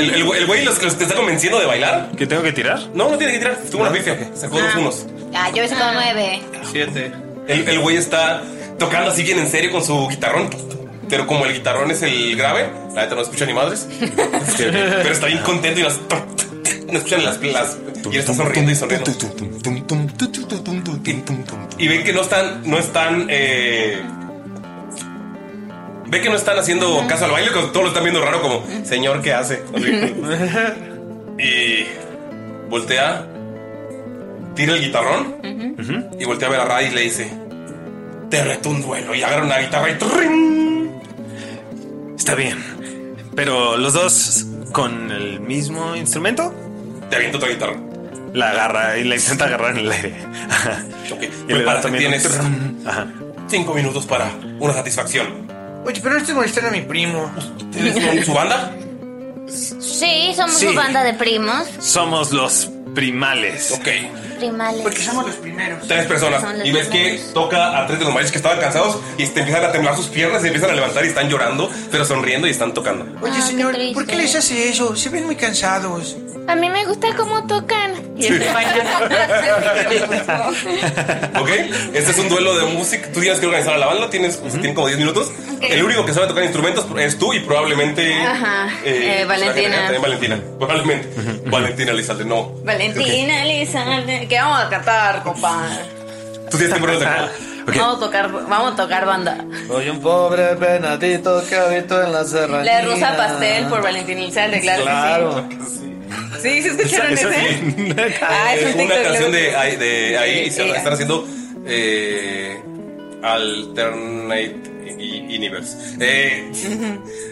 Speaker 1: el- el güey- el güey los, los que está convenciendo de bailar.
Speaker 2: ¿Qué tengo que tirar? Ah.
Speaker 1: No, no tiene que tirar. Tuvo una pifia. Sacó dos unos.
Speaker 6: Ah, yo estoy nueve.
Speaker 1: Siete. El el güey está tocando así bien en serio con su guitarrón. Pero como el guitarrón es el grave, la neta no escucha ni madres. Pero está bien contento y las. No escuchan las. las y él está sonriendo y sonriendo. Y ven que no están. No están. Eh, Ve que no están haciendo caso al baile, que todos lo están viendo raro como, señor, ¿qué hace? Así. y voltea, tira el guitarrón y voltea a ver a Radis y le dice: Te reto un duelo. Y agarra una guitarra y ¡trin!
Speaker 2: Está bien. Pero los dos con el mismo instrumento.
Speaker 1: Te aviento otra guitarra.
Speaker 2: La agarra y la intenta agarrar en el aire. Ajá. Y le da
Speaker 1: prepárate,
Speaker 2: también. un
Speaker 1: tienes-
Speaker 2: trum. Ajá.
Speaker 1: cinco minutos para una satisfacción.
Speaker 4: Oye, pero no estoy molestando a mi primo.
Speaker 1: ¿Tienes su banda?
Speaker 8: Sí, somos
Speaker 2: Sí.
Speaker 8: su banda de primos.
Speaker 2: Somos los primales.
Speaker 1: Ok.
Speaker 8: Primales.
Speaker 4: Porque somos los primeros.
Speaker 1: Tres personas.
Speaker 8: Son los
Speaker 1: Y ves que toca a tres de los mariachis que estaban cansados y te empiezan a temblar sus piernas, se empiezan a levantar y están llorando, pero sonriendo y están tocando.
Speaker 5: Ah,
Speaker 7: Oye, señor, ¿por qué les hace eso? Se ven muy cansados.
Speaker 5: A mí me gusta cómo tocan. Y este bailando.
Speaker 1: ¿Ok? Este es un duelo de música. Tú tienes que organizar a la banda, tienes, o sea, tienen como 10 minutos. El único que sabe tocar instrumentos es tú y probablemente. pues,
Speaker 6: Ajá. Eh,
Speaker 1: la que
Speaker 6: Valentina.
Speaker 1: tenga también Valentina. Probablemente. Valentina Elizalde, no.
Speaker 6: Valentina, Elizalde. ¿Qué vamos a cantar, compa?
Speaker 1: Tú tienes que ponerte acá.
Speaker 6: Vamos a tocar, vamos a tocar banda.
Speaker 4: Soy un pobre venadito que habito en la serranía.
Speaker 6: La de Rosa Pastel por Valentín Elizalde, claro.
Speaker 4: Claro.
Speaker 6: Que sí. sí, ¿se escucharon
Speaker 1: Esa- esa
Speaker 6: ese? Ah, es un
Speaker 1: una
Speaker 6: TikTok,
Speaker 1: canción
Speaker 6: claro.
Speaker 1: de ahí, de ahí y se
Speaker 6: Sí,
Speaker 1: va a
Speaker 6: sí.
Speaker 1: estar haciendo eh, Alternate i- Universe. Eh,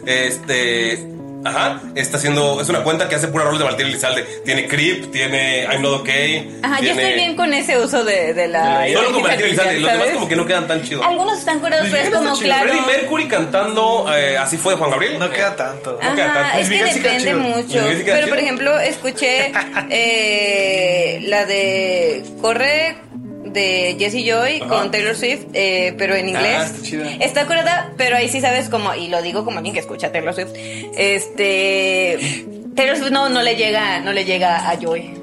Speaker 1: este. Ajá, está haciendo. Es una cuenta que hace pura rol de Valentín Elizalde. Tiene Creep, tiene I'm Not Okay.
Speaker 6: Ajá, yo
Speaker 1: tiene-
Speaker 6: estoy bien con ese uso de, de la.
Speaker 1: Solo con Valentín Elizalde, los demás
Speaker 6: ¿sabes?
Speaker 1: como que no quedan tan chidos.
Speaker 6: Algunos están curados, pero es como claro.
Speaker 1: Freddie Mercury cantando eh, Así fue de Juan Gabriel. No queda
Speaker 4: tanto.
Speaker 1: No queda
Speaker 6: Ajá,
Speaker 1: tanto.
Speaker 6: es que depende mucho.
Speaker 1: Miguel sí queda
Speaker 6: Pero por
Speaker 1: chido.
Speaker 6: ejemplo, escuché eh, la de Corre de Jesse Joy
Speaker 5: Ajá.
Speaker 6: con Taylor Swift, eh, pero en inglés.
Speaker 1: Ah.
Speaker 5: está chida.
Speaker 6: Está curada, pero ahí sí sabes como, y lo digo como alguien que escucha Taylor Swift, este Taylor Swift no, no le llega, no le llega a Joy.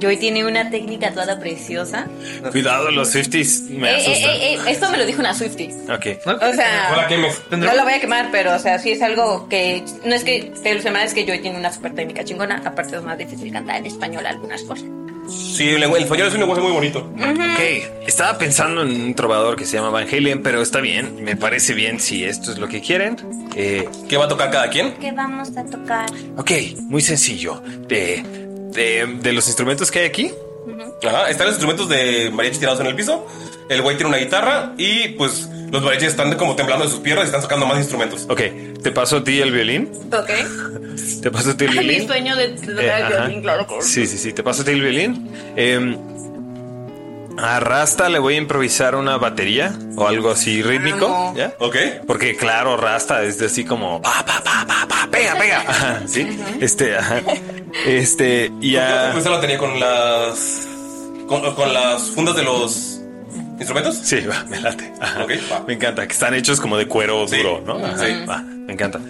Speaker 6: Joy tiene una técnica toda preciosa.
Speaker 2: Cuidado, los 50s me
Speaker 6: Ey,
Speaker 2: asustan.
Speaker 6: ey, ey, ey, esto me lo dijo una Swifty.
Speaker 2: Ok.
Speaker 6: eh, O sea,
Speaker 2: No la quemes.
Speaker 6: No la voy a quemar, pero o sea, sí es algo que no es que te ilusiona, es que Joy tiene una super técnica chingona. Aparte es más difícil cantar en español algunas cosas.
Speaker 1: Sí, el, lengu- el español es un lenguaje muy bonito.
Speaker 2: Ok, estaba pensando en un trovador que se llama Van Halen, pero está bien, me parece bien si esto es lo que quieren. Eh,
Speaker 1: ¿Qué va a tocar cada quien?
Speaker 8: ¿Qué vamos a tocar?
Speaker 2: Ok, muy sencillo. De, de, de los instrumentos que hay aquí,
Speaker 1: Ajá, están los instrumentos de mariachi tirados en el piso. El güey tiene una guitarra y pues los mariachis están como temblando de sus piernas y están sacando más instrumentos.
Speaker 2: Ok, te paso a ti el violín.
Speaker 6: Ok.
Speaker 2: Te paso a ti el violín.
Speaker 6: Mi sueño de de tocar
Speaker 2: Pues, Eh,
Speaker 6: el
Speaker 2: ajá.
Speaker 6: violín, claro. claro.
Speaker 2: Sí, sí, sí, te paso a ti el violín. Eh, a Rasta le voy a improvisar una batería o algo así rítmico. ¿ya?
Speaker 1: Ok.
Speaker 2: Porque claro, Rasta es de así como... pa, pa, pa, pa, pa, pega, pega. Ajá, sí. Este, ajá. Este, y a...
Speaker 1: Pues la tenía con las. Con, con las fundas de los instrumentos.
Speaker 2: Sí, va, me late. Ajá. Me encanta, que están hechos como de cuero duro, ¿no? Ajá,
Speaker 1: Sí.
Speaker 2: va, me encanta.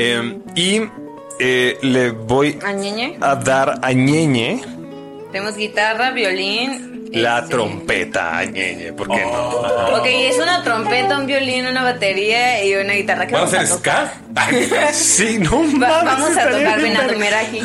Speaker 2: Eh, y eh, le voy
Speaker 6: A Ah, Ñeñe.
Speaker 2: a dar a Ñeñe
Speaker 6: Tenemos guitarra, violín.
Speaker 2: la trompeta, a Ñeñe, ¿por qué no? Ajá.
Speaker 6: Oh. Ok, es una trompeta, un violín, una batería y una guitarra. ¿Qué
Speaker 2: ¿Van a
Speaker 6: vamos
Speaker 2: hacer
Speaker 6: tocar?
Speaker 2: ska? sí, no
Speaker 6: Va-
Speaker 2: mames,
Speaker 6: vamos a
Speaker 2: estaría
Speaker 6: tocar
Speaker 2: bien
Speaker 6: Venado
Speaker 2: verga.
Speaker 6: Meraki.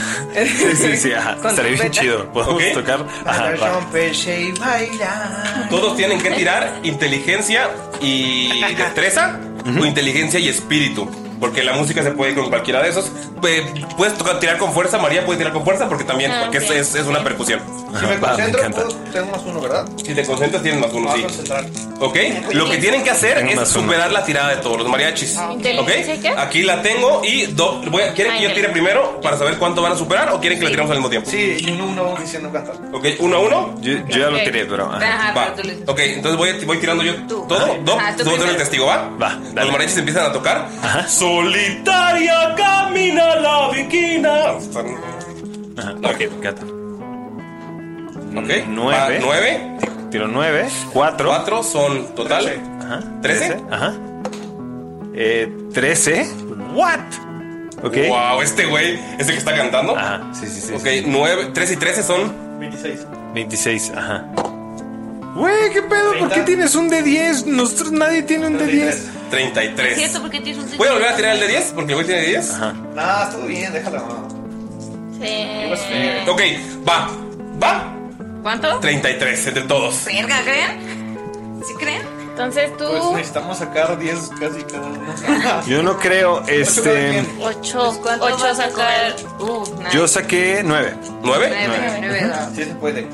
Speaker 2: Sí, sí, sí, ajá,
Speaker 6: Con
Speaker 2: estaría bien
Speaker 6: trompeta.
Speaker 2: chido. Podemos
Speaker 1: Ok.
Speaker 2: tocar. Ajá, va.
Speaker 4: Romperse y bailar.
Speaker 1: Todos tienen que tirar inteligencia y destreza o inteligencia y espíritu. Porque la música se puede ir con cualquiera de esos. Eh, puedes tocar, tirar con fuerza, María puede tirar con fuerza porque también
Speaker 4: Ah,
Speaker 1: porque es-
Speaker 4: ok.
Speaker 1: es, es una percusión.
Speaker 4: Si me concentro, puedo- tengo más uno, ¿verdad?
Speaker 1: Si te concentras tienes más uno,
Speaker 4: Voy
Speaker 1: sí.
Speaker 4: a concentrar.
Speaker 1: Ok, lo que tienen que hacer
Speaker 2: Tengo
Speaker 1: es
Speaker 2: más uno.
Speaker 1: superar la tirada de todos los mariachis.
Speaker 4: Ah, ok.
Speaker 1: Ok,
Speaker 4: ¿Inteligencia qué?
Speaker 1: aquí la tengo y do- voy a- ¿quieren que yo tire primero para saber cuánto van a superar o quieren que lo tiremos al mismo tiempo?
Speaker 4: Sí, y uno, uno, diciendo cantar.
Speaker 1: Ok, uno a uno.
Speaker 2: Yo,
Speaker 4: ya lo Ok. tiré, pero, ajá. Ajá,
Speaker 1: Va.
Speaker 4: pero tú
Speaker 1: Ok, entonces voy, voy tirando yo todo. Do,
Speaker 4: Ajá, tú
Speaker 1: tú vas a ser
Speaker 4: primero.
Speaker 1: el testigo, ¿va?
Speaker 2: Va,
Speaker 1: Los mariachis empiezan a tocar. Solitaria camina la viquina.
Speaker 2: Ajá, ok, me encanta.
Speaker 1: Ok,
Speaker 2: Nueve.
Speaker 1: va, nueve.
Speaker 2: Tiro nueve. Cuatro.
Speaker 1: Cuatro son total.
Speaker 2: Ajá.
Speaker 1: Trece.
Speaker 2: Ajá. Eh, trece. What? Ok.
Speaker 1: Wow, este güey es el que está cantando.
Speaker 2: Ajá, sí, sí, sí.
Speaker 1: Ok, nueve, tres y trece son.
Speaker 4: 26.
Speaker 2: 26, ajá.
Speaker 4: Güey, ¿qué pedo?
Speaker 2: ¿Por qué tienes un de 10? Nosotros nadie tiene un de 10.
Speaker 1: 33.
Speaker 6: porque tienes un
Speaker 1: Voy a volver a tirar el de 10 porque el güey tiene 10. Ajá.
Speaker 4: Ah, estuvo bien, déjala.
Speaker 6: Pues
Speaker 1: Ok, va. Va.
Speaker 5: ¿Cuánto?
Speaker 1: 33 entre todos.
Speaker 6: Verga, ¿creen? ¿Sí creen?
Speaker 5: Entonces tú.
Speaker 6: Oh.
Speaker 4: Pues necesitamos sacar 10 casi cada uno.
Speaker 1: Ah.
Speaker 2: Yo no creo, este.
Speaker 5: 8. 8 sacar. Uh,
Speaker 2: Yo saqué 9.
Speaker 1: ¿Nueve?
Speaker 4: Sí se puede.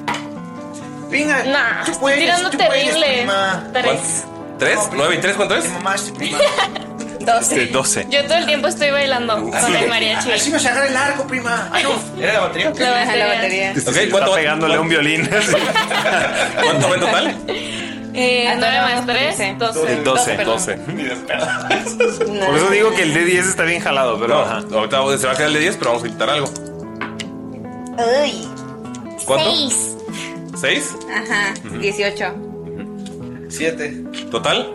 Speaker 4: Venga,
Speaker 5: Nah,
Speaker 4: tú
Speaker 5: estoy
Speaker 4: puedes,
Speaker 5: tirando
Speaker 4: tú puedes,
Speaker 5: terrible.
Speaker 4: prima.
Speaker 5: Tres.
Speaker 1: ¿Tres? ¿Nueve y tres? ¿Cuánto es?
Speaker 2: Este, 12.
Speaker 5: Yo todo el tiempo estoy bailando con el mariachi.
Speaker 4: Uh, Así me sacar el arco, prima. Ay, no. ¿Era la batería?
Speaker 5: La batería. La batería.
Speaker 2: Este se está pegándole a un violín.
Speaker 1: ¿Cuánto fue en total?
Speaker 5: Eh, 9 más 3, 12.
Speaker 2: 12. 12. Por eso digo que el de 10 está bien jalado, pero.
Speaker 1: No,
Speaker 2: ajá.
Speaker 1: ahorita vamos- se va a quedar el de 10, pero vamos a quitar algo.
Speaker 6: Uy.
Speaker 1: ¿Cuánto?
Speaker 6: Seis.
Speaker 1: ¿Seis?
Speaker 6: Ajá. 18.
Speaker 4: 7.
Speaker 1: ¿Total?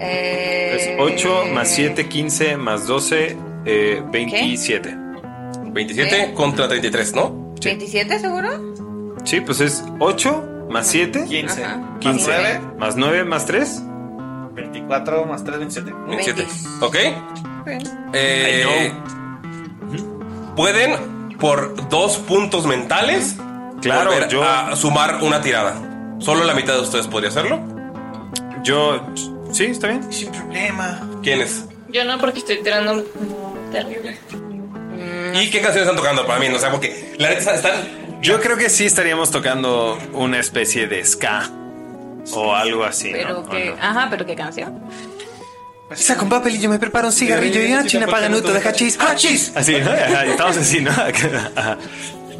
Speaker 6: Eh,
Speaker 2: Es 8 más 7, 15 más 12, eh, 27.
Speaker 1: 27 contra 33, ¿no?
Speaker 6: 27 seguro?
Speaker 2: Sí, pues es 8 más 7,
Speaker 4: 15.
Speaker 2: 15.
Speaker 4: Más nueve.
Speaker 2: Más 9 más 3.
Speaker 4: 24 más 3, 27.
Speaker 1: 27. ¿Ok?
Speaker 6: Bueno.
Speaker 1: Eh, Pueden, por dos puntos mentales,
Speaker 2: Claro,
Speaker 1: volver
Speaker 2: yo-
Speaker 1: a sumar una tirada. Solo la mitad de ustedes podría hacerlo.
Speaker 2: Yo. Sí, está bien.
Speaker 4: Sin problema.
Speaker 1: ¿Quién es?
Speaker 5: Yo no, porque estoy tirando terrible.
Speaker 1: ¿Y qué canciones están tocando para mí? No sé, porque la neta están.
Speaker 2: Yo creo que sí estaríamos tocando una especie de ska o algo así.
Speaker 6: Pero
Speaker 2: ¿no?
Speaker 6: que.
Speaker 2: ¿O no?
Speaker 6: Ajá, pero qué canción.
Speaker 2: Pues Saca un papel y yo me preparo un cigarrillo y una china paganuto de hachís. ¡Hachís! Así, ¿no? Ajá, Estamos así, ¿no? Ajá.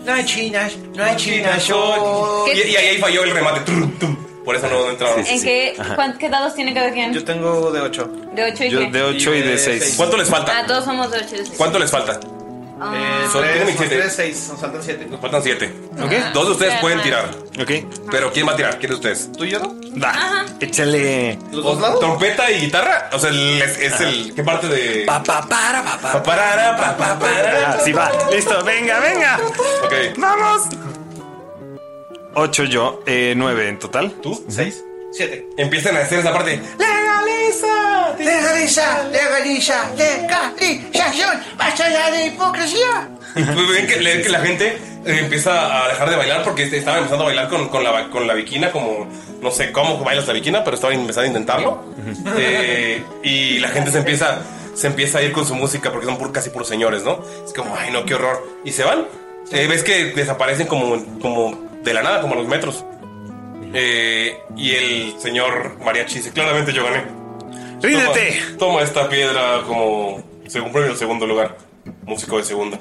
Speaker 4: No hay chinas, no hay chinas hoy.
Speaker 1: Y, y ahí, ahí falló el remate. Tum, tum. Por eso no entraron.
Speaker 6: ¿En qué, cuán- qué dados tiene cada quien?
Speaker 4: Yo tengo de 8.
Speaker 6: De 8 y qué?
Speaker 2: ocho y de seis.
Speaker 1: ¿Cuánto les falta?
Speaker 6: Ah, todos somos de Ah. 8 y de 6.
Speaker 1: ¿Cuánto les falta?
Speaker 4: Eh,
Speaker 1: Son- tengo
Speaker 4: 3,
Speaker 1: veintisiete.
Speaker 4: 6. Nos faltan 7.
Speaker 1: Nos faltan siete.
Speaker 2: Ok.
Speaker 1: Dos de ustedes
Speaker 5: Ajá.
Speaker 1: pueden tirar.
Speaker 2: Ok.
Speaker 1: Pero ¿quién va a tirar? ¿Quién de ustedes?
Speaker 4: ¿Tú y yo?
Speaker 2: Va. Échale.
Speaker 4: ¿Los dos lados?
Speaker 1: ¿Trompeta y guitarra? O sea, el- es, es el. ¿Qué parte de.?
Speaker 2: Pa, pa, para, pa, pa.
Speaker 1: Pa, parara, pa, pa, parara.
Speaker 2: Así va. Listo. Venga, venga.
Speaker 1: Ok.
Speaker 2: ¡Vamos! 8 yo, 9 en total.
Speaker 1: ¿Tú?
Speaker 2: 6.
Speaker 4: 7.
Speaker 1: Empiezan a hacer esa parte.
Speaker 7: ¡Legaliza! ¡Legaliza! ¡Legaliza! ¡Legalización! ¡Basta ya de hipocresía!
Speaker 1: Y pues ven que, ven que la gente eh, empieza a dejar de bailar porque este- estaban empezando a bailar con, con la, va- con la viquina, como no sé cómo bailas la viquina, pero estaban empezando a intentarlo. Eh, y la gente se empieza, se empieza a ir con su música porque son pur- casi puros señores, ¿no? Es como, ay, no, qué horror. Y se van. Eh, ves que desaparecen como, como de la nada, como a los metros. Eh, y el señor mariachi dice, claramente yo gané.
Speaker 2: ¡Ríndete!
Speaker 1: Toma, toma esta piedra como según premio del segundo lugar. Músico de segunda.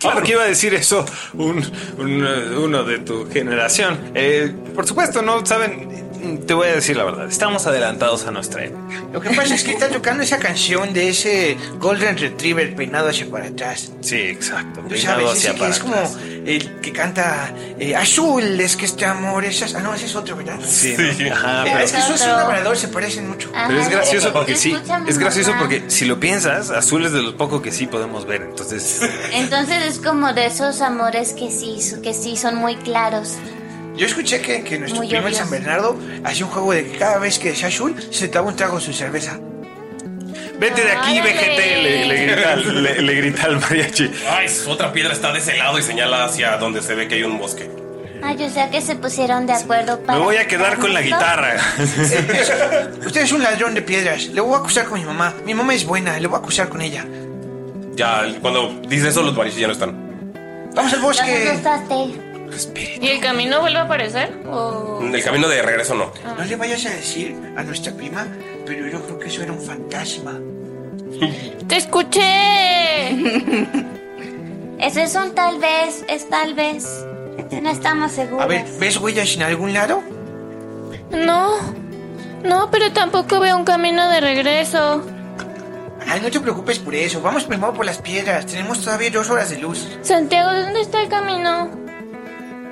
Speaker 2: Claro que iba a decir eso un, un, eh, uno de tu generación. Eh, por supuesto, no saben. Te voy a decir la verdad. Estamos adelantados a nuestra época.
Speaker 7: Lo que pasa es que está tocando esa canción de ese Golden Retriever peinado hacia para atrás.
Speaker 2: Sí, exacto.
Speaker 7: Tú
Speaker 2: Peinado
Speaker 7: sabes,
Speaker 2: hacia
Speaker 7: ese que es
Speaker 2: para
Speaker 7: como
Speaker 2: atrás.
Speaker 7: el que canta eh, Azul, es que este amor es... az- Ah, no, ese es otro, ¿verdad?
Speaker 2: Sí, ¿no? Ajá,
Speaker 7: Eh,
Speaker 2: pero-
Speaker 7: es que eso es un labrador, se parecen mucho.
Speaker 2: Pero es gracioso porque sí,
Speaker 3: Escúchame,
Speaker 2: es gracioso
Speaker 3: mamá.
Speaker 2: porque si lo piensas, azul es de los pocos que sí podemos ver, entonces...
Speaker 3: Entonces es como de esos amores que sí, que sí son muy claros.
Speaker 7: Yo escuché que, que nuestro
Speaker 3: Muy
Speaker 7: primo el
Speaker 3: obvio.
Speaker 7: San Bernardo hacía un juego de que cada vez que decía Azul se daba un trago de su cerveza.
Speaker 2: Vete de aquí,
Speaker 7: Órale.
Speaker 2: VGT, le, le grita, al- le- le grita al mariachi.
Speaker 1: Ay, su otra piedra está de ese lado y señala hacia donde se ve que hay un bosque.
Speaker 3: Ay, o sea que se pusieron de acuerdo para...
Speaker 7: Usted es un ladrón de piedras. Le voy a acusar con mi mamá. Mi mamá es buena, le voy a acusar con ella.
Speaker 1: Ya, cuando dice eso, los mariachis ya no están.
Speaker 7: Vamos al bosque.
Speaker 5: ¿Y el camino vuelve a aparecer? ¿O...
Speaker 1: El camino de regreso no.
Speaker 7: No le vayas a decir a nuestra prima, pero yo creo que eso era un fantasma.
Speaker 5: ¡Te escuché!
Speaker 3: Ese es un tal vez, es tal vez. No estamos seguros.
Speaker 7: A ver, ¿ves huellas en algún lado?
Speaker 5: No, no, pero tampoco veo un camino de regreso.
Speaker 7: Ay, no te preocupes por eso. Vamos primero por las piedras. Tenemos todavía dos horas de luz.
Speaker 5: Santiago, ¿dónde está el camino?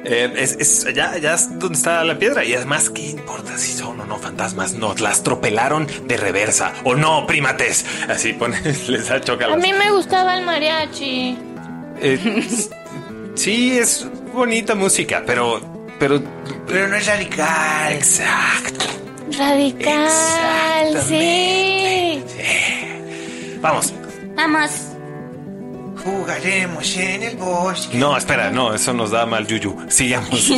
Speaker 2: Eh, es, es allá, allá es donde está la piedra. Y además, ¿qué importa si son o no fantasmas? Nos las tropelaron de reversa. O no, primates. Así pone, les da
Speaker 5: A
Speaker 2: chócalas.
Speaker 5: mí me gustaba el mariachi.
Speaker 2: Eh, sí, es bonita música, pero... Pero,
Speaker 7: pero no es radical.
Speaker 2: Exacto.
Speaker 3: Radical, sí.
Speaker 2: Vamos.
Speaker 3: Vamos.
Speaker 7: Jugaremos en el bosque.
Speaker 2: No, espera, no, eso nos da mal yuyu. Sigamos.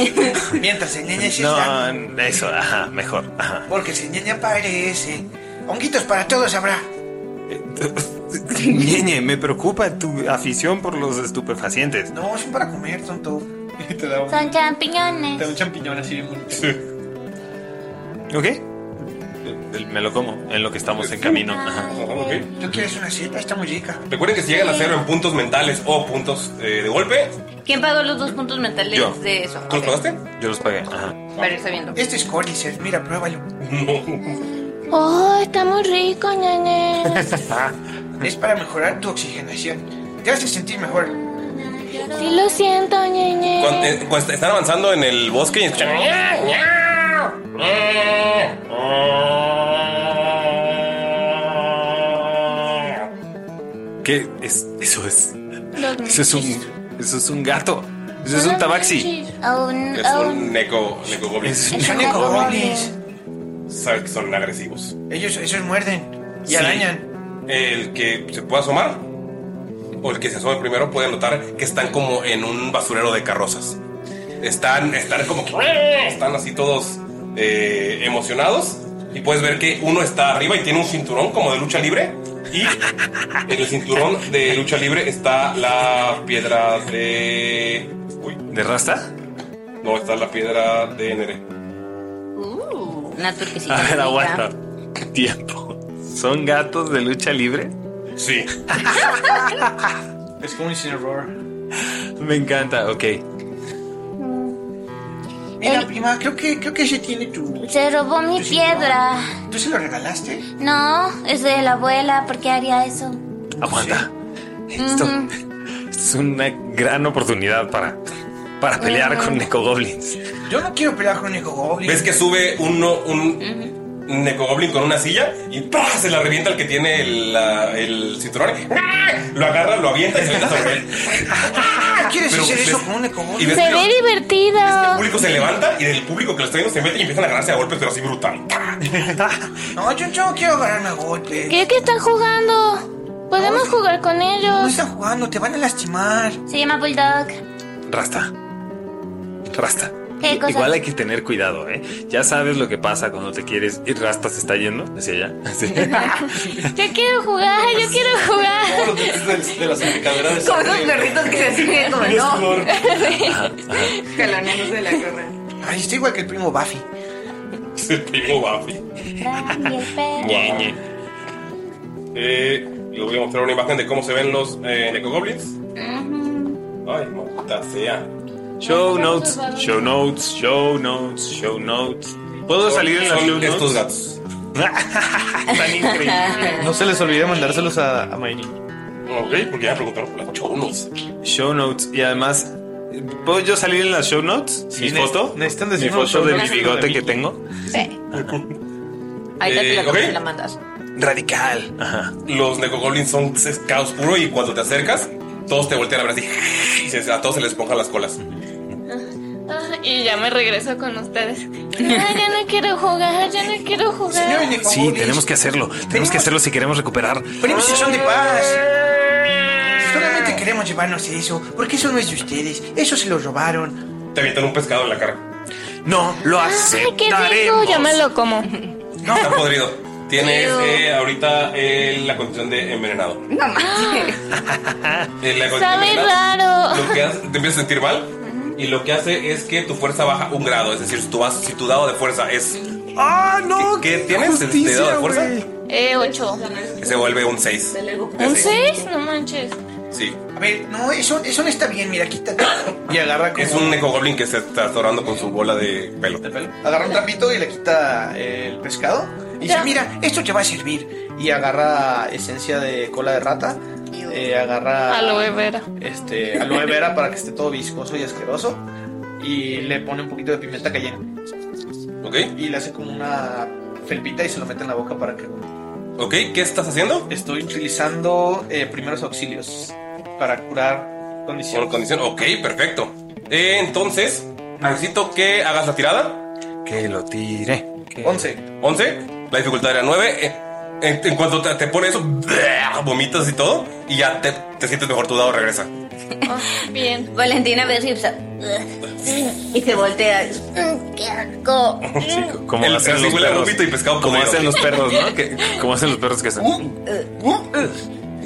Speaker 7: Mientras el nene se está.
Speaker 2: No, eso, ajá, mejor. Ajá.
Speaker 7: Porque si el nene aparece. Honguitos para todos habrá.
Speaker 2: Ñeñe, me preocupa tu afición por los estupefacientes.
Speaker 7: No, son para comer, tonto. Te da un,
Speaker 3: Son champiñones.
Speaker 7: te da un champiñón así bien bonito.
Speaker 2: ¿Ok? Eh, Me lo como en lo que estamos en camino. Ajá.
Speaker 7: ¿Tú quieres una seta? Está muy rica.
Speaker 1: Recuerden que si llegan a cero en puntos mentales o puntos eh, de golpe,
Speaker 6: ¿Quién pagó los dos puntos mentales
Speaker 1: Yo.
Speaker 6: de eso?
Speaker 1: ¿tú los pagaste?
Speaker 2: Yo los pagué. Ajá.
Speaker 6: Vale, está viendo.
Speaker 7: Este es Cordyceps, mira, pruébalo.
Speaker 5: Oh, está muy rico, ñañe.
Speaker 7: es para mejorar tu oxigenación. Te hace sentir mejor.
Speaker 5: Sí lo siento, ñañe.
Speaker 1: Cuando, eh, cuando están avanzando en el bosque y escuchan. "Ña, ña, ña".
Speaker 2: ¿Qué es? Eso es.
Speaker 3: Los
Speaker 2: Eso es un. Eso es un gato. Eso es un tabaxi.
Speaker 3: Aún,
Speaker 1: Es
Speaker 3: aún.
Speaker 1: un eco, eco goblins.
Speaker 3: Es un ecogoblins.
Speaker 1: Saben que son agresivos.
Speaker 7: Ellos, ellos muerden y
Speaker 1: Sí.
Speaker 7: arañan.
Speaker 1: El que se pueda asomar o el que se asome primero puede notar que están como en un basurero de carrozas. Están, están como que están así todos eh, emocionados y puedes ver que uno está arriba y tiene un cinturón como de lucha libre y en el cinturón de lucha libre está la piedra de uy,
Speaker 2: ¿De rasta?
Speaker 1: no está la piedra de Nere.
Speaker 6: Uh, una turquesita.
Speaker 2: A ver,
Speaker 6: rica.
Speaker 2: aguanta. Tiempo. ¿Son gatos de lucha libre?
Speaker 1: Sí.
Speaker 4: Es como un error.
Speaker 2: Me encanta, ok.
Speaker 7: Mira, prima, creo que, creo que ese tiene tu.
Speaker 3: Se robó mi piedra.
Speaker 7: ¿Tú se lo regalaste?
Speaker 3: No, es de la abuela, ¿por qué haría eso?
Speaker 2: Aguanta. Esto, esto es una gran oportunidad para, para pelear con Neco Goblins.
Speaker 7: Yo no quiero pelear con el Goblin.
Speaker 1: Ves que sube uno, un, Necogoblin con una silla y ¡pra! se la revienta al que tiene el, la- el cinturón. ¡Ah! Lo agarra, lo avienta y se lanza sobre él.
Speaker 7: ¿Quieres
Speaker 1: Pero pues
Speaker 7: hacer
Speaker 1: les-
Speaker 7: eso con un ecobón?
Speaker 1: y ves
Speaker 3: Se
Speaker 1: que
Speaker 3: ve
Speaker 1: el
Speaker 3: divertido.
Speaker 1: Este público se levanta y del público que lo está viendo se mete y empiezan a agarrarse a golpes, pero así brutal.
Speaker 7: No, yo, yo no quiero agarrarme a golpes.
Speaker 3: ¿Qué, qué están jugando? Podemos jugar con
Speaker 7: No
Speaker 3: ellos.
Speaker 7: están jugando, te van a lastimar.
Speaker 3: Se llama Bulldog.
Speaker 2: Rasta. Rasta.
Speaker 3: ¿Qué
Speaker 2: I-
Speaker 3: cosa?
Speaker 2: Igual hay que tener cuidado, ¿eh? Ya sabes lo que pasa cuando te quieres y Rasta se está yendo hacia allá. Sí.
Speaker 3: Yo quiero jugar, yo quiero jugar.
Speaker 4: De las indicadoras
Speaker 6: Como esos perritos que se siguen como no. Jaloneándose de la correa.
Speaker 7: Ay, estoy igual que el primo Buffy.
Speaker 1: Es el primo Buffy.
Speaker 3: Dani, el perro.
Speaker 1: Ñe, Ñe. Eh, les voy a mostrar una imagen de cómo se ven los eh, Necogoblins. Ay, maldita sea.
Speaker 2: Show notes, show notes, show notes, show notes. ¿Puedo salir en las
Speaker 1: Son
Speaker 2: show notes?
Speaker 1: estos gatos.
Speaker 2: Tan increíble.
Speaker 4: No se les olvide mandárselos a, a Mayrin.
Speaker 1: Ok, porque ya me preguntaron por las chonos.
Speaker 2: Show notes. Y además, ¿puedo yo salir en las show notes? ¿Mi
Speaker 4: Sí, ne-
Speaker 2: foto?
Speaker 4: necesitan
Speaker 2: ¿Mi foto
Speaker 4: decirnos show
Speaker 2: de mi
Speaker 4: notes.
Speaker 2: bigote que tengo?
Speaker 6: Sí. Ahí
Speaker 1: Eh,
Speaker 6: te la,
Speaker 1: ok.
Speaker 6: te la mandas.
Speaker 2: Radical. Ajá.
Speaker 1: Los Necogoblins son es caos puro y cuando te acercas, todos te voltean a ver así. Y se- a todos se les esponjan las colas.
Speaker 5: Ah, y ya me regreso con ustedes.
Speaker 3: Ay, yo no quiero jugar, yo no quiero
Speaker 7: Señor
Speaker 3: jugar.
Speaker 7: Nicobolis,
Speaker 2: Sí, tenemos que hacerlo. Tenemos que hacerlo si queremos recuperar.
Speaker 7: Ponemos sesión de paz. Solamente queremos llevarnos eso, porque eso no es de ustedes. Eso se lo robaron.
Speaker 1: Te avientan un pescado en la cara.
Speaker 2: No lo
Speaker 3: Ay, qué rico,
Speaker 2: aceptaremos.
Speaker 5: Yo me lo como.
Speaker 1: No. Está podrido. Tienes eh, ahorita eh, la condición de envenenado.
Speaker 6: No manches.
Speaker 1: Eh, la condición de
Speaker 3: Sabe
Speaker 1: envenenado.
Speaker 3: raro.
Speaker 1: lo que hace- te empiezas a sentir mal y lo que hace es que tu fuerza baja un grado. Es decir, si tu, vas- si tu dado de fuerza es...
Speaker 2: ¡Ah, no!
Speaker 1: ¿Qué tienes? ¿Te dado de fuerza?
Speaker 2: güey.
Speaker 5: Eh, 8.
Speaker 1: Se vuelve un 6.
Speaker 3: ¿Un 6? No manches.
Speaker 1: Sí.
Speaker 7: A ver, no, eso, eso no está bien, mira, quítate.
Speaker 4: Y agarra como...
Speaker 1: Es un necogoblin que se está atorando con su bola de pelo.
Speaker 4: de pelo. Agarra un trapito y le quita eh, el pescado.
Speaker 7: Y dice, mira, esto te va a servir.
Speaker 4: Y agarra esencia de cola de rata. eh, agarra...
Speaker 5: Aloe vera.
Speaker 4: Este, aloe vera para que esté todo viscoso y asqueroso. Y le pone un poquito de pimienta cayenne.
Speaker 1: ¿Ok?
Speaker 4: Y le hace como una felpita y se lo mete en la boca para que... huela.
Speaker 1: ¿Ok? ¿Qué estás haciendo?
Speaker 4: Estoy utilizando eh, primeros auxilios para curar
Speaker 1: Con
Speaker 4: condiciones.
Speaker 1: condición. Ok, perfecto. Eh, entonces, necesito que hagas la tirada.
Speaker 2: Que lo tire.
Speaker 4: 11.
Speaker 1: 11. La dificultad era 9. en, en cuanto te, te pone eso, vomitas y todo. Y ya te, te sientes mejor. Tu dado regresa.
Speaker 5: Bien.
Speaker 6: Valentina ve así, o sea, y se voltea.
Speaker 3: Mm, ¡Qué asco!
Speaker 2: Sí, como
Speaker 1: El
Speaker 2: hacen los
Speaker 1: huele a vómito y
Speaker 2: perros.
Speaker 1: pescado
Speaker 2: Como
Speaker 1: podrido.
Speaker 2: hacen los perros, ¿no? Que- como hacen los perros que hacen.
Speaker 4: Uh,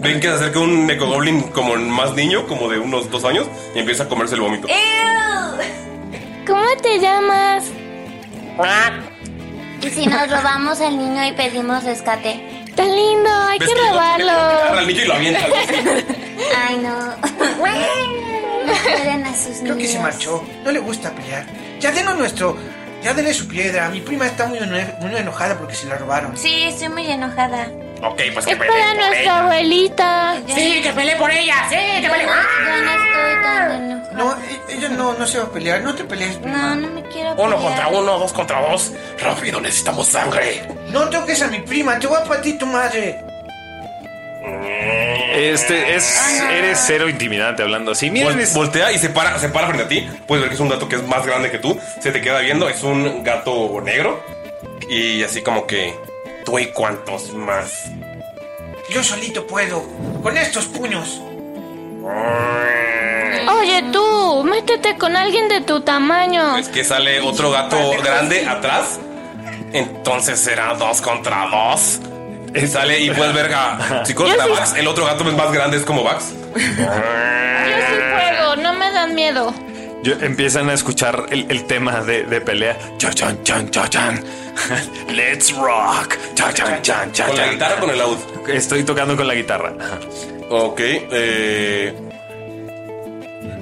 Speaker 1: Ven que se acerca un necogoblin como más niño, como de unos dos años, y empieza a comerse el vómito.
Speaker 5: Eh.
Speaker 3: ¿Cómo te llamas?
Speaker 1: ¡Ah,
Speaker 3: ¿Y si nos robamos al niño y pedimos rescate? ¡Está lindo! ¡Hay
Speaker 1: ¿Ves
Speaker 3: que
Speaker 1: que Agarra
Speaker 3: robarlo!
Speaker 1: al niño y lo avienta. algo así.
Speaker 3: Ay, no. No pueden a sus
Speaker 7: Creo que se
Speaker 3: niños.
Speaker 7: marchó. No le gusta pelear. Ya denos nuestro. Ya denle su piedra. Mi prima está muy, eno- muy enojada porque se la robaron.
Speaker 3: Sí, estoy muy enojada.
Speaker 1: ok, pues
Speaker 3: Es para nuestra abuelita. Sí, que peleé por ella. Sí, que peleé. Yo no estoy tan enojada.
Speaker 7: No, e- ella no, no se va a pelear. No te pelees,
Speaker 3: No,
Speaker 7: prima.
Speaker 3: no me quiero
Speaker 1: Uno
Speaker 3: pelear.
Speaker 1: contra uno, dos contra dos. Rápido, necesitamos sangre.
Speaker 7: No toques a mi prima. Te voy a partir tu madre.
Speaker 2: Este es. Eres cero intimidante hablando así. Miren,
Speaker 1: Vol-
Speaker 2: es-
Speaker 1: voltea y se para, se para frente a ti. Puedes ver que es un gato que es más grande que tú. Se te queda viendo. Es un gato negro. Y así como que. Tú y cuantos más.
Speaker 7: Yo solito puedo. Con estos puños.
Speaker 3: Oye, tú, métete con alguien de tu tamaño.
Speaker 1: Es que sale otro gato grande atrás. Entonces será dos contra dos. Y sale y puedes ver a chicos,
Speaker 3: Yo
Speaker 1: la
Speaker 3: sí-
Speaker 1: Vax, el otro gato es más grande, es como Vax.
Speaker 3: Yo sí juego, no me dan miedo.
Speaker 2: yo- empiezan a escuchar el, el tema de, de pelea. Cha chan chan cha chan. Let's rock. Cha chan chan cha
Speaker 1: Con la
Speaker 2: chan.
Speaker 1: guitarra o con el laúd.
Speaker 2: Estoy tocando con la guitarra. Ajá.
Speaker 1: Ok, eh.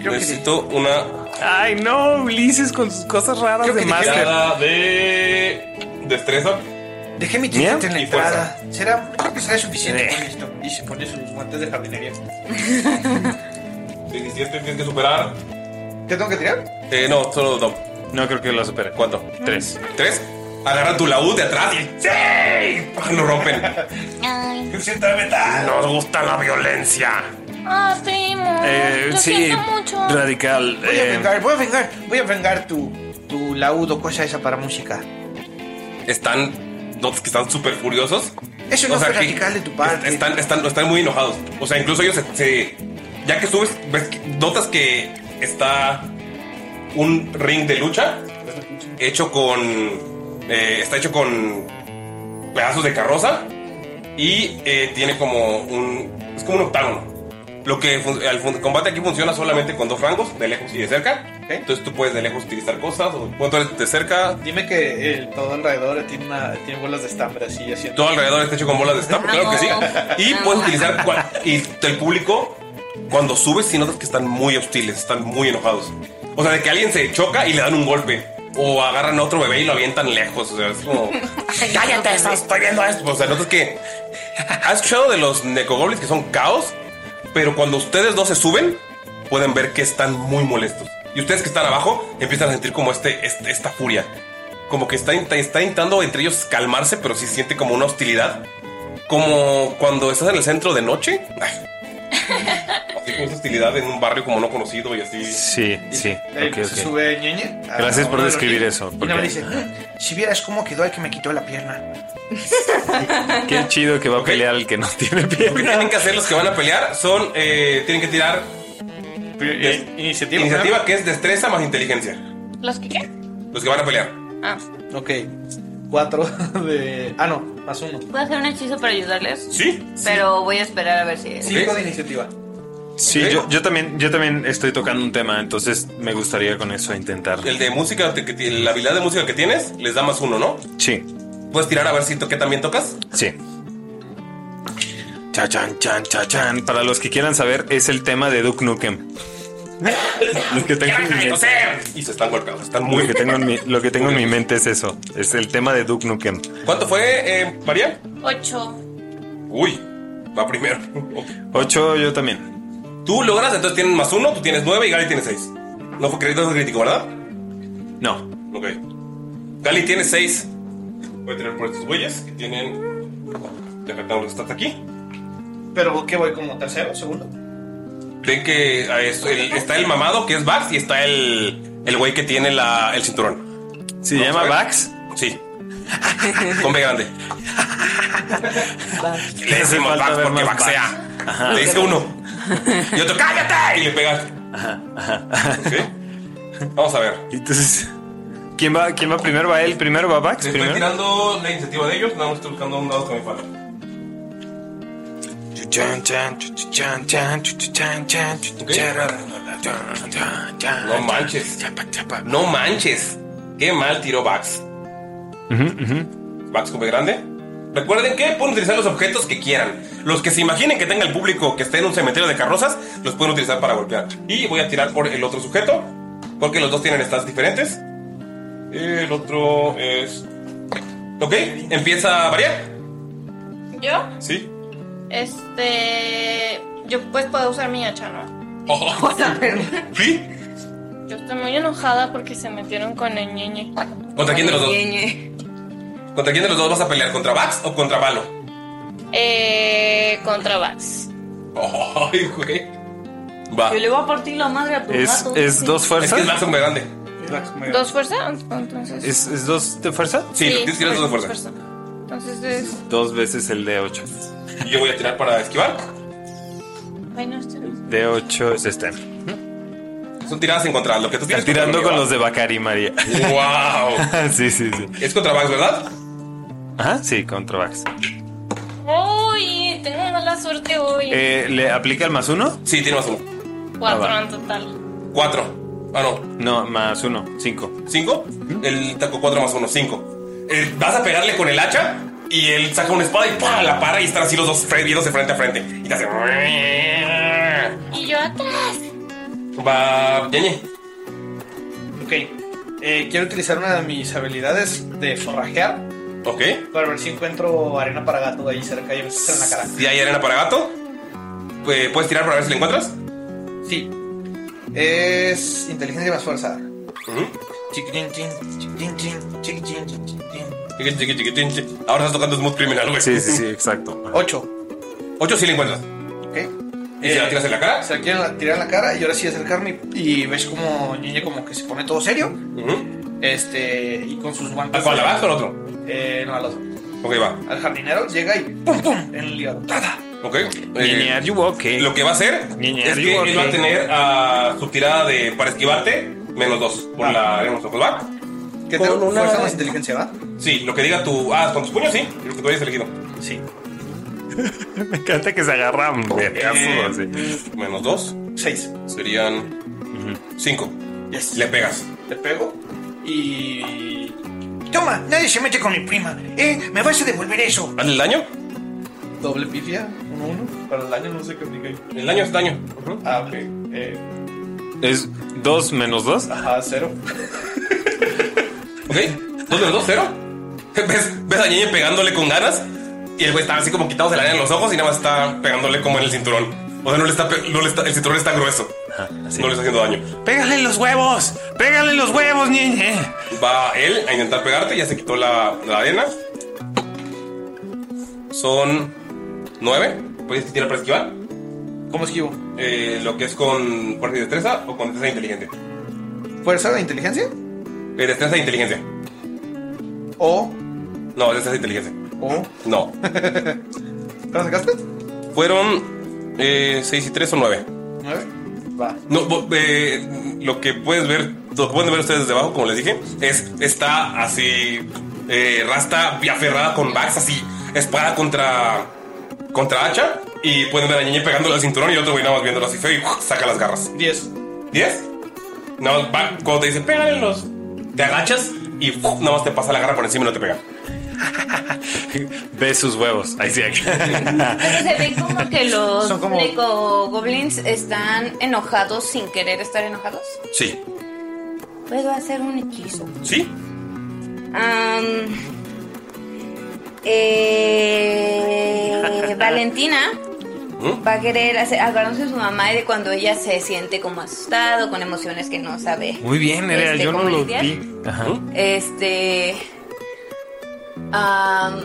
Speaker 7: Creo que sí.
Speaker 1: Necesito una
Speaker 2: Ay, no, Ulises con sus cosas raras
Speaker 7: Creo
Speaker 2: de
Speaker 7: que te
Speaker 2: Master.
Speaker 1: tirada de destreza.
Speaker 7: Dejé mi tridente en la
Speaker 1: Y fuerza.
Speaker 7: entrada. Será, creo que será suficiente
Speaker 2: Eh.
Speaker 7: con esto.
Speaker 4: Y se pone sus guantes de jardinería.
Speaker 1: De 17 tienes que superar.
Speaker 4: ¿Qué tengo que tirar?
Speaker 1: Eh, no, solo no.
Speaker 2: No creo que lo supere.
Speaker 1: ¿Cuánto?
Speaker 2: Tres.
Speaker 1: ¿Tres? Agarran tu laúd de atrás y ¡sí! ¡Pah! Lo rompen.
Speaker 8: Ay.
Speaker 1: Siento de metal. Ah, Nos gusta la violencia.
Speaker 8: Ah, primo.
Speaker 2: Eh,
Speaker 8: lo
Speaker 2: sí,
Speaker 8: siento mucho.
Speaker 2: radical.
Speaker 4: Voy a
Speaker 2: eh,
Speaker 4: vengar, voy a vengar, voy a vengar tu, tu laúd o cosa esa para música.
Speaker 1: Están. Notas que están súper furiosos.
Speaker 4: Eso no fue
Speaker 1: que
Speaker 4: radical de tu parte.
Speaker 1: est- Están, están, están muy enojados. O sea, incluso ellos se. se- ya que subes, ves que- notas que está un ring de lucha hecho con. eh, está hecho con pedazos de carroza y eh, tiene como un. Es como un octágono. Lo que fun- el fun- combate aquí funciona solamente con dos rangos, de lejos y de cerca. Entonces tú puedes de lejos utilizar cosas, o cuando eres de cerca,
Speaker 4: Dime que el- todo alrededor tiene, una, tiene bolas de estambre así haciendo.
Speaker 1: todo alrededor está hecho con bolas de stamp, claro que sí. Y puedes utilizar. cual- y el público, cuando subes, si notas que están muy hostiles, están muy enojados. O sea, de que alguien se choca y le dan un golpe. O agarran a otro bebé y lo avientan lejos. O sea, es como. ¡Cállate! estás- Estoy viendo esto. O sea, notas que. ¿Has escuchado de los Necogoblins que son caos? Pero cuando ustedes dos se suben, pueden ver que están muy molestos. Y ustedes que están abajo empiezan a sentir como este, este- esta furia. Como que está, int- está intentando entre ellos calmarse, pero sí siente como una hostilidad. Como cuando estás en el centro de noche. Ay. Así como esa hostilidad en un barrio como no conocido y así.
Speaker 2: Sí, sí.
Speaker 4: Ahí
Speaker 1: eh, pues,
Speaker 2: Ok,
Speaker 4: se
Speaker 2: ok.
Speaker 4: sube Ñeñe. a-
Speaker 2: Gracias
Speaker 4: a
Speaker 1: Ah,
Speaker 2: por
Speaker 4: uno de los
Speaker 2: describir
Speaker 4: niños.
Speaker 2: eso,
Speaker 4: Y no
Speaker 2: porque-
Speaker 4: me dice, "Mm, si vieras cómo quedó el que me quitó la pierna.
Speaker 2: Qué chido que va a pelear el que no tiene pie.
Speaker 1: Lo que tienen que hacer los que van a pelear son. eh, tienen que tirar des-
Speaker 4: eh, Iniciativa.
Speaker 1: iniciativa que es destreza más inteligencia.
Speaker 5: ¿Los que qué?
Speaker 1: Los que van a pelear.
Speaker 5: Ah.
Speaker 4: Ok. Cuatro de. Ah, no, más uno.
Speaker 6: ¿Puedo hacer un hechizo para ayudarles?
Speaker 1: Sí.
Speaker 6: Pero voy a esperar a ver si es.
Speaker 4: Cinco de iniciativa.
Speaker 2: Sí, yo, yo también, yo también estoy tocando un tema, entonces me gustaría con eso intentar.
Speaker 1: El de música, te- que ti- la habilidad de música que tienes, les da más uno, ¿no?
Speaker 2: Sí,
Speaker 1: Puedes tirar a ver si to- qué también tocas.
Speaker 2: sí. Cha chan chan cha chan. Para los que quieran saber, es el tema de Duke Nukem. Lo que tengo en mi mente,
Speaker 1: Y se están golpeados, están
Speaker 2: lo
Speaker 1: muy.
Speaker 2: que tengo en mi, lo que tengo en mi mente es eso. Es el tema de Duke Nukem.
Speaker 1: ¿Cuánto fue, eh, María?
Speaker 5: Ocho.
Speaker 1: Uy, va primero.
Speaker 2: Ocho, yo también.
Speaker 1: Tú logras, entonces tienen más uno, tú tienes nueve y Gali tiene seis. No fue crítico, no fue crítico, ¿verdad?
Speaker 2: No.
Speaker 1: Ok. Gali tiene seis. Voy a tener por estos güeyes que tienen. Deja tengo los stats aquí.
Speaker 4: Pero ¿qué voy? ¿Como tercero? ¿Segundo?
Speaker 1: Ven que ah, es el- está el mamado que es Bax y está el, el güey que tiene la, el cinturón.
Speaker 2: Se
Speaker 1: Vamos a
Speaker 2: llama
Speaker 1: ver.
Speaker 2: Vax.
Speaker 1: Sí. Con B grande. Le decimos
Speaker 2: Falta
Speaker 1: Bax
Speaker 2: ver
Speaker 1: porque
Speaker 2: más Vax.
Speaker 1: baxea. Le dice uno. Y otro, ¡cállate! Y le pegas. Ok. Vamos a ver.
Speaker 2: Entonces, ¿quién va, quién va primero? ¿Va él primero? ¿Va Vax
Speaker 1: Estoy
Speaker 2: primero?
Speaker 1: tirando la iniciativa de ellos, nada más estoy buscando un dado que me falta.
Speaker 2: Chuchan, chan, chuchuchan, chan, chuchuchan, chan, chuchuchan, chan, chan, chan.
Speaker 1: No manches.
Speaker 2: Chapa, chapa.
Speaker 1: No manches. Qué mal tiró Bax.
Speaker 2: Ujú, ujú.
Speaker 1: Bax con B grande. Recuerden que pueden utilizar los objetos que quieran. Los que se imaginen que tenga el público que esté en un cementerio de carrozas, los pueden utilizar para golpear. Y voy a tirar por el otro sujeto, porque los dos tienen stats diferentes. El otro es... Ok, empieza a variar.
Speaker 5: ¿Yo?
Speaker 1: Sí.
Speaker 5: Este. Yo pues puedo usar mi hacha, ¿no?
Speaker 1: Oh. ¿Sí?
Speaker 5: Yo estoy muy enojada porque se metieron con el ñeñe.
Speaker 1: ¿Contra quién de los dos?
Speaker 6: Ñeñe.
Speaker 1: ¿Contra quién de los dos vas a pelear? ¿Contra Bax o contra Valo?
Speaker 5: Eh. Contra Vax.
Speaker 1: Ay, güey. Va.
Speaker 6: Yo le voy a partir la madre a tu
Speaker 2: ¿Es,
Speaker 6: gato.
Speaker 2: ¿Es dos
Speaker 1: Es que es
Speaker 2: fuerzas?
Speaker 1: Bax con B grande.
Speaker 5: ¿Dos fuerza? Entonces.
Speaker 2: ¿Es, es dos de fuerza?
Speaker 1: Sí, tienes que tirar dos de fuerza.
Speaker 5: Pues, Entonces es.
Speaker 2: Dos veces el de ocho.
Speaker 1: Y yo voy a tirar para esquivar.
Speaker 5: Ay, no, este no.
Speaker 2: De ocho es este. Están
Speaker 1: Son tiradas en contra. Lo que tú tienes
Speaker 2: tirando con los de Bacari, María.
Speaker 1: ¡Wow!
Speaker 2: sí, sí, sí.
Speaker 1: Es contra Bax, ¿verdad?
Speaker 2: Ajá, sí, contra Vax.
Speaker 5: Uy, tengo mala suerte hoy.
Speaker 2: Eh, ¿Le aplica el más uno?
Speaker 1: Sí, tiene más uno.
Speaker 5: Cuatro
Speaker 2: ah, va.
Speaker 5: en total.
Speaker 1: Cuatro. Ah, no.
Speaker 2: No, más uno, cinco.
Speaker 1: ¿Cinco? El taco cuatro más uno. Cinco. Eh, vas a pegarle con el hacha y él saca una espada y ¡pum! la para y están así los dos fre- viéndose frente a frente. Y te hace.
Speaker 5: Y yo atrás.
Speaker 1: Va. Ñeñe.
Speaker 4: Ok. Eh, quiero utilizar una de mis habilidades de forrajear
Speaker 1: Ok.
Speaker 4: para ver si encuentro arena para gato ahí cerca y me en la cara.
Speaker 1: Si hay arena para gato, eh, puedes tirar para ver si la encuentras.
Speaker 4: Sí. Es inteligencia más fuerza. Chiquitín, tin, chiquitín, tin, chiquitín, tin, chiquitín.
Speaker 1: Chiqui, chiqui, chiquitín, chi- Ahora estás tocando Smooth Criminal, güey.
Speaker 2: Sí, sí, sí, exacto.
Speaker 4: Ocho.
Speaker 1: Ocho sí le encuentras.
Speaker 4: ¿Ok?
Speaker 1: ¿Y se la tiras en la cara?
Speaker 4: Se la quieren la- tirar en la cara y ahora sí acercarme y, y ves como Ñeñe como que se pone todo serio. Este, y con sus guantes.
Speaker 1: ¿A cuál, abajo o al otro?
Speaker 4: Eh, no, al otro.
Speaker 1: Ok, va.
Speaker 4: Al jardinero llega y ¡pum, pum! en el hígado. ¡Tada!
Speaker 1: Ok. eh, Lo que va a hacer es que él va a tener a su tirada de para esquivarte menos dos por
Speaker 4: Ah.
Speaker 1: la área de los ojos, ¿va?
Speaker 4: ¿Qué tengo?
Speaker 1: Con una-
Speaker 4: Fuerza más inteligencia, ¿va?
Speaker 1: Sí, lo que diga tu. Ah, con tus puños, sí. Lo que tú hayas elegido.
Speaker 4: Sí.
Speaker 2: Me encanta que se agarran, vergazo, así.
Speaker 1: Eh, Menos dos.
Speaker 4: Seis.
Speaker 1: Serían. Cinco. Le pegas.
Speaker 4: Le pego y.
Speaker 7: Toma, nadie se mete con mi prima. ¿Eh? ¿Me vas a devolver eso?
Speaker 1: ¿Hazle el daño?
Speaker 4: Doble pifia, uno, uno. Para el daño no sé qué aplica ahí.
Speaker 1: El daño es daño.
Speaker 4: Ah, ok. Eh,
Speaker 2: ¿Es 2 menos 2?
Speaker 4: ajá, cero.
Speaker 1: Ok. Dos menos dos, cero. ¿Ves, ves a Ñeñe pegándole con ganas? Y el güey está así como quitado de la área de los ojos y nada más está pegándole como en el cinturón. O sea, no le está. pe- no le está- el cinturón está grueso. No le está haciendo daño.
Speaker 2: ¡Pégale los huevos! ¡Pégale los huevos, niñe!
Speaker 1: Va él a intentar pegarte, ya se quitó la, la arena. Son nueve. Pues, Puedes tirar para esquivar.
Speaker 4: ¿Cómo esquivo?
Speaker 1: Eh, lo que es con fuerza y destreza o con destreza e inteligente.
Speaker 4: ¿Fuerza de inteligencia?
Speaker 1: Eh, destreza e inteligencia.
Speaker 4: O.
Speaker 1: No, destreza e inteligencia.
Speaker 4: O.
Speaker 1: No.
Speaker 4: Oh, ¿La sacaste?
Speaker 1: Fueron eh, seis y tres o nueve.
Speaker 4: Nueve. Va.
Speaker 1: No, bo- eh, lo que puedes ver, lo que pueden ver ustedes desde abajo, como les dije, es está así eh, rasta aferrada con Vax, así espada contra contra hacha y pueden ver a Ñeñe pegándole al cinturón y el otro güey nada más viéndolo así feo y ¡guau! saca las garras.
Speaker 4: Diez.
Speaker 1: ¿Diez? Nada más va, cuando te dice pégale los, te agachas y ¡guau! nada más te pasa la garra por encima y no te pega.
Speaker 2: Ve sus huevos. Ahí sí.
Speaker 6: Pero se ve como que los
Speaker 2: Son como-
Speaker 6: Neko Goblins están enojados sin querer estar enojados.
Speaker 1: Sí.
Speaker 6: Puedo hacer un hechizo.
Speaker 1: ¿Sí?
Speaker 6: Am, eh, Valentina
Speaker 2: ¿Eh?
Speaker 6: va a querer hacer, ah, acordarse de su mamá y de cuando ella se siente como asustado, con emociones que no sabe.
Speaker 2: Muy bien, Nerea,
Speaker 6: este,
Speaker 2: yo no
Speaker 6: cómo
Speaker 2: lo
Speaker 6: lidiar.
Speaker 2: vi. Ajá.
Speaker 6: Este. am,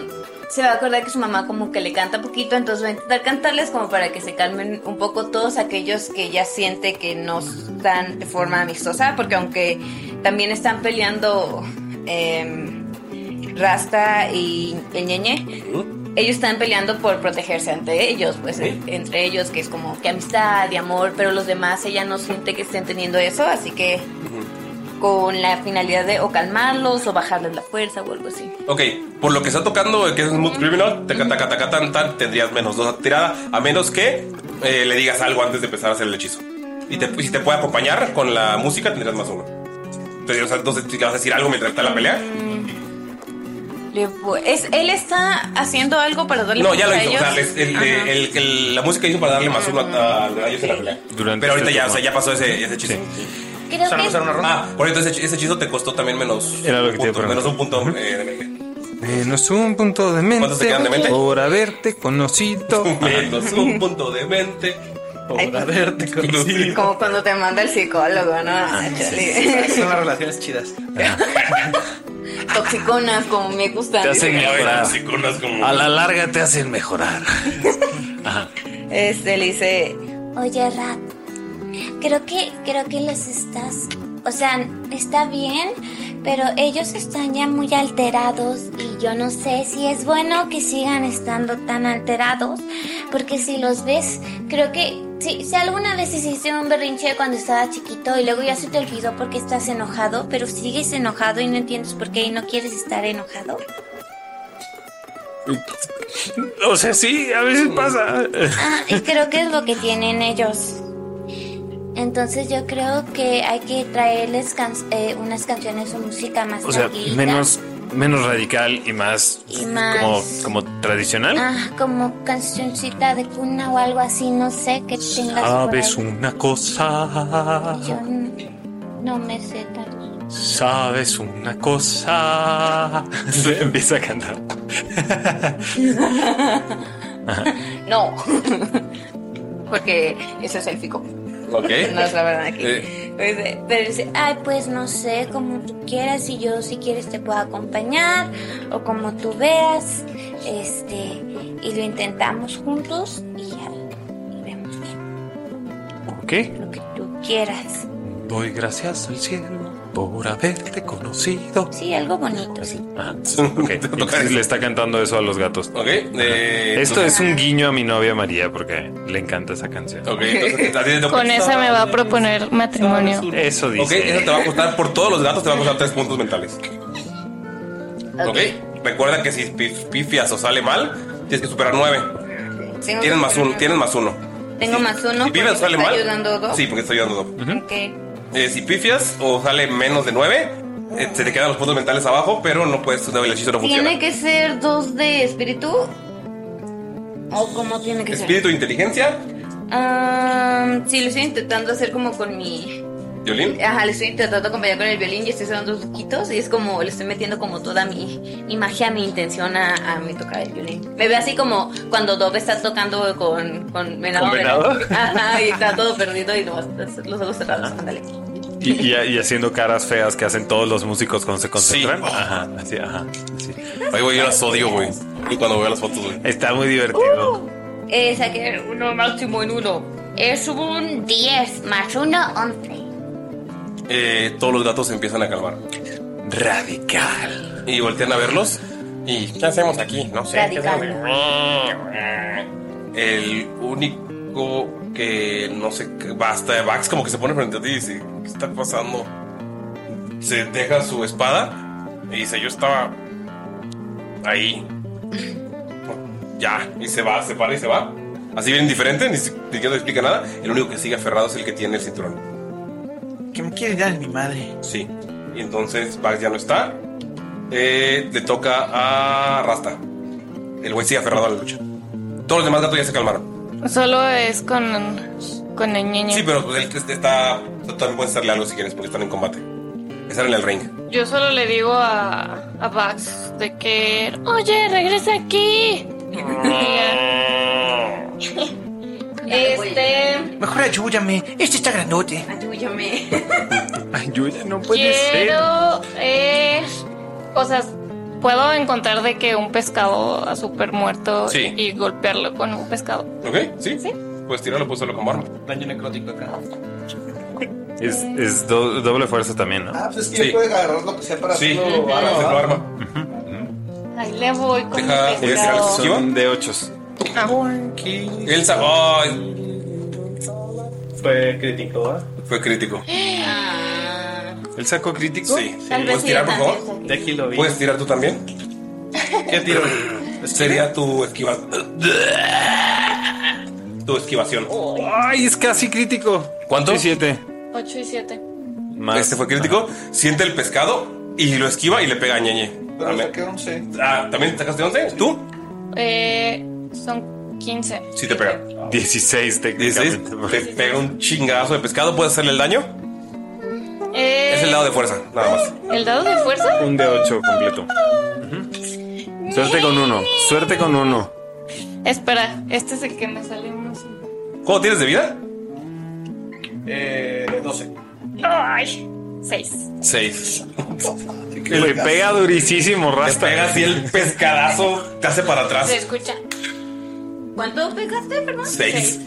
Speaker 6: se va a acordar que su mamá como que le canta poquito, entonces va a intentar cantarles como para que se calmen un poco todos aquellos que ya siente que no están de forma amistosa, porque aunque también están peleando em, Rasta y el ñeñe, ellos están peleando por protegerse ante ellos, pues eh, entre ellos que es como que amistad y amor, pero los demás ella no siente que estén teniendo eso, así que con la finalidad de o calmarlos o bajarles la fuerza o algo así.
Speaker 1: Ok, por lo que está tocando, eh, que es Smooth Criminal, taca, taca, taca, tan, tan, tendrías menos dos a tu tirada, a menos que eh, le digas algo antes de empezar a hacer el hechizo. Y te- si te puede acompañar con la música, tendrías más uno. Entonces, o sea, entonces, si le vas a decir algo mientras está la pelea.
Speaker 6: Mm, Le vo- es, él está haciendo algo para darle
Speaker 1: No, ya lo
Speaker 6: fuerza a
Speaker 1: hizo. O sea,
Speaker 6: ellos.
Speaker 1: les- el-
Speaker 6: Ajá.
Speaker 1: el- el- la música hizo para darle más uno a, a- a ellos en la pelea. Pero ahorita
Speaker 2: este
Speaker 1: ya, o
Speaker 2: turno.
Speaker 1: sea, ya pasó ese, ese hechizo.
Speaker 8: Creo que
Speaker 1: Ah, por cierto, ese, ese hechizo te costó también menos,
Speaker 2: Era lo
Speaker 1: un
Speaker 2: que te
Speaker 1: punto,
Speaker 2: iba a
Speaker 1: menos un punto eh, de energía.
Speaker 2: Menos un punto de
Speaker 1: ¿Cuántos te
Speaker 2: mente
Speaker 1: quedan de mente?
Speaker 2: por haberte conocido.
Speaker 1: Menos un punto de mente.
Speaker 6: Ay,
Speaker 4: verte
Speaker 6: Como cuando te manda el psicólogo, ¿no? Ah, chale.
Speaker 4: Son las relaciones chidas.
Speaker 6: Toxiconas, como me gustan.
Speaker 2: Te hacen
Speaker 6: dice.
Speaker 2: mejorar.
Speaker 1: Así con las como-
Speaker 2: A la larga te hacen mejorar.
Speaker 6: Este, le dice,
Speaker 8: Oye, Rap, creo que, creo que les estás. O sea, está bien, pero ellos están ya muy alterados y yo no sé si es bueno que sigan estando tan alterados, porque si los ves, creo que si, si alguna vez hiciste un berrinche cuando estaba chiquito y luego ya se te olvidó porque estás enojado, pero sigues enojado y no entiendes por qué y no quieres estar enojado.
Speaker 2: O sea, sí, a veces pasa.
Speaker 8: Ah, y creo que es lo que tienen ellos. Entonces yo creo que hay que traerles can- eh, unas canciones o música más
Speaker 2: O sea,
Speaker 8: tranquilita.
Speaker 2: menos, menos radical y más,
Speaker 8: Y más.
Speaker 2: Como, como tradicional.
Speaker 8: Ah, como cancioncita de cuna o algo así, no sé, que tengas por ahí.
Speaker 2: Sabes Ah, una cosa,
Speaker 8: Yo n- no me sé tanto.
Speaker 2: sabes una cosa. Se empieza a cantar.
Speaker 6: "Ah, no. Porque eso es élfico.
Speaker 1: Ok.
Speaker 6: No es la verdad aquí.
Speaker 1: Eh,
Speaker 8: Dice, Pero dice, ay, pues no sé, como tú quieras, y yo si quieres te puedo acompañar, o como tú veas, este, y lo intentamos juntos y ya, y vemos
Speaker 2: ¿Qué?
Speaker 8: lo que tú quieras.
Speaker 2: Doy gracias al cielo por haberte conocido.
Speaker 8: Sí, algo bonito, sí.
Speaker 2: Ah, ok. Entonces le está cantando eso a los gatos.
Speaker 1: Ok. eh,
Speaker 2: Esto es un guiño a mi novia María porque le encanta esa canción.
Speaker 1: Ok, entonces a ti te toca-
Speaker 5: Con esa me va a proponer matrimonio.
Speaker 2: Eso
Speaker 1: Ok, eso
Speaker 2: dice.
Speaker 1: te va a costar por todos los datos, te va a costar tres puntos mentales. Ok, recuerda que si pi- pifias o sale mal, tienes que superar nueve.
Speaker 6: Tengo
Speaker 1: Tienes
Speaker 6: que
Speaker 1: más
Speaker 6: poner-
Speaker 1: uno, tienes más uno.
Speaker 6: Tengo más uno.
Speaker 1: Si pifias o
Speaker 6: porque
Speaker 1: sale
Speaker 6: me está
Speaker 1: mal.
Speaker 6: ayudando dos.
Speaker 1: Sí, porque estoy ayudando dos.
Speaker 6: Ok.
Speaker 1: Eh, si pifias o sale menos de nueve, eh, se te quedan los puntos mentales abajo, pero no puedes, el hechizo no
Speaker 6: ¿Tiene
Speaker 1: funciona.
Speaker 6: que ser dos de espíritu? ¿O cómo tiene que ser?
Speaker 1: Espíritu e inteligencia,
Speaker 6: Ah, sí, lo estoy intentando hacer como con mi...
Speaker 1: violín.
Speaker 6: Ajá, le estoy intentando acompañar con el violín y estoy cerrando los poquitos y es como le estoy metiendo como toda mi, mi magia, mi intención a, a mi tocar el violín. Me ve así como cuando Dove está tocando con, con venado.
Speaker 2: ¿Con
Speaker 6: ¿verdad?
Speaker 2: venado?
Speaker 6: Ajá, y está todo perdido y nomás los ojos cerrados. Ándale.
Speaker 2: Y, y- y haciendo caras feas que hacen todos los músicos cuando se concentran.
Speaker 1: Sí.
Speaker 2: Ajá, así, ajá. así.
Speaker 1: Ahí voy, yo las odio, güey. Y cuando veo las fotos, güey.
Speaker 2: Está muy divertido.
Speaker 6: Eh, saqué uno máximo en uno.
Speaker 8: Es un 10 más uno, 11.
Speaker 1: Eh, todos los gatos se empiezan a calmar.
Speaker 2: Radical.
Speaker 1: Y voltean a verlos. ¿Y qué hacemos aquí? No sé. ¿qué
Speaker 8: Radical.
Speaker 1: hacemos? El único que no sé, qué- basta. Vax como que se pone frente a ti y dice, ¿qué está pasando? Se deja su espada y dice, yo estaba ahí. Ya. Y se va, se para y se va. Así bien indiferente, ni siquiera le explica nada. El único que sigue aferrado es el que tiene el cinturón.
Speaker 4: Que me quiere dar mi madre.
Speaker 1: Sí. Y entonces Vax ya no está. Eh, le toca a Rasta. El güey sigue aferrado a la lucha. Todos los demás gatos ya se calmaron.
Speaker 5: Solo es con, con el niño.
Speaker 1: Sí, pero pues, él este- está. tú También puedes hacerle algo si quieres, porque están en combate. Están en el ring.
Speaker 5: Yo solo le digo a, a Vax de que, oye, regresa aquí. este,
Speaker 4: Mejor ayúdame. Este está grandote.
Speaker 6: Ayúdame.
Speaker 2: Ay, Yuya, no
Speaker 7: Pues
Speaker 2: puede
Speaker 5: quiero, eh, o sea, puedo encontrar de que un pescado a super muerto
Speaker 1: Sí.
Speaker 5: y golpearlo con un pescado.
Speaker 1: ¿Ok? ¿Sí? Pues Sí. Puedes tirarlo, puedes hacerlo como arma.
Speaker 4: Daño necrótico acá.
Speaker 2: ser. Es, es do- doble fuerza también, ¿no?
Speaker 4: Ah, pues es que
Speaker 1: Sí.
Speaker 4: ya puedes agarrar lo que sea para
Speaker 1: Sí,
Speaker 4: hacerlo.
Speaker 1: para
Speaker 4: Ah,
Speaker 1: hacerlo arma.
Speaker 5: Mm, Ahí le voy
Speaker 2: Ah,
Speaker 5: con un
Speaker 1: Deja- voy a tirar
Speaker 5: pescado.
Speaker 1: ¿Esquiva?
Speaker 2: Son de ochos.
Speaker 1: Él sa- ¡Ay!
Speaker 4: Fue crítico, ¿ah?
Speaker 1: Fue crítico.
Speaker 2: ¿El saco crítico?
Speaker 1: Sí.
Speaker 6: Tal vez
Speaker 1: ¿Puedes tirar, por
Speaker 6: sí, tal
Speaker 1: favor?
Speaker 4: De aquí lo vi.
Speaker 1: ¿Puedes tirar tú también?
Speaker 4: ¿Qué tiro?
Speaker 1: Sería tu esquiva. Tu esquivación.
Speaker 2: Ay, es casi crítico.
Speaker 1: ¿Cuánto?
Speaker 2: Y siete.
Speaker 5: 8 y 7.
Speaker 2: Más.
Speaker 1: Este fue crítico. Siente el pescado y lo esquiva y le pega a ñeñe.
Speaker 4: Pero saqué 11.
Speaker 1: Ah, ¿También sacaste 11? ¿Tú?
Speaker 5: Eh, son 15.
Speaker 1: Sí, te pega.
Speaker 2: 16
Speaker 1: 16.
Speaker 2: técnicamente.
Speaker 1: Te pega un chingazo de pescado. ¿Puedes hacerle el daño?
Speaker 5: Eh,
Speaker 1: Es el dado de fuerza, nada más.
Speaker 5: ¿El dado de fuerza?
Speaker 2: Un de 8 completo. Suerte con uno. Suerte con uno.
Speaker 5: Espera, este es el que me sale uno. sí.
Speaker 1: ¿Cómo tienes de vida?
Speaker 4: Eh, 12.
Speaker 5: Ay, 6.
Speaker 1: 6.
Speaker 2: Le pega durísimo,
Speaker 1: Te
Speaker 2: rasta.
Speaker 1: pega así el pescadazo, te hace para
Speaker 5: Se
Speaker 1: atrás.
Speaker 5: escucha.
Speaker 6: ¿Cuánto pegaste, perdón?
Speaker 1: 6.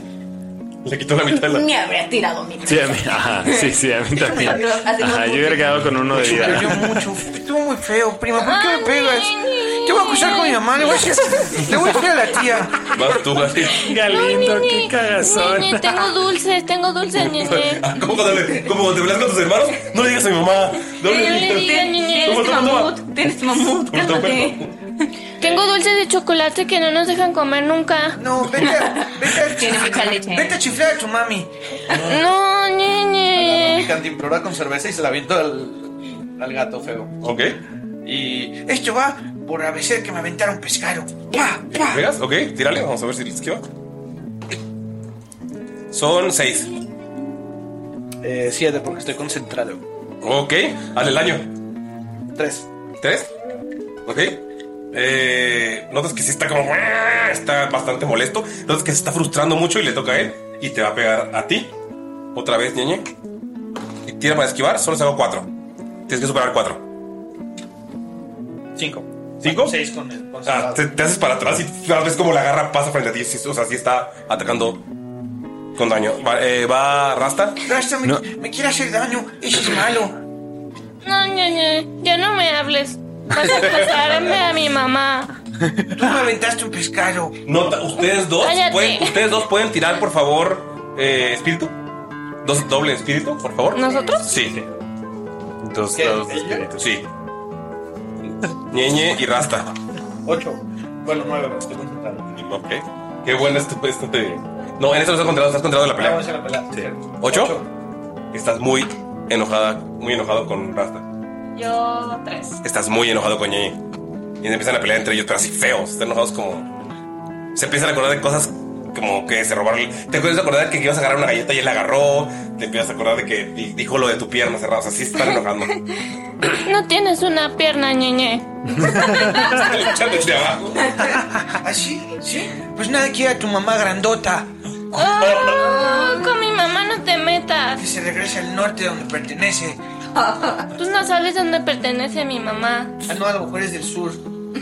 Speaker 1: Le quitó la mitad de la.
Speaker 6: Me habría tirado mi
Speaker 2: Sí, a mí, ajá, sí, sí, a mí también. Ajá, yo hubiera quedado con uno de
Speaker 7: Me dolió
Speaker 2: vida.
Speaker 7: mucho. Estuvo muy feo, prima. ¿Por qué me pegas? Te voy a acusar con mi mamá. Le voy a decir, le voy a, decir a la tía.
Speaker 1: Vas tú, güey.
Speaker 2: Galindo, qué cagazón.
Speaker 5: Ñe, tengo dulces, tengo dulces, ñe, ñe.
Speaker 1: Ah, ¿Cómo cuando, le- como cuando te peleas con tus hermanos? No le digas a mi mamá. Eh, No
Speaker 5: Que yo le diga,
Speaker 1: digas.
Speaker 5: ñe, ñe.
Speaker 1: Toma,
Speaker 6: Tienes
Speaker 1: toma, toma.
Speaker 6: mamut, tienes mamut,
Speaker 1: Toma, toma,
Speaker 6: cálmate.
Speaker 1: toma.
Speaker 5: Tengo dulces de chocolate que no nos dejan comer nunca.
Speaker 7: No, vete a, vete a,
Speaker 6: Tiene mucha leche.
Speaker 7: vete a chiflar a tu mami.
Speaker 5: No, ñe,
Speaker 4: Ah, Mi
Speaker 5: ñe.
Speaker 4: cantimplora con cerveza y se la aviento al, al gato feo.
Speaker 1: Ok.
Speaker 4: Y
Speaker 7: Esto va por agradecer que me aventaron pescado. ¡Pua, pua!
Speaker 1: ¿Pegas? Ok, tírale. Vamos a ver si le esquiva. Son 6.
Speaker 4: 7 Eh, porque estoy concentrado.
Speaker 1: Ok, hazle el daño.
Speaker 4: 3.
Speaker 1: ¿Tres? Ok. Eh, notas que sí está como. "Ah", Está bastante molesto. Notas que se está frustrando mucho y le toca a él. Y te va a pegar a ti. Otra vez, ñeñe. Tira para esquivar, solo saco 4. Tienes que superar 4.
Speaker 4: 5.
Speaker 1: ¿Cinco?
Speaker 4: 6 con el. con
Speaker 1: Ah,
Speaker 4: salvado.
Speaker 1: te, te haces para atrás y tal vez como la garra pasa frente a ti. sí, O sea, sí está atacando con daño. Va, eh, va Rasta.
Speaker 7: Rasta, me,
Speaker 1: No.
Speaker 7: me quiere hacer daño. Eso es malo.
Speaker 5: No, no, no, ya no me hables. Vas a pasarme a mi mamá.
Speaker 7: Tú me aventaste un pescado.
Speaker 1: Nota, ustedes dos
Speaker 5: Cállate.
Speaker 1: pueden, ustedes dos pueden tirar, por favor, eh, espíritu. Dos doble espíritu, por favor.
Speaker 5: ¿Nosotros?
Speaker 1: Sí.
Speaker 2: Dos
Speaker 4: ¿Qué?
Speaker 2: dados de
Speaker 4: ¿Ella?
Speaker 2: espíritu.
Speaker 1: Sí. Ñeñe y Rasta.
Speaker 4: 8. Bueno, 9, estoy concentrado.
Speaker 1: Ok. Qué buena esto este. No, en eso no estás controlado, estás controlado en la
Speaker 4: Ah,
Speaker 1: pelea.
Speaker 4: Vamos a la pelea. cierto.
Speaker 1: ¿Ocho?
Speaker 4: Ocho.
Speaker 1: Estás muy enojada, muy enojado con Rasta.
Speaker 5: Yo tres.
Speaker 1: Estás muy enojado con Ñeñe. Y se empiezan a pelear entre ellos, pero así feos. Están enojados como. Se empiezan a acordar de cosas como que se robaron. Te empiezas a acordar que ibas a agarrar una galleta y él la agarró. Te empiezas a acordar de que di- dijo lo de tu pierna cerrada. O sea, sí se están enojando.
Speaker 5: No tienes una pierna, ñeñe.
Speaker 1: Están luchando desde abajo.
Speaker 7: ¿Así? ¿Sí? Pues nada, que a tu mamá grandota.
Speaker 5: Oh, con mi mamá no te metas.
Speaker 7: Que se regrese al norte donde pertenece.
Speaker 5: Tú no sabes dónde pertenece mi mamá.
Speaker 4: Ah, no, a lo mejor es del sur.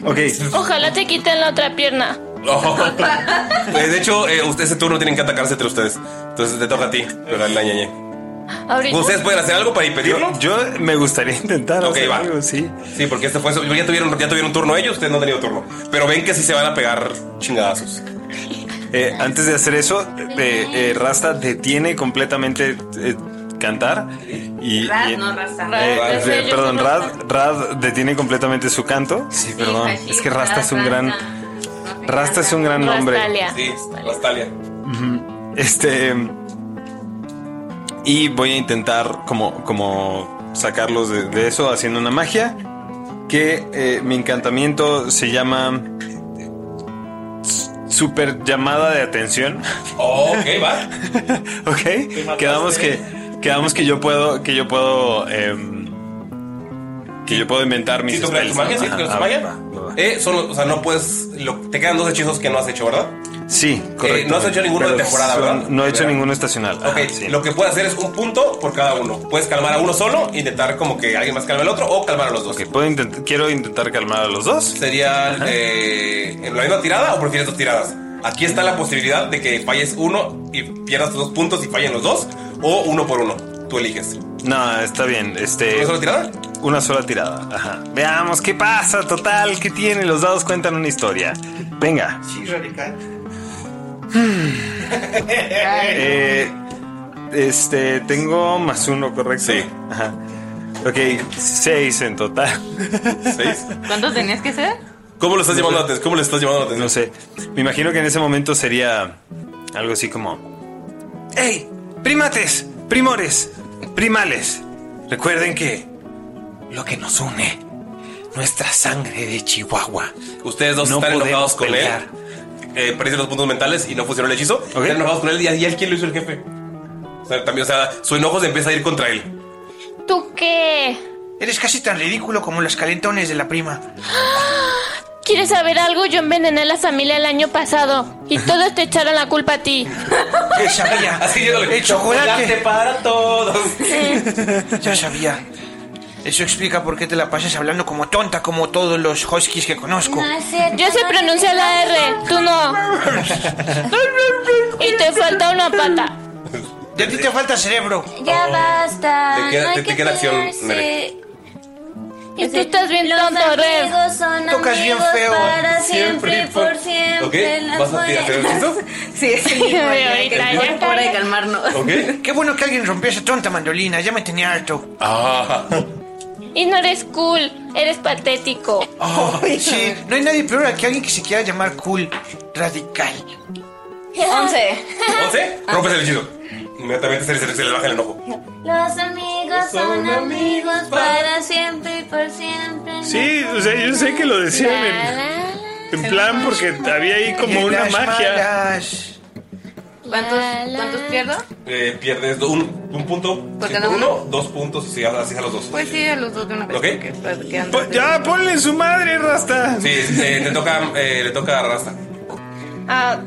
Speaker 2: Ok.
Speaker 5: Ojalá te quiten la otra pierna.
Speaker 1: No. Eh, De hecho, eh, ustedes ese turno tienen que atacarse entre ustedes. Entonces te toca a ti, pero a la Ñeñe.
Speaker 5: Ahorita.
Speaker 1: ¿Ustedes pueden hacer algo para impedirlo?
Speaker 2: Yo, yo me gustaría intentar
Speaker 1: Ok,
Speaker 2: hacer
Speaker 1: va.
Speaker 2: algo, sí.
Speaker 1: Sí, porque este fue su- ya tuvieron, ya tuvieron turno ellos, ustedes no han tenido turno. Pero ven que sí se van a pegar chingadazos.
Speaker 2: Eh, antes de hacer eso, eh, eh, Rasta detiene completamente eh, cantar y...
Speaker 6: Rad,
Speaker 2: y-
Speaker 6: no, raza.
Speaker 5: Rad.
Speaker 2: eh,
Speaker 1: Rad.
Speaker 2: eh, perdón,
Speaker 5: Yo
Speaker 2: Rad,
Speaker 5: soy
Speaker 2: Rad detiene completamente su canto. Sí, perdón.
Speaker 6: Hashir,
Speaker 2: Es que Rasta
Speaker 6: Rad,
Speaker 2: es un gran...
Speaker 6: Rasta.
Speaker 2: Rasta es un gran nombre.
Speaker 5: Rastalia.
Speaker 1: Sí, Rastalia.
Speaker 2: Este. Y voy a intentar como, como sacarlos de, de eso haciendo una magia. Que eh, mi encantamiento se llama. eh, Super llamada de atención.
Speaker 1: Ok, va.
Speaker 2: ok. Quedamos que. Quedamos que yo puedo. Que yo puedo. em, que yo puedo inventar mis
Speaker 1: Si tú creas tu
Speaker 2: spells,
Speaker 1: magia,
Speaker 2: ¿no?
Speaker 1: sí, tú creas tu
Speaker 2: Ajá,
Speaker 1: magia.
Speaker 2: Ah, va, va, va.
Speaker 1: Eh, solo, o sea, no puedes. lo- te quedan dos hechizos que no has hecho, ¿verdad? Eh,
Speaker 2: Sí, correcto.
Speaker 1: no has hecho ninguno de
Speaker 2: Pero
Speaker 1: temporada,
Speaker 2: son-
Speaker 1: ¿verdad?
Speaker 2: No he hecho
Speaker 1: Mira.
Speaker 2: ninguno estacional.
Speaker 1: Ok,
Speaker 2: Ajá, sí.
Speaker 1: lo que puedes hacer es un punto por cada uno. Puedes calmar a uno solo, intentar como que alguien más calme al otro o calmar a los dos.
Speaker 2: Ok, puedo intent- quiero intentar calmar a los dos.
Speaker 1: ¿Sería eh, en la misma tirada o prefieres dos tiradas? Aquí está la posibilidad de que falles uno y pierdas tus dos puntos y fallen los dos, o uno por uno. Tú eliges.
Speaker 2: No, está bien. Este,
Speaker 1: ¿Una sola tirada?
Speaker 2: Una sola tirada. Ajá. Veamos qué pasa. Total, ¿qué tiene? Los dados cuentan una historia. Venga.
Speaker 4: Sí, radical.
Speaker 2: eh, este, tengo más uno, ¿correcto?
Speaker 1: Sí.
Speaker 2: Ajá. Ok, seis en total.
Speaker 1: ¿Seis?
Speaker 6: ¿Cuántos tenías que ser?
Speaker 1: ¿Cómo lo estás llamando la atención? ¿Cómo le estás llamando la
Speaker 2: No
Speaker 1: atención?
Speaker 2: sé. Me imagino que en ese momento sería algo así como: ¡Hey! Primates, primores, primales. Recuerden que lo que nos une, nuestra sangre de Chihuahua.
Speaker 1: Ustedes dos
Speaker 2: No
Speaker 1: están
Speaker 2: podemos
Speaker 1: enojados con
Speaker 2: pelear.
Speaker 1: él. Eh, perdieron los puntos mentales y no funcionó el hechizo. Están enojados con él y, y él quién lo hizo el jefe. O sea, también, o sea, su enojo se empieza a ir contra él.
Speaker 5: ¿Tú qué?
Speaker 7: Eres casi tan ridículo como los calentones de la prima.
Speaker 5: ¿Quieres saber algo? Yo envenené a la familia el año pasado y todos te echaron la culpa a ti.
Speaker 7: Ya sabía.
Speaker 1: Así yo
Speaker 7: El chocolate.
Speaker 1: para todos.
Speaker 7: Ya sabía. Eso explica por qué te la pasas hablando como tonta, como todos los huskies que conozco.
Speaker 8: No es cierto,
Speaker 5: Yo sé
Speaker 8: no,
Speaker 5: pronunciar la R, tú no. Y te falta una pata.
Speaker 7: De ti te falta cerebro.
Speaker 1: Oh.
Speaker 8: Ya basta.
Speaker 1: Te queda-
Speaker 8: no hay
Speaker 1: te- te
Speaker 8: que
Speaker 1: queda acción,
Speaker 8: pelearse.
Speaker 1: Nere.
Speaker 5: Y tú estás bien
Speaker 8: Los
Speaker 5: tonto, Red.
Speaker 8: amigos son
Speaker 7: Tocas bien
Speaker 8: amigos
Speaker 7: feo.
Speaker 8: Para siempre, y por
Speaker 1: ¿Ok?
Speaker 8: siempre. las
Speaker 1: ¿Vas a tirar
Speaker 8: buenas-
Speaker 1: hacer el hechizo?
Speaker 6: Sí, es el mismo.
Speaker 5: Ay,
Speaker 6: ya,
Speaker 5: ahorita,
Speaker 6: que-
Speaker 5: ya
Speaker 6: por- por
Speaker 5: cállate.
Speaker 6: de calmarnos.
Speaker 1: ¿Ok?
Speaker 7: Qué bueno que alguien rompió esa tonta mandolina, ya me tenía harto.
Speaker 1: Ah.
Speaker 5: Y no eres cool, eres patético.
Speaker 7: Oh, Sí, no hay nadie peor que alguien que se quiera llamar cool, radical.
Speaker 6: Once.
Speaker 1: ¿Once? Rompes el hechizo. Inmediatamente se le, se le- se le baja el enojo.
Speaker 8: Los amigos son amigos para siempre y por siempre.
Speaker 2: Sí, o sea, yo sé que lo decían en, en plan porque había ahí como una
Speaker 7: Las
Speaker 2: magia.
Speaker 7: malas.
Speaker 6: ¿Cuántos, ¿Cuántos pierdo?
Speaker 1: Eh, pierdes do- un, un punto.
Speaker 6: ¿Por
Speaker 1: sí,
Speaker 6: cada
Speaker 1: uno,
Speaker 6: uno?
Speaker 1: dos puntos y se así a los dos.
Speaker 6: Pues sí, a los dos de una vez.
Speaker 1: Ok.
Speaker 6: porque está quedando-
Speaker 2: Po- Pues, ya, ponle su madre, Rasta.
Speaker 1: Sí, eh, te toca, eh, le toca a Rasta.
Speaker 5: Ah,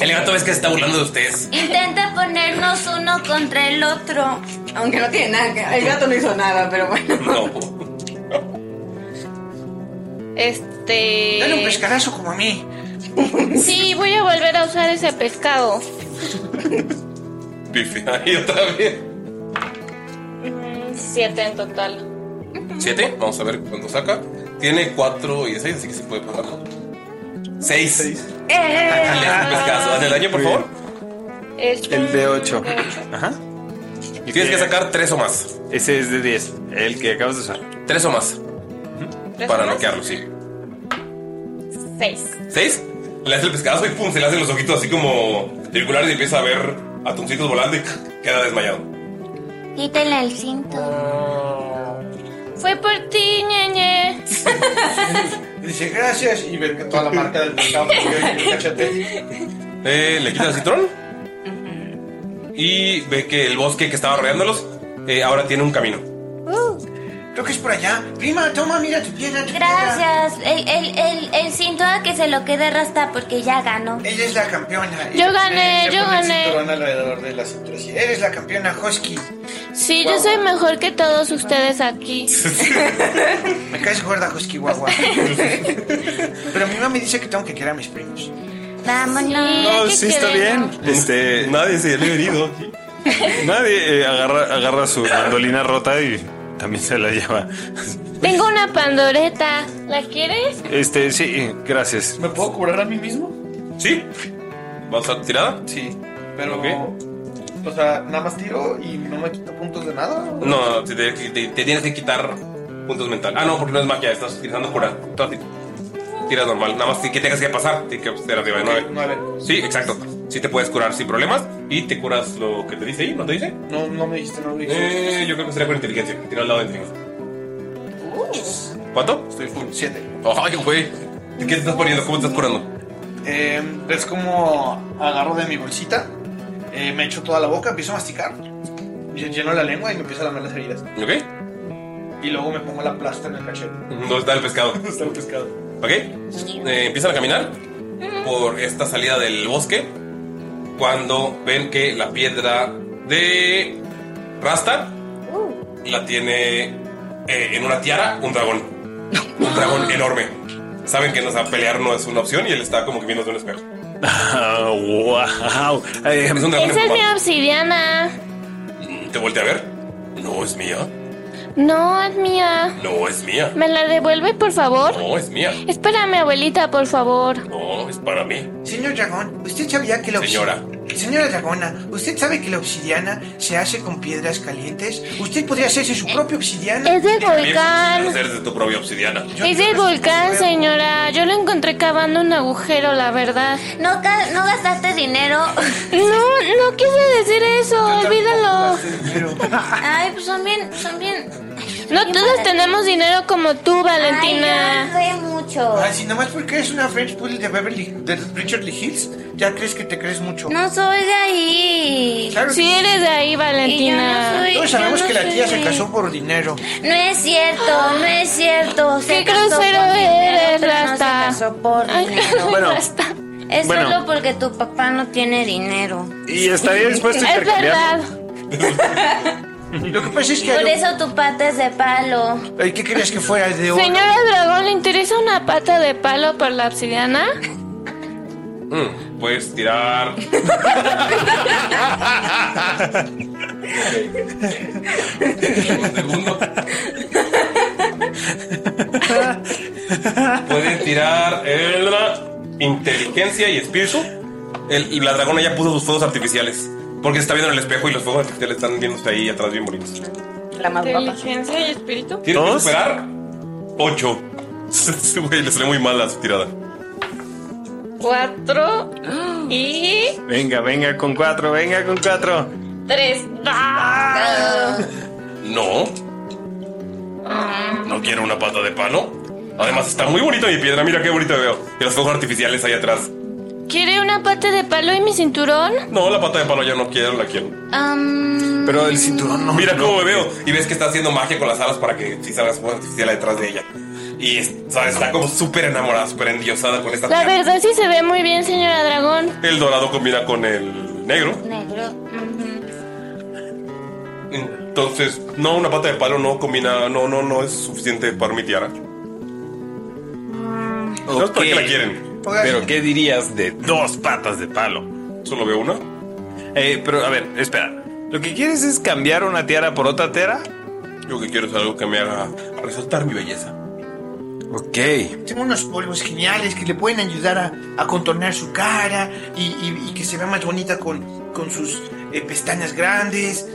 Speaker 1: El gato ves que se está burlando de ustedes.
Speaker 3: Intenta ponernos uno contra el otro.
Speaker 6: Aunque no tiene nada que- El gato no hizo nada, pero bueno.
Speaker 5: Este.
Speaker 7: Dale un pescadazo como a mí.
Speaker 5: Sí, voy a volver a usar ese pescado.
Speaker 1: Pifi. Ahí otra vez.
Speaker 5: Mm, Siete en total.
Speaker 1: Siete. Vamos a ver cuánto saca. Tiene cuatro y de seis, así que sí puede pasar. Seis. Seis. Dale, hazme caso. Hazle daño, por favor.
Speaker 5: Este,
Speaker 2: El de 8. Ajá.
Speaker 1: Tienes que sacar tres o más.
Speaker 2: Ese es de 10. El que acabas de usar.
Speaker 1: Tres o más.
Speaker 5: ¿Tres
Speaker 1: Para
Speaker 5: o más?
Speaker 1: noquearlo, sí.
Speaker 5: Seis.
Speaker 1: ¿Seis? Le hace el pescadazo y pum, se le hacen los ojitos así como circulares y empieza a ver atuncitos volando y queda desmayado.
Speaker 3: Quítale el cinto.
Speaker 8: Ah.
Speaker 5: Fue por ti, ñeñe.
Speaker 4: Y dice, gracias. Y ver que toda la marca del pescado me dio en el cachete.
Speaker 1: Eh, le quita el citrón. Y ve que el bosque que estaba rodeándolos eh, ahora tiene un camino.
Speaker 5: Uh.
Speaker 7: Creo que es por allá. Prima, toma, mira tu piedra, tu piedra.
Speaker 3: Gracias. El, el, el, el cinto a que se lo quede rasta porque ya ganó.
Speaker 7: Ella es la campeona.
Speaker 5: Yo gané,
Speaker 4: Le
Speaker 5: yo
Speaker 4: pone el
Speaker 5: gané.
Speaker 4: cinturón alrededor de la cintura. así,
Speaker 7: Eres la campeona, Hosky.
Speaker 5: Sí, yo soy mejor que todos ustedes aquí.
Speaker 7: Me caes gorda, Hosky, guagua. Pero mi mamá me dice que tengo que querer a mis primos.
Speaker 3: Vámonos.
Speaker 2: No,
Speaker 5: que
Speaker 2: sí, está bien.
Speaker 5: queremos.
Speaker 2: Este,
Speaker 1: Nadie se le ha herido.
Speaker 2: nadie eh, agarra, agarra su mandolina rota y también se la lleva.
Speaker 5: Tengo una pandoreta. ¿La quieres?
Speaker 2: Este, sí, gracias.
Speaker 4: ¿Me puedo curar a mí mismo?
Speaker 1: ¿Sí? ¿Vas a tirada?
Speaker 4: Sí, pero.
Speaker 1: Ok.
Speaker 4: O sea, nada más tiro y no me quito puntos de nada. ¿o?
Speaker 1: No, te, te- te- te tienes que quitar puntos mentales. Ah, no, porque no es magia, estás utilizando cura. Entonces, Tiras normal, nada más que tengas que pasar, tienes que ser arriba de nueve.
Speaker 4: Nueve.
Speaker 1: Sí, exacto. Sí te puedes curar sin problemas y te curas lo que te dice ahí, ¿no te dice?
Speaker 4: No, no me dijiste, no me dijiste.
Speaker 1: Eh, yo creo que sería con inteligencia. Tira al lado de inteligencia. ¿Cuánto?
Speaker 4: Estoy full, siete.
Speaker 1: Ay, güey. ¿Qué te estás poniendo? ¿Cómo te estás curando?
Speaker 4: Eh, es como agarro de mi bolsita, eh, me echo toda la boca, empiezo a masticar, ll- lleno la lengua y me empiezo a lamer las heridas.
Speaker 1: ¿Ok?
Speaker 4: Y luego me pongo la plasta en el cachete.
Speaker 1: ¿Dónde está el pescado?
Speaker 4: Está el pescado.
Speaker 1: ¿Ok? Eh, empiezan a caminar por esta salida del bosque cuando ven que la piedra de Rasta la tiene eh, en una tiara un dragón. Un dragón enorme. Saben que nos a pelear no es una opción y él está como que viendo de un espejo.
Speaker 2: Ah, wow. Eh,
Speaker 1: Es un dragón
Speaker 5: Esa es mi
Speaker 1: enfocado.
Speaker 5: obsidiana.
Speaker 1: Te voltea a ver. No es mía.
Speaker 5: No, es mía.
Speaker 1: No es mía.
Speaker 5: ¿Me la devuelve, por favor?
Speaker 1: No es mía.
Speaker 5: Espérame, abuelita, por favor.
Speaker 1: No es para mí.
Speaker 7: Señor Dragón, ¿usted sabía que la obsi-
Speaker 1: Señora.
Speaker 7: Señora Dragona, ¿usted sabe que la obsidiana se hace con piedras calientes? Usted podría hacerse su propia obsidiana.
Speaker 5: Es del volcán.
Speaker 1: Hacer de tu propia obsidiana.
Speaker 7: Yo
Speaker 5: Es
Speaker 7: creo
Speaker 5: del
Speaker 7: que
Speaker 5: volcán,
Speaker 7: es-
Speaker 5: señora. Yo lo encontré cavando un agujero, la verdad.
Speaker 3: No, ga- no gastaste dinero.
Speaker 5: No, no quise decir eso. Olvídalo.
Speaker 3: Ay, pues son bien, son bien.
Speaker 5: No todos tenemos dinero como tú,
Speaker 3: Ay,
Speaker 5: Valentina.
Speaker 3: yo sé mucho.
Speaker 7: Ay, si nomás porque es una French Poodle de Beverly, de Richard Lee Hills, ya crees que te crees mucho.
Speaker 3: No soy de ahí.
Speaker 7: Claro que
Speaker 5: Sí eres de ahí,
Speaker 3: Y yo no
Speaker 5: Valentina.
Speaker 3: soy-
Speaker 7: Todos sabemos
Speaker 3: yo no
Speaker 7: que la
Speaker 3: soy
Speaker 7: tía
Speaker 3: de
Speaker 7: se
Speaker 3: ahí.
Speaker 7: casó por dinero.
Speaker 3: No es cierto, no es cierto. Se
Speaker 5: Qué
Speaker 3: casó
Speaker 5: grosero
Speaker 3: por dinero,
Speaker 5: eres,
Speaker 3: pero
Speaker 5: Rasta.
Speaker 3: No se casó por
Speaker 5: Ay,
Speaker 3: dinero.
Speaker 2: Bueno,
Speaker 5: Rasta.
Speaker 3: es
Speaker 2: bueno.
Speaker 3: solo porque tu papá no tiene dinero.
Speaker 2: y estaría dispuesto a
Speaker 5: Es
Speaker 2: intercambiar.
Speaker 5: verdad.
Speaker 7: Lo que pasa Pues es que...
Speaker 3: Por eso tu pata es de palo.
Speaker 7: Ay, ¿Qué crees que fuera de oro?
Speaker 5: Señora Dragón, ¿le interesa una pata de palo por la obsidiana?
Speaker 1: Mm, puedes tirar. Un segundo. Pueden tirar el- inteligencia y espíritu. El- y la dragona ya puso sus fuegos artificiales. Porque está viendo en el espejo y los fuegos artificiales están viéndose ahí atrás bien bonitos.
Speaker 6: La más guapa.
Speaker 5: Inteligencia y espíritu.
Speaker 1: Tienes que
Speaker 2: ¿Dos?
Speaker 1: superar 8. Güey, le salió muy mal a su tirada.
Speaker 5: Cuatro y
Speaker 2: Venga, venga con cuatro, venga con cuatro.
Speaker 5: tres.
Speaker 1: No. No quiero una pata de palo. Además está muy bonito mi piedra, mira qué bonito veo. Y los fuegos artificiales ahí atrás.
Speaker 5: ¿Quiere una pata de palo y mi cinturón?
Speaker 1: No, la pata de palo ya no quiero, la quiero.
Speaker 3: Um,
Speaker 5: Am,
Speaker 1: Pero el cinturón no. Mira cómo me veo. Y ves que está haciendo magia con las alas para que si salga su fuego artificial detrás de ella. Y es- o sea, está como súper enamorada, súper endiosada con esta
Speaker 5: la
Speaker 1: tía.
Speaker 5: verdad sí se ve muy bien, señora dragón.
Speaker 1: El dorado combina con el negro.
Speaker 5: Negro. ujú.
Speaker 1: Entonces, no, una pata de palo no combina, no, no, no es suficiente para mi tiara. No es para qué la quieren.
Speaker 2: Pero ¿qué dirías de dos patas de palo?
Speaker 1: ¿Solo veo una?
Speaker 2: Eh, pero a ver, espera. ¿Lo que quieres es cambiar una tiara por otra tiara?
Speaker 1: Yo que quiero es algo que me haga resaltar mi belleza.
Speaker 2: Ok.
Speaker 7: Tengo unos polvos geniales que le pueden ayudar a, a contornar su cara y, y- y que se vea más bonita con, con sus eh, pestañas grandes.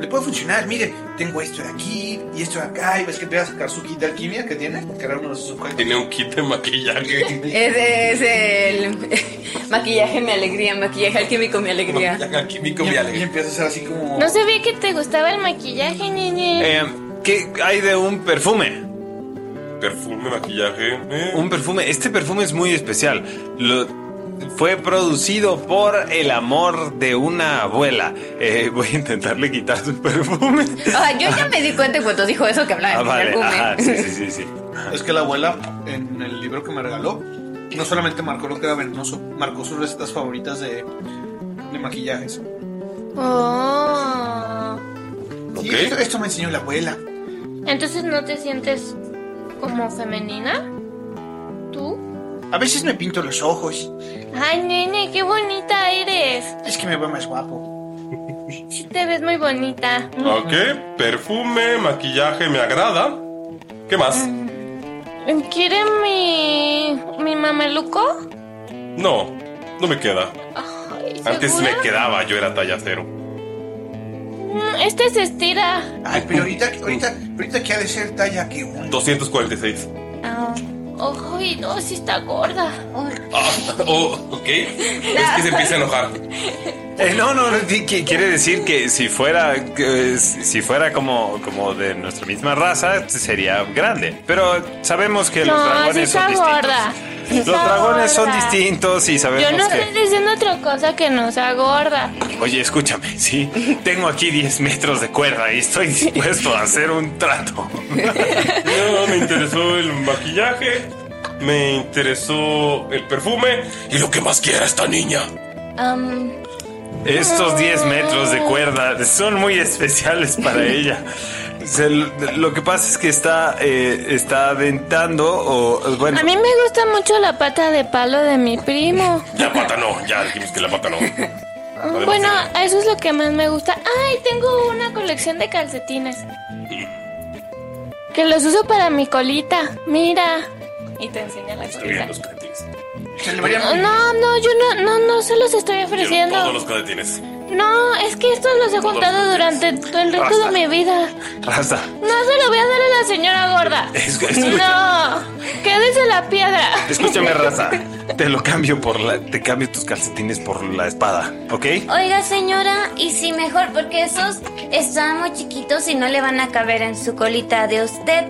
Speaker 7: Le puede funcionar, mire, tengo esto de aquí y esto de acá. Y ves que te va a sacar su kit de alquimia que tiene, porque era uno de sus objetos.
Speaker 1: Tiene un kit de maquillaje.
Speaker 6: Ese es el maquillaje mi alegría, maquillaje alquímico mi alegría.
Speaker 1: Químico y,
Speaker 4: y empieza a ser así como.
Speaker 5: No sabía que te gustaba el maquillaje, niñe.
Speaker 2: Eh, ¿Qué hay de un perfume?
Speaker 1: Perfume, maquillaje. eh.
Speaker 2: Un perfume. Este perfume es muy especial. Lo- fue producido por el amor de una abuela. Eh, voy a intentarle quitar su perfume.
Speaker 6: Ah, yo ya me di cuenta cuando dijo eso que hablaba
Speaker 2: Ah,
Speaker 6: de mi
Speaker 2: vale.
Speaker 6: perfume.
Speaker 2: Ajá, sí, sí, sí, sí.
Speaker 4: Es que la abuela, en el libro que me regaló, no solamente marcó lo que era venenoso, marcó sus recetas favoritas de, de maquillajes.
Speaker 5: Oh.
Speaker 4: Y esto, esto me enseñó la abuela.
Speaker 5: Entonces no te sientes como femenina? ¿Tú?
Speaker 7: A veces me pinto los ojos,
Speaker 5: Ay, nene, qué bonita eres.
Speaker 7: es que me veo más guapo.
Speaker 5: Sí te ves muy bonita.
Speaker 1: Ok, perfume, maquillaje, me agrada. ¿Qué más?
Speaker 5: ¿Quiere mi mi mameluco?
Speaker 1: No, no me queda.
Speaker 5: Ay,
Speaker 1: Antes
Speaker 5: ¿segura?
Speaker 1: me quedaba, yo era talla cero.
Speaker 5: Mm, Este se estira.
Speaker 7: Ay, pero ahorita, ahorita, ahorita que ha de ser talla que uno.
Speaker 1: 246.
Speaker 5: Ah, Ojo, y no, si está gorda.
Speaker 1: Ah, oh, ok. Es que se empieza a enojar.
Speaker 2: Eh, no, no, no, di- qui- quiere decir que si fuera, eh, si si fuera como, como de nuestra misma raza, sería grande. Pero sabemos que los
Speaker 5: No,
Speaker 2: dragones
Speaker 5: sí está
Speaker 2: son
Speaker 5: gorda.
Speaker 2: distintos.
Speaker 5: Sí
Speaker 2: Los
Speaker 5: está
Speaker 2: dragones son
Speaker 5: gorda.
Speaker 2: distintos y sabemos
Speaker 5: Yo no
Speaker 2: que...
Speaker 5: estoy diciendo otra cosa que no sea gorda.
Speaker 2: Oye, escúchame, sí, tengo aquí 10 metros de cuerda y estoy dispuesto a hacer un trato.
Speaker 1: No, me interesó el maquillaje. Me interesó el perfume. Y lo que más quiera esta niña.
Speaker 3: um,
Speaker 5: Am,
Speaker 2: Estos 10 metros de cuerda son muy especiales para ella. Se- lo que pasa es que está, eh, está aventando o, bueno,
Speaker 5: a mí me gusta mucho la pata de palo de mi primo.
Speaker 1: La pata no, ya dijimos que la pata no. Además,
Speaker 5: Bueno, eso es lo que más me gusta. Ay, tengo una colección de calcetines. Que los uso para mi colita. Mira. Y te enseña la
Speaker 1: Estoy viendo
Speaker 5: colita.
Speaker 1: los cadetes.
Speaker 4: Se le vería muy-
Speaker 5: No, no, yo no, no, no se los estoy
Speaker 1: Quiero
Speaker 5: ofreciendo.
Speaker 1: todos los cadetines.
Speaker 5: No, es que estos los he juntado durante todo el resto de mi vida.
Speaker 2: raza.
Speaker 5: No se lo voy a dar a la señora gorda.
Speaker 2: Es-
Speaker 5: No, quédese la piedra.
Speaker 2: Escúchame, raza. Te lo cambio por la, te cambio tus calcetines por la espada, ¿ok?
Speaker 3: Oiga, señora, y sí mejor, porque esos están muy chiquitos y no le van a caber en su colita de usted.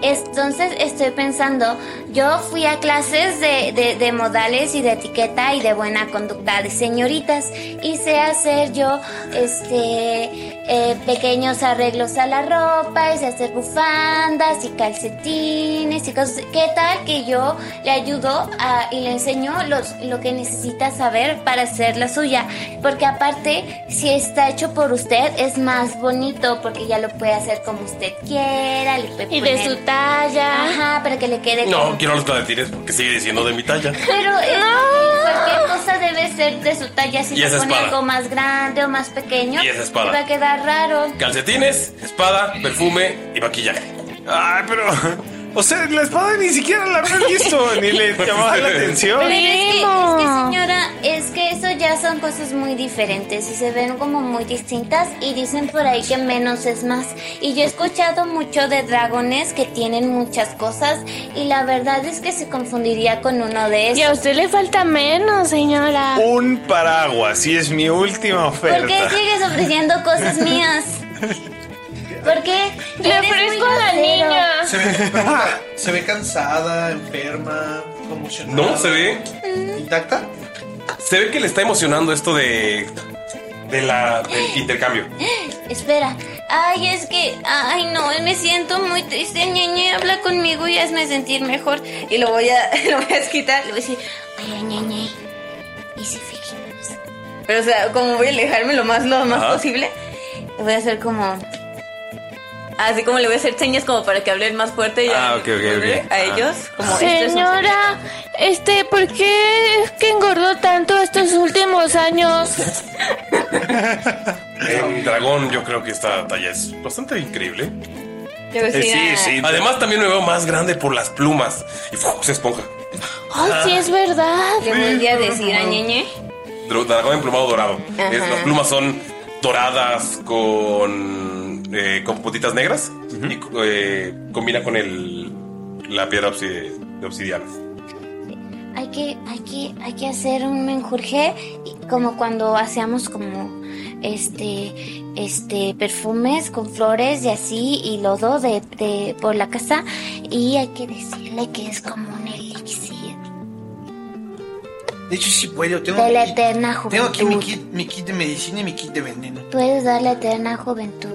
Speaker 3: Entonces estoy pensando, yo fui a clases de, de- de modales y de etiqueta y de buena conducta de señoritas y sé hacer yo este eh, pequeños arreglos a la ropa y sé hacer bufandas y calcetines y cosas. ¿Qué tal que yo le ayudo a- y le enseño los, lo que necesita saber para hacer la suya? Porque aparte, si está hecho por usted, es más bonito porque ya lo puede hacer como usted quiera. Le puede
Speaker 5: Y de
Speaker 3: poner-
Speaker 5: su talla.
Speaker 3: Ajá, para que le quede
Speaker 1: No,
Speaker 3: como-
Speaker 1: quiero los cadetines porque sigue diciendo de mi talla.
Speaker 3: Pero eh, cualquier cosa debe ser de su talla. Si
Speaker 1: Y
Speaker 3: le
Speaker 1: esa
Speaker 3: pone
Speaker 1: espada.
Speaker 3: algo más grande o más pequeño,
Speaker 1: Y esa espada.
Speaker 3: le va a quedar raro.
Speaker 1: Calcetines, espada, perfume y maquillaje.
Speaker 2: Ay, pero. O sea, la espada ni siquiera la habías visto, ni le llamaba la atención.
Speaker 3: Pero es que,
Speaker 5: Primo.
Speaker 3: es que, señora, es que eso ya son cosas muy diferentes y se ven como muy distintas y dicen por ahí que menos es más. Y yo he escuchado mucho de dragones que tienen muchas cosas y la verdad es que se confundiría con uno de
Speaker 5: Y a
Speaker 3: esos.
Speaker 5: usted le falta menos, señora.
Speaker 2: Un paraguas, y es mi última
Speaker 3: ¿Por qué
Speaker 2: oferta.
Speaker 3: sigues ofreciendo cosas mías? ¿Por qué?
Speaker 5: Le
Speaker 3: Eres muy
Speaker 5: ofrezco a la
Speaker 3: grosero.
Speaker 5: niña.
Speaker 4: Se ve, se ve cansada, enferma.
Speaker 1: No, se ve.
Speaker 4: ¿Intacta?
Speaker 1: Se ve que le está emocionando esto de. de la. del intercambio.
Speaker 3: Espera. Ay, es que. Ay, no, me siento muy triste. Ñañe, habla conmigo y hazme sentir mejor.
Speaker 6: Y lo voy a, lo voy a quitar, le voy a decir,
Speaker 3: Ay, Ñañe. ¿Y si fingimos?
Speaker 6: pero o sea, como voy a alejarme lo más, lo más
Speaker 1: Ajá.
Speaker 6: posible, voy a hacer como. Así como le voy a hacer señas como para que hablen más fuerte y a,
Speaker 2: Ah, ok, ok, ok.
Speaker 6: a
Speaker 2: Ah.
Speaker 6: ellos. Como "Esto es un
Speaker 5: Señora, este, ¿por qué es que engordó tanto estos últimos años?
Speaker 1: El dragón, yo creo que esta talla es bastante increíble.
Speaker 6: Yo decía,
Speaker 2: Eh,
Speaker 1: Eh,
Speaker 2: sí, sí.
Speaker 1: Además, también me veo más grande por las plumas. Y ¡fuf! se esponja.
Speaker 5: Ay, sí es verdad.
Speaker 6: Le voy a decir a Ñeñe.
Speaker 1: Dro- Dragón emplumado dorado.
Speaker 6: Ajá.
Speaker 1: Es- las plumas son doradas con. eh, con puntitas negras. Y eh, combina con el. la piedra obsi- de obsidiana.
Speaker 3: Hay que, hay que, hay que hacer un menjurje y como cuando hacíamos como este, este perfumes con flores y así y lodo de, de por la casa y hay que decirle que es como un elixir
Speaker 4: De hecho, sí puedo. Tengo,
Speaker 3: de la
Speaker 4: mi-
Speaker 3: eterna
Speaker 4: tengo aquí mi
Speaker 3: juventud.
Speaker 4: kit, mi kit de medicina y mi kit de veneno.
Speaker 3: Puedes dar la eterna juventud.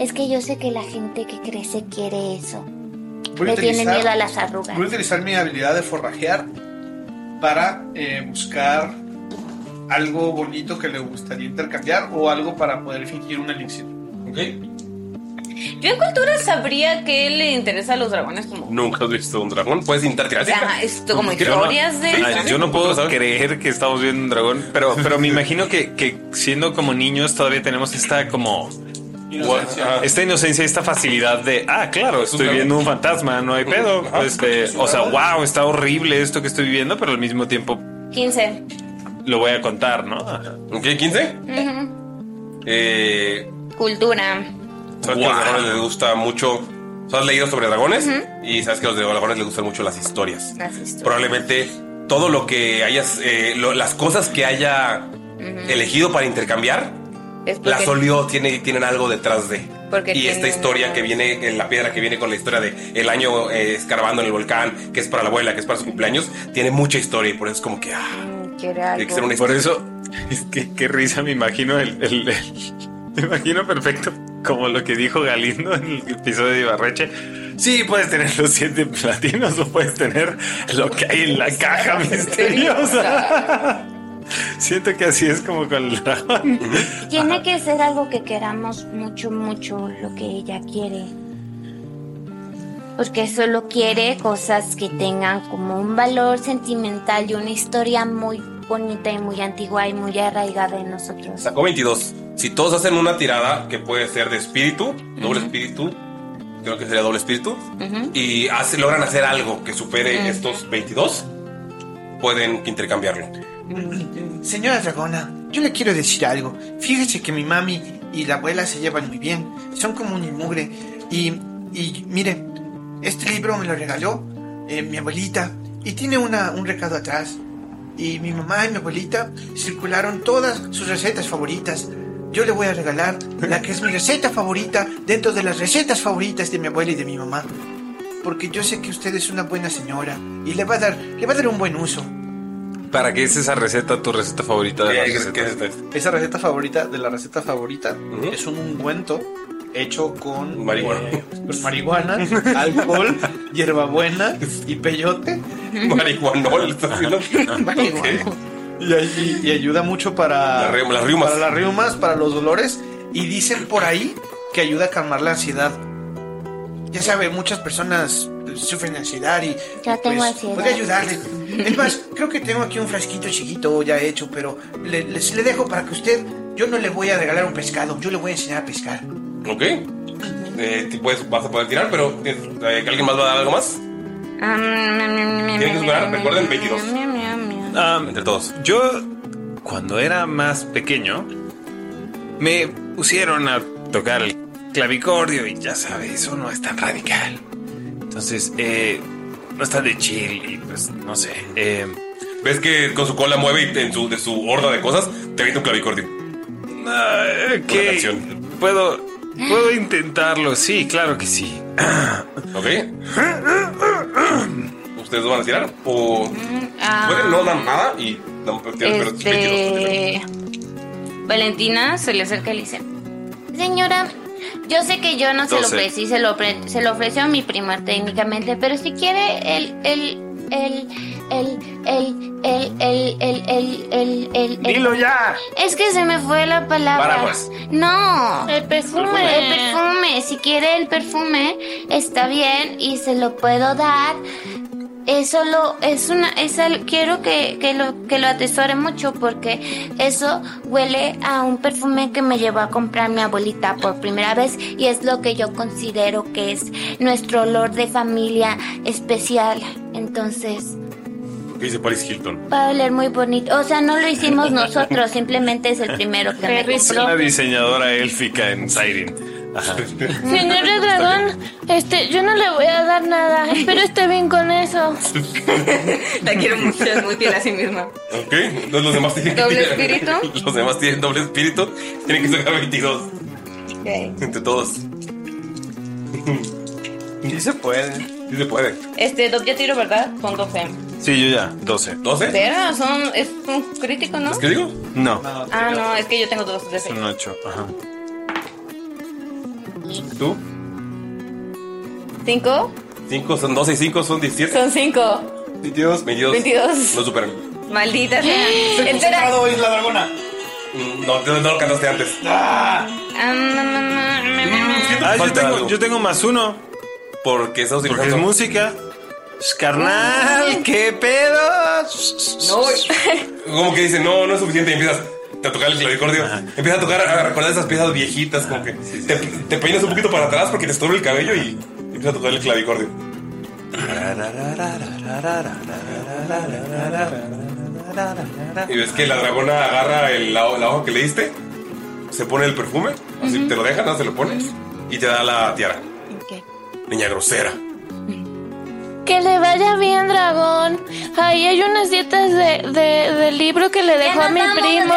Speaker 3: Es que yo sé que la gente que crece quiere eso.
Speaker 4: Voy a
Speaker 3: Le tiene
Speaker 4: utilizar-
Speaker 3: miedo a las arrugas.
Speaker 4: Voy a utilizar mi habilidad de forrajear para eh, buscar algo bonito que le gustaría intercambiar o algo para poder fingir un elixir.
Speaker 1: ¿Ok?
Speaker 6: Yo en cultura sabría que le interesa a los dragones como.
Speaker 1: Nunca has visto un dragón. Puedes intentar
Speaker 6: Ajá, esto como
Speaker 1: Yo no-
Speaker 6: historias de.
Speaker 1: Sí,
Speaker 2: Ah, yo no puedo creer que estamos viendo un dragón, pero, pero me imagino que, que siendo como niños todavía tenemos esta como
Speaker 1: Ajá.
Speaker 2: esta inocencia, esta facilidad de ah, claro,
Speaker 1: un
Speaker 2: estoy
Speaker 1: dragón.
Speaker 2: viendo un fantasma, no hay pedo.
Speaker 1: Ajá.
Speaker 2: Este,
Speaker 1: Es un
Speaker 2: o sea,
Speaker 1: dragón.
Speaker 2: wow, está horrible esto que estoy viviendo, pero al mismo tiempo
Speaker 6: 15.
Speaker 2: lo voy a contar, ¿no? Ajá.
Speaker 1: Ok, 15. Eh,
Speaker 6: Cultura.
Speaker 1: sabes que a los dragones les gusta mucho. o sea, has leído sobre dragones y sabes que a los dragones les gustan mucho las historias.
Speaker 6: Las historias.
Speaker 1: Probablemente todo lo que hayas, eh, lo- las cosas que haya elegido para intercambiar,
Speaker 6: Es porque-
Speaker 1: las olió, tiene, tienen algo detrás de.
Speaker 6: Porque
Speaker 1: y esta
Speaker 6: tienen-
Speaker 1: historia que viene en la piedra, que viene con la historia de el año eh, escarbando en el volcán, que es para la abuela, que es para su cumpleaños, tiene mucha historia y por eso es como que. Ah,
Speaker 6: Quiere
Speaker 1: tiene que
Speaker 6: algo.
Speaker 1: ser una
Speaker 2: Por
Speaker 1: historia.
Speaker 2: eso, es que qué risa me imagino el, el- el- me imagino perfecto como lo que dijo Galindo en el episodio de Ibarreche. Sí, puedes tener los siete platinos o puedes tener lo que hay en la caja misteriosa. Siento que así es como con el dragón.
Speaker 3: Tiene que ser algo que queramos mucho, mucho, lo que ella quiere. Porque solo quiere cosas que tengan como un valor sentimental y una historia muy bonita y muy antigua y muy arraigada en nosotros.
Speaker 1: Sacó 22. Si todos hacen una tirada que puede ser de espíritu, doble espíritu, creo que sería doble espíritu, y hace- logran hacer algo que supere estos 22, pueden intercambiarlo.
Speaker 7: Señora Dragona, yo le quiero decir algo. Fíjese que mi mami y la abuela se llevan muy bien. Son como un mugre. Y, y mire, este libro me lo regaló eh, mi abuelita. Y tiene una, un recado atrás. Y mi mamá y mi abuelita circularon todas sus recetas favoritas. Yo le voy a regalar la que es mi receta favorita dentro de las recetas favoritas de mi abuela y de mi mamá. Porque yo sé que usted es una buena señora y le va a dar, le va a dar un buen uso.
Speaker 2: ¿Para qué es esa receta, tu receta favorita de
Speaker 1: ¿Qué-
Speaker 2: las
Speaker 1: qué- qué es
Speaker 2: recetas?
Speaker 1: esto?
Speaker 4: Esa receta favorita de la receta favorita
Speaker 1: Ujú.
Speaker 4: es un ungüento hecho con
Speaker 1: Marihuana.
Speaker 4: eh, con marihuana, alcohol, hierbabuena y peyote.
Speaker 1: Marihuanol. ¿estás haciendo?
Speaker 4: Marihuana.
Speaker 1: Ok.
Speaker 4: Y, ay- y ayuda mucho para
Speaker 1: La riu- las riumas.
Speaker 4: para las riumas, para los dolores. Y dicen por ahí que ayuda a calmar la ansiedad. Ya sabe, muchas personas eh,
Speaker 7: pues,
Speaker 4: sufren de ansiedad y
Speaker 3: Yo tengo ansiedad.
Speaker 7: Voy a Pues, ayudarle. Es más, creo que tengo aquí un frasquito chiquito ya hecho, pero le, les- le dejo para que usted. Yo no le voy a regalar un pescado, yo le voy a enseñar a pescar.
Speaker 1: Ok. Eh, te puedes- vas a poder tirar, pero eh, ¿alguien más va a dar algo más?
Speaker 6: Ah, mm, Tienen
Speaker 1: que superar,
Speaker 6: mm,
Speaker 1: recuerden, 22.
Speaker 2: Ah,
Speaker 1: Entre todos.
Speaker 2: Yo, cuando era más pequeño, me pusieron a tocar el clavicordio y ya sabes, eso no es tan radical. Entonces, eh, no está de chill y pues no sé. eh,
Speaker 1: Ves que con su cola mueve y en su, de su horda de cosas te avienta un clavicordio.
Speaker 2: ah, ¿qué?
Speaker 1: Una canción.
Speaker 2: puedo, puedo
Speaker 6: Ah.
Speaker 2: intentarlo, sí, claro que sí.
Speaker 1: ¿Ok? ¿Ustedes dos van a tirar? ¿O
Speaker 3: Ah.
Speaker 6: Ah.
Speaker 1: pueden no dan nada y dan pero
Speaker 3: Este. Valentina se le acerca y le dice: Señora, yo sé que yo no se lo
Speaker 1: Doce.
Speaker 3: ofrecí, se lo, opre- se lo ofreció a mi prima técnicamente, pero si quiere el. el, el el, el, el, el, el, el, el, el-
Speaker 4: Dilo ya.
Speaker 3: Es que se me fue la palabra.
Speaker 4: Para, pues.
Speaker 3: No. El
Speaker 5: perfume.
Speaker 3: El perfume. Si quiere el perfume, está bien y se lo puedo dar. Eso lo, es una, es al- quiero que, que lo, que lo atesore mucho porque eso huele a un perfume que me llevó a comprar mi abuelita por primera vez y es lo que yo considero que es nuestro olor de familia especial. Entonces,
Speaker 1: ¿Qué dice Paris Hilton?
Speaker 3: va a oler muy bonito. O sea, no lo hicimos nosotros, simplemente es el primero que me
Speaker 2: Es
Speaker 3: compró.
Speaker 2: una diseñadora élfica en Siren. Ajá.
Speaker 5: Señor dragón, este, yo no le voy a dar nada. Espero esté bien con eso.
Speaker 6: La quiero mucho, es muy fiel a sí misma.
Speaker 1: Ok, entonces los demás tienen que
Speaker 6: ¿Doble
Speaker 1: tirar-
Speaker 6: espíritu?
Speaker 1: los demás tienen doble espíritu. Tienen que sacar 22 entre todos.
Speaker 2: Sí se puede.
Speaker 1: Sí se puede.
Speaker 6: Este, do- ya tiro, ¿verdad? Con eh. 12.
Speaker 2: Sí, yo ya. 12.
Speaker 1: ¿12?
Speaker 6: Pero son, es un crítico, ¿no?
Speaker 1: digo?
Speaker 2: No.
Speaker 6: Ah, no, es que yo tengo dos de
Speaker 2: Son 8. Ajá.
Speaker 1: ¿Tú?
Speaker 6: ¿Cinco?
Speaker 1: 5 son 12 y 5 son 17.
Speaker 6: Son cinco.
Speaker 1: 22. 22.
Speaker 6: 22.
Speaker 1: No superan.
Speaker 6: Maldita sea. Espera.
Speaker 4: Concentrado es la dragona.
Speaker 1: Mm, No, no, no lo cantaste antes.
Speaker 6: Ah, no, no, no, no, no, no.
Speaker 2: Ah, yo
Speaker 1: Falta algo.
Speaker 2: tengo, yo tengo más uno.
Speaker 1: Porque estás
Speaker 2: Porque es
Speaker 1: utilizando.
Speaker 2: música. Sh, Carnal, qué pedo.
Speaker 4: Eh,
Speaker 1: como que dice, no, no es suficiente. Y empiezas a tocar el clavicordio. Empiezas a tocar, a recordar esas piezas viejitas. Como que te, te peinas un poquito para atrás porque te estorba el cabello y empiezas a tocar el clavicordio. Y ves que la dragona agarra el- la, la hoja que le diste, se pone el perfume, así te lo deja, nada, se lo pones y te da la tiara. Niña grosera.
Speaker 5: Que le vaya bien, dragón. Ahí hay unas dietas de, de- del libro que le dejó a mi primo.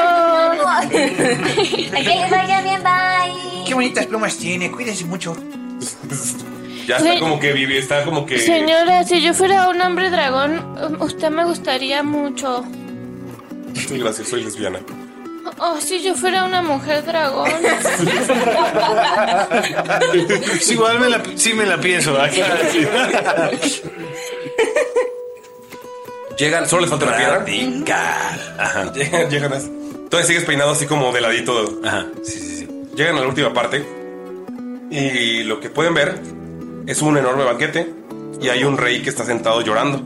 Speaker 8: que le vaya bien, bye.
Speaker 7: Qué bonitas plumas tiene, cuídense mucho.
Speaker 1: Ya está
Speaker 5: Sí.
Speaker 1: como que vive, está como
Speaker 6: Eh.
Speaker 1: que.
Speaker 5: Señora, si yo fuera un hombre dragón, um, usted me gustaría mucho.
Speaker 1: Gracias, soy lesbiana.
Speaker 5: Oh, si yo fuera una mujer dragón.
Speaker 2: Sí, Igual me la, sí me la pienso. ah, acá.
Speaker 1: Llegan, solo les falta la piedra.
Speaker 2: Radical. Ajá.
Speaker 1: Llegan, llegan así. Todavía sigues peinado así como de ladito.
Speaker 2: Ajá. Sí, sí, sí.
Speaker 1: Llegan a la última parte. Y lo que pueden ver es un enorme banquete. Y hay un rey que está sentado llorando.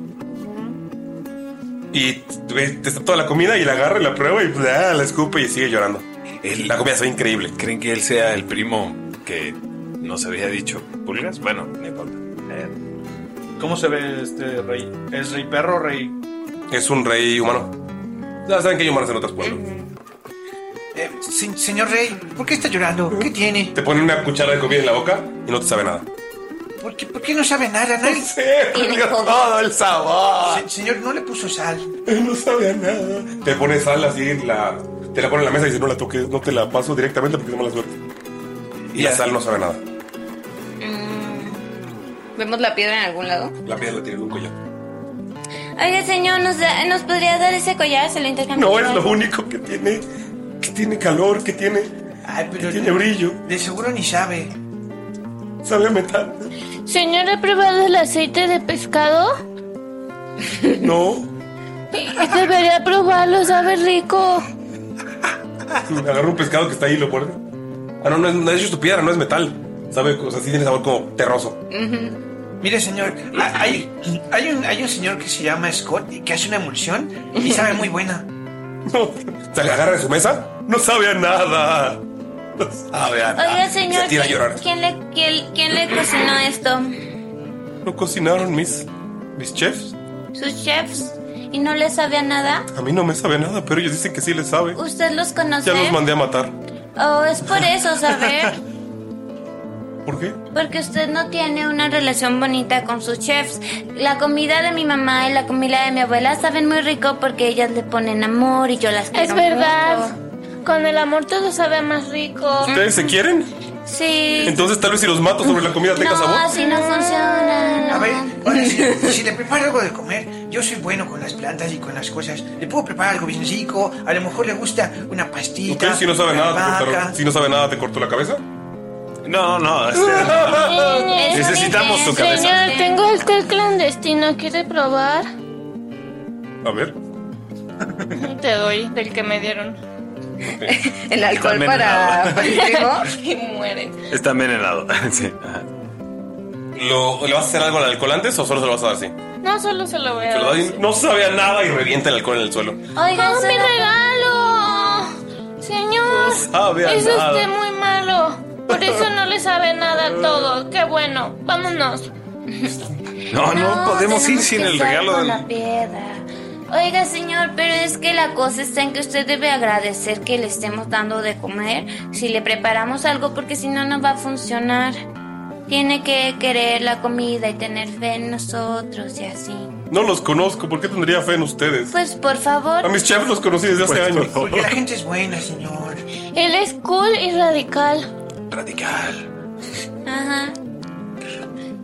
Speaker 1: Y ve- te está toda la comida y la agarra y la prueba y bla, la escupe y sigue llorando.
Speaker 2: El-
Speaker 1: La comida se ve increíble.
Speaker 2: ¿Creen que él sea el primo que nos había dicho pulgas? Bueno, no importa. Eh,
Speaker 4: ¿Cómo se ve este rey? ¿Es rey perro o rey?
Speaker 1: Es un rey humano. Ya saben que hay humanos en otros pueblos.
Speaker 7: Eh, se- señor Rey, ¿por qué está llorando? ¿Qué tiene?
Speaker 1: Te ponen una cuchara de comida en la boca y no te sabe nada.
Speaker 7: ¿Por qué, por qué no sabe nada? Nadie-
Speaker 1: Sí, perdió todo el sabor.
Speaker 7: Se- señor, no le puso sal.
Speaker 1: No sabía nada. Te pones sal así en la. Te la pone en la mesa y dice, no la toques, no te la paso directamente porque es mala suerte. Y la sal no sabe nada.
Speaker 6: ¿Vemos la piedra en algún lado?
Speaker 1: La piedra la tiene en un collar.
Speaker 3: Oiga, señor, ¿nos, da- ¿nos podría dar ese collar? Se lo
Speaker 1: No
Speaker 3: intercambiamos.
Speaker 1: es lo único que tiene. Que tiene calor, que tiene.
Speaker 7: Ay,
Speaker 1: Que
Speaker 7: pero
Speaker 1: tiene brillo.
Speaker 7: de seguro ni sabe.
Speaker 1: Sabe a metal.
Speaker 5: Señora, ¿ha probado el aceite de pescado?
Speaker 1: No.
Speaker 5: Este Debería probarlo, sabe rico.
Speaker 1: Agarra un pescado que está ahí y lo muerde. Ah, no, no es, no es tu piedra, no es metal. Sabe, o sea, sí tiene sabor como terroso.
Speaker 7: Mire, señor, ha- hay, hay, un, hay un señor que se llama Scott y que hace una emulsión y sabe muy buena.
Speaker 1: No. O sea, agarra de su mesa. No sabe a nada. No sabe a nada.
Speaker 3: Oiga,
Speaker 1: Y
Speaker 3: señor,
Speaker 1: Se tira a llorar.
Speaker 3: ¿quién, quién le, quién- quién le cocinó esto?
Speaker 1: ¿No cocinaron mis, mis chefs?
Speaker 3: ¿Sus chefs? ¿Y no le sabe a nada?
Speaker 1: A mí no me sabe nada, pero ellos dicen que sí les sabe.
Speaker 3: ¿Usted los conoce?
Speaker 1: Ya los mandé a matar.
Speaker 3: ¿O es por eso, saber?
Speaker 1: ¿Por qué?
Speaker 3: Porque usted no tiene una relación bonita con sus chefs. La comida de mi mamá y la comida de mi abuela saben muy rico porque ellas le ponen amor y yo las quiero
Speaker 5: Es verdad.
Speaker 3: mucho.
Speaker 5: Con el amor todo sabe más rico.
Speaker 1: ¿Ustedes se quieren?
Speaker 3: Sí.
Speaker 1: Entonces tal vez si los mato sobre la comida tenga
Speaker 3: No,
Speaker 1: sabor.
Speaker 3: así no funciona.
Speaker 7: A
Speaker 3: no.
Speaker 7: ver, ahora sí, si le preparo algo de comer, yo soy bueno con las plantas y con las cosas. Le puedo preparar algo bien rico, a lo mejor le gusta una
Speaker 1: Ok,
Speaker 7: pastita.
Speaker 1: si no sabe
Speaker 7: una
Speaker 1: nada, te
Speaker 7: albahaca.
Speaker 1: cortaron- si no sabe nada, te cortó la cabeza.
Speaker 2: No, no, este, Necesitamos tu cabeza.
Speaker 5: Señor, tengo alcohol clandestino, ¿quiere probar?
Speaker 1: A ver.
Speaker 9: Te doy del que me dieron.
Speaker 6: El alcohol
Speaker 2: Está
Speaker 6: para, para el trigo.
Speaker 9: y muere.
Speaker 2: Está envenenado. Sí, ajá.
Speaker 1: ¿Lo, ¿Le vas a hacer algo al alcohol antes o solo se lo vas a dar así?
Speaker 9: No, solo se lo voy
Speaker 1: Se
Speaker 9: a
Speaker 1: lo das
Speaker 9: dar.
Speaker 1: y no sabía nada y revienta el alcohol en el suelo.
Speaker 5: Oiga, ¡No, mi regalo! Señor,
Speaker 1: sabe a
Speaker 5: es
Speaker 1: nada.
Speaker 5: usted muy malo. Por eso no le sabe nada a todo. Qué bueno, vámonos.
Speaker 2: No, no, podemos ir
Speaker 5: tenemos
Speaker 2: sin
Speaker 5: que
Speaker 2: el
Speaker 5: estar
Speaker 2: regalo.
Speaker 5: con
Speaker 2: del-
Speaker 5: la piedra.
Speaker 3: Oiga, señor, pero es que la cosa está en que usted debe agradecer que le estemos dando de comer si le preparamos algo porque si no no va a funcionar. Tiene que querer la comida y tener fe en nosotros y así.
Speaker 1: No los conozco, ¿por qué tendría fe en ustedes?
Speaker 3: Pues por favor.
Speaker 1: A mis chefs los conocí desde hace
Speaker 2: Pues,
Speaker 1: años.
Speaker 7: Porque la gente es buena, señor.
Speaker 5: Él es cool y radical.
Speaker 2: Radical.
Speaker 5: Ajá.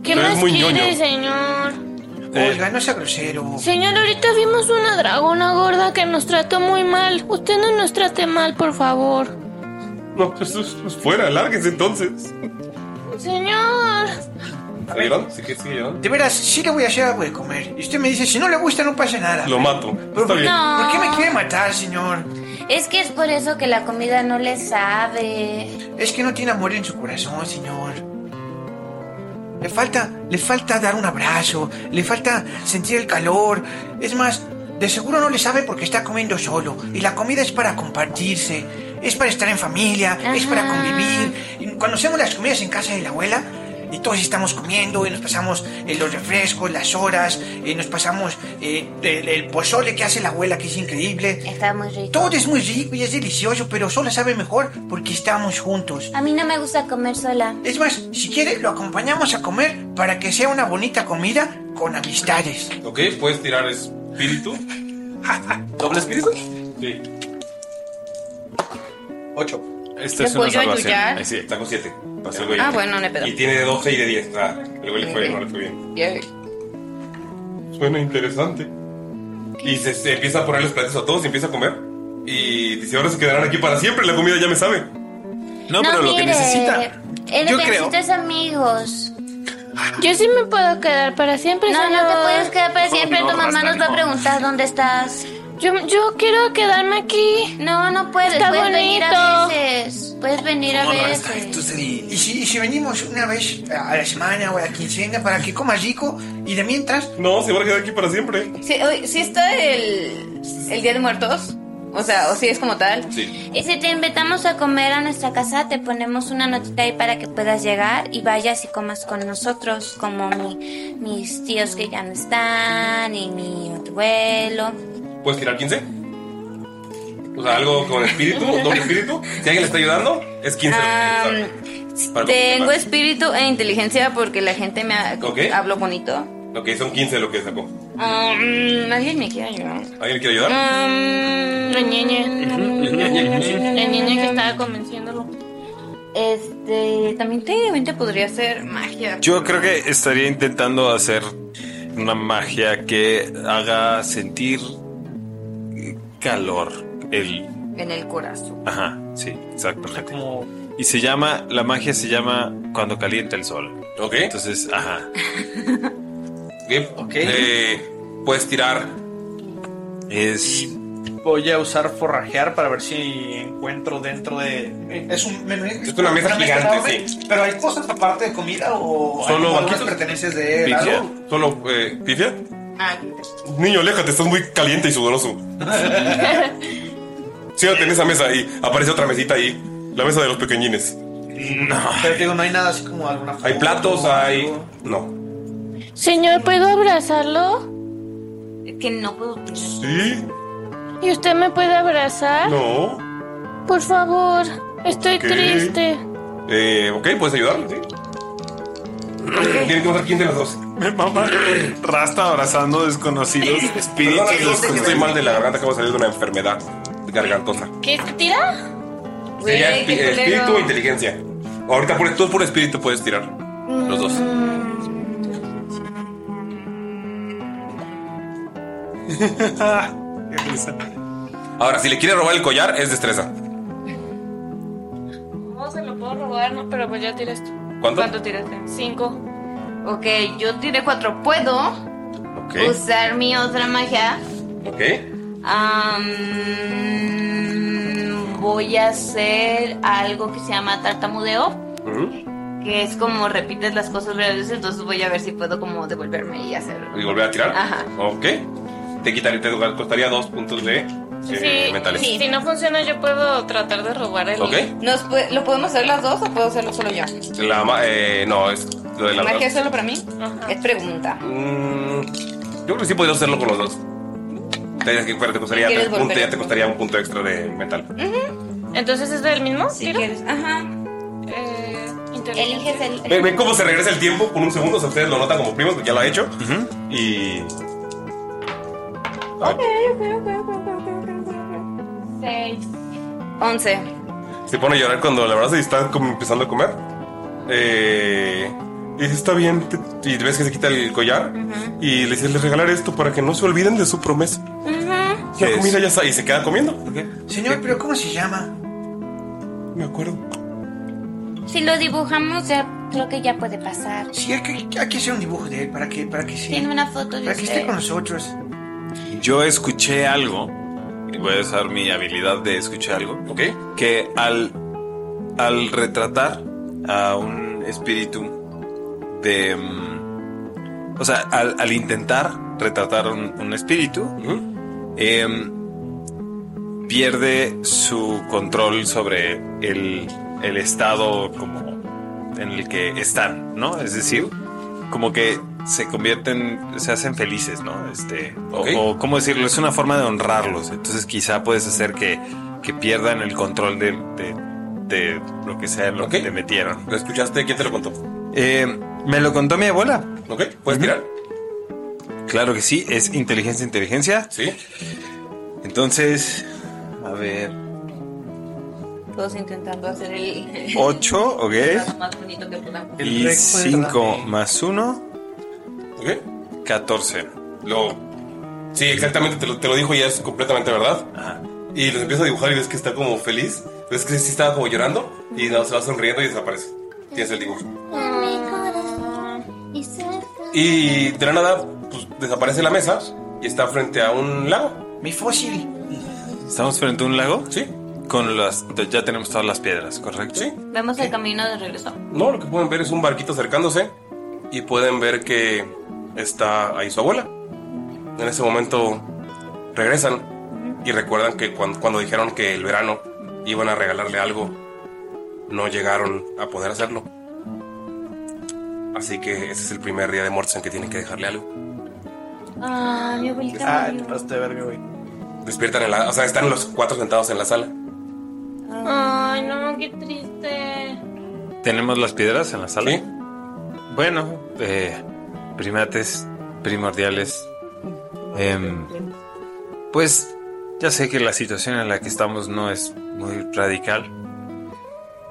Speaker 5: ¿Qué
Speaker 1: Pero es
Speaker 5: más
Speaker 1: muy
Speaker 5: quiere,
Speaker 1: ñoño.
Speaker 5: señor?
Speaker 1: Eh.
Speaker 7: Oiga, no sea grosero.
Speaker 5: Señor, ahorita vimos una dragona gorda que nos trató muy mal. Usted no nos trate mal, por favor.
Speaker 1: No, pues, pues, pues, fuera, lárguense entonces.
Speaker 5: Señor.
Speaker 1: ¿Se llorando? ¿Sí que sigue llorando?
Speaker 7: De veras, sí le voy a hacer algo de comer. Y usted me dice, si no le gusta, no pasa nada.
Speaker 1: Lo mato.
Speaker 7: Pero
Speaker 1: Está
Speaker 7: ¿por,
Speaker 1: bien.
Speaker 7: por qué me quiere matar, señor?
Speaker 3: Es que es por eso que la comida no le sabe.
Speaker 7: Es que no tiene amor en su corazón, señor. Le falta, le falta dar un abrazo, le falta sentir el calor. Es más, de seguro no le sabe porque está comiendo solo. Y la comida es para compartirse, es para estar en familia, es para convivir. Y cuando hacemos las comidas en casa de la abuela, y todos estamos comiendo, y nos pasamos eh, los refrescos, las horas, y nos pasamos eh, el, el pozole que hace la abuela, que es increíble.
Speaker 3: Está muy rico.
Speaker 7: Todo es muy rico y es delicioso, pero solo sabe mejor porque estamos juntos.
Speaker 3: A mí no me gusta comer sola.
Speaker 7: Es más, si quiere, lo acompañamos a comer para que sea una bonita comida con amistades.
Speaker 1: Ok, puedes tirar espíritu. ¿Doble espíritu? Sí.
Speaker 4: Ocho.
Speaker 2: Esta
Speaker 6: ¿Le
Speaker 2: es una
Speaker 6: puedo
Speaker 2: salvación.
Speaker 6: ayudar?
Speaker 2: Ahí sí.
Speaker 1: Sacó 7.
Speaker 6: Ah, bueno, no hay pedo.
Speaker 1: Y tiene de 12 y de 10. Ah, el güey le fue, no le fue bien.
Speaker 6: Yay.
Speaker 1: Suena interesante. Y se, se empieza a poner los platos a todos y empieza a comer. Y dice, ahora se quedarán aquí para siempre, la comida ya me sabe.
Speaker 2: No, pero lo que necesita.
Speaker 3: Él
Speaker 2: Yo creo.
Speaker 3: necesita es amigos.
Speaker 5: Yo sí me puedo quedar para siempre,
Speaker 3: No,
Speaker 5: señor.
Speaker 3: no te puedes quedar para siempre.
Speaker 2: no,
Speaker 3: Tu mamá
Speaker 2: basta,
Speaker 3: nos va
Speaker 2: no.
Speaker 3: a preguntar dónde estás.
Speaker 5: Yo, yo quiero quedarme aquí.
Speaker 3: No, no puedes.
Speaker 5: Está
Speaker 3: puedes venir a
Speaker 5: bonito.
Speaker 3: veces. Puedes venir a veces.
Speaker 7: Y si, y si venimos una vez a la semana o a la quincena para que comas rico y de mientras,
Speaker 1: No, se van a quedar aquí para siempre.
Speaker 6: Sí, oye, ¿sí está el, el Día de Muertos? O sea, o si es como tal.
Speaker 1: Sí.
Speaker 3: Y si te invitamos a comer a nuestra casa, te ponemos una notita ahí para que puedas llegar y vayas y comas con nosotros, como mi- mis tíos que ya no están y mi abuelo.
Speaker 1: ¿Puedes tirar 15? O sea, algo con espíritu, doble espíritu. Si alguien le está ayudando, es 15.
Speaker 6: Ah,
Speaker 1: ¿sabes? Para
Speaker 6: Tengo
Speaker 1: completar.
Speaker 6: espíritu e inteligencia porque la gente me ha-
Speaker 1: Ok.
Speaker 6: hablo bonito.
Speaker 1: Ok, son 15 lo que sacó.
Speaker 6: Um, ¿Alguien me quiere ayudar?
Speaker 1: ¿Alguien quiere
Speaker 5: Ah,
Speaker 1: ayudar?
Speaker 6: Um,
Speaker 5: Mm,
Speaker 9: La ñeña. La ñeña que estaba convenciéndolo.
Speaker 6: este, también técnicamente podría ser magia.
Speaker 2: Yo creo que estaría intentando hacer una magia que haga sentir calor. El.
Speaker 6: En el corazón.
Speaker 2: Ajá, sí, exactamente.
Speaker 4: Como
Speaker 2: Y se llama, la magia se llama cuando calienta el sol.
Speaker 1: Ok.
Speaker 2: Entonces, ajá.
Speaker 1: Ok. Eh, puedes tirar.
Speaker 2: Es.
Speaker 4: voy a usar forrajear para ver si encuentro dentro de.
Speaker 7: es un menú.
Speaker 1: Es una mesa gigante,
Speaker 7: enorme,
Speaker 1: sí.
Speaker 7: Pero hay cosas aparte de comida o
Speaker 1: Solo
Speaker 7: algunas
Speaker 1: banquitos.
Speaker 7: pertenencias de él.
Speaker 2: Pizza.
Speaker 7: algo.
Speaker 1: Solo, eh, ¿pifia?
Speaker 6: Ah,
Speaker 1: Niño, aléjate, estás muy caliente y sudoroso. Siéntate en esa mesa y aparece otra mesita ahí. La mesa de los pequeñines.
Speaker 4: Pero te digo, no hay nada así como alguna.
Speaker 1: Hay
Speaker 4: foto
Speaker 1: platos,
Speaker 4: o
Speaker 1: hay.
Speaker 4: algo.
Speaker 1: No.
Speaker 5: Señor, ¿puedo abrazarlo?
Speaker 6: que no puedo tener.
Speaker 1: ¿Sí?
Speaker 5: ¿Y usted me puede abrazar?
Speaker 1: No.
Speaker 5: Por favor, estoy
Speaker 1: Ok.
Speaker 5: triste.
Speaker 1: Eh, ok, puedes ayudar. Sí. Tienen que usar 15 de las 12.
Speaker 2: Me mama. Rasta abrazando desconocidos, espíritus
Speaker 1: Perdona, amigos,
Speaker 2: desconocidos.
Speaker 1: estoy mal de la garganta, acabo de salir de una enfermedad gargantosa.
Speaker 9: ¿Qué se tira?
Speaker 6: Güey,
Speaker 1: Sería
Speaker 6: qué
Speaker 1: espi- espíritu
Speaker 6: culero.
Speaker 1: o
Speaker 5: Mm.
Speaker 1: inteligencia. Ahorita por, tú por espíritu puedes tirar. Los dos. Ahora, si le quiere robar el collar, es destreza.
Speaker 5: No se lo puedo robar, no, pero pues ya tiras tú.
Speaker 1: ¿Cuánto?
Speaker 5: ¿Cuánto tiraste? Cinco.
Speaker 3: Ok, yo tiré cuatro. ¿Puedo
Speaker 1: Ok.
Speaker 3: usar mi otra magia?
Speaker 1: Ok.
Speaker 3: Am, voy a hacer algo que se llama tartamudeo,
Speaker 1: Ujú.
Speaker 3: que es como repites las cosas varias veces, entonces voy a ver si puedo como devolverme y hacer...
Speaker 1: ¿Y volver a tirar?
Speaker 3: Ajá.
Speaker 1: Ok. Te quitaría, te costaría dos puntos de eh, mentales.
Speaker 5: Si no funciona, yo puedo tratar de robar el.
Speaker 1: Ok.
Speaker 6: Nos pue- ¿Lo podemos hacer las dos o puedo hacerlo solo yo?
Speaker 1: La ma- eh, no, es lo de la
Speaker 6: ¿Magia es solo para mí? Es pregunta.
Speaker 1: Mm, yo creo que sí podría hacerlo con los dos. Tendrías que- pero te costaría
Speaker 5: ¿Quieres
Speaker 1: tres puntos,
Speaker 5: volver?
Speaker 1: ya te costaría un punto extra de mental.
Speaker 5: Entonces es del mismo. Eh, Si
Speaker 6: quieres. Ajá.
Speaker 5: Eliges
Speaker 3: el.
Speaker 1: Ven, ven cómo se regresa el tiempo con un segundo, o sea, ustedes lo notan como primos, ya lo ha hecho. Y
Speaker 6: Ok, ok, ok, ok, ok,
Speaker 5: Seis.
Speaker 6: Once.
Speaker 1: se pone a llorar cuando la abraza y está como empezando a comer. Eh, y dice, está bien, te- y ves que se quita el collar. Y le dice, les regalaré esto para que no se olviden de su promesa. La comida ya está, y se queda comiendo.
Speaker 7: Pues, Señor, ¿pero cómo se llama?
Speaker 1: Me acuerdo.
Speaker 3: Si lo dibujamos, ya creo que ya puede pasar.
Speaker 7: Sí, hay que, hay que hacer un dibujo de él para que, para que, sí,
Speaker 3: Tiene una foto de
Speaker 7: para que esté
Speaker 3: usted.
Speaker 7: con nosotros.
Speaker 2: Yo escuché algo, y voy a usar mi habilidad de escuchar algo, que al, al retratar a un espíritu de... mm, O sea, al, al intentar retratar un, un espíritu, em, pierde su control sobre el, el estado como en el que están, ¿no? Es decir, como que se convierten, se hacen felices, ¿no? Este, o-
Speaker 1: Ok.
Speaker 2: o, cómo decirlo, es una forma de honrarlos. Entonces quizá puedes hacer que, que pierdan el control de, de- de lo que sea en lo que te metieron.
Speaker 1: ¿Lo escuchaste? ¿Quién te lo contó?
Speaker 2: Eh, me lo contó mi abuela.
Speaker 1: Ok, puedes tirar.
Speaker 2: Claro que sí, es inteligencia, inteligencia.
Speaker 1: Sí.
Speaker 2: Entonces, a ver,
Speaker 6: Todos intentando hacer el.
Speaker 2: 8, ok.
Speaker 6: Lo más bonito que podamos.
Speaker 2: Y 5 más 1,
Speaker 1: ¿Ok?
Speaker 2: 14.
Speaker 1: Lo. Sí, exactamente, te lo, te lo dijo y es completamente verdad. Y los empieza a dibujar y ves que está como feliz. Ves que sí estaba como llorando y no, se va sonriendo y desaparece. Tienes el dibujo.
Speaker 3: Ah,
Speaker 1: Y de la nada, pues desaparece la mesa y está frente a un lago.
Speaker 7: Mi fósil.
Speaker 2: ¿Estamos frente a un lago?
Speaker 1: Sí.
Speaker 2: Con las, ya tenemos todas las piedras, ¿correcto?
Speaker 1: Sí.
Speaker 3: Vemos el camino de regreso.
Speaker 1: No, lo que pueden ver es un barquito acercándose y pueden ver que está ahí su abuela. En ese momento regresan y recuerdan que cuan- cuando, dijeron que el verano iban a regalarle algo, no llegaron a poder hacerlo. Así que ese es el primer día de Mortensen que tienen que dejarle algo.
Speaker 3: Ah, mi
Speaker 4: Ah,
Speaker 3: abuelita
Speaker 4: te
Speaker 3: murió.
Speaker 4: pasaste de verga, güey.
Speaker 1: Despiertan en la... O sea, están los cuatro sentados en la sala.
Speaker 5: Ay, no, qué triste.
Speaker 2: ¿Tenemos las piedras en la sala?
Speaker 1: Sí.
Speaker 2: Bueno, eh, primates primordiales. em, pues ya sé que la situación en la que estamos no es muy radical,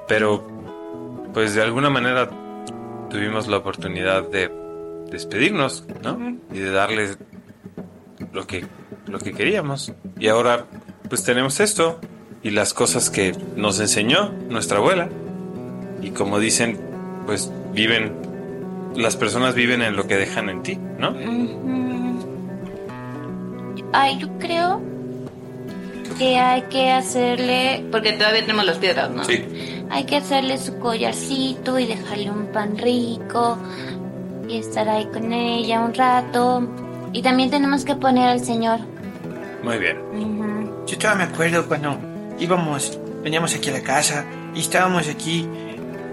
Speaker 2: pero pues de alguna manera tuvimos la oportunidad de despedirnos, ¿no? Y de darles lo que, lo que queríamos. Y ahora pues tenemos esto y las cosas que nos enseñó nuestra abuela. Y como dicen, pues viven, las personas viven en lo que dejan en ti, ¿no?
Speaker 3: mm, Ay, yo creo que hay que hacerle, porque todavía tenemos las piedras, ¿no? Hay que hacerle su collarcito y dejarle un pan rico y estar ahí con ella un rato. Y también tenemos que poner al señor.
Speaker 2: Muy bien.
Speaker 3: Ujú.
Speaker 7: Yo todavía me acuerdo cuando íbamos, veníamos aquí a la casa y estábamos aquí,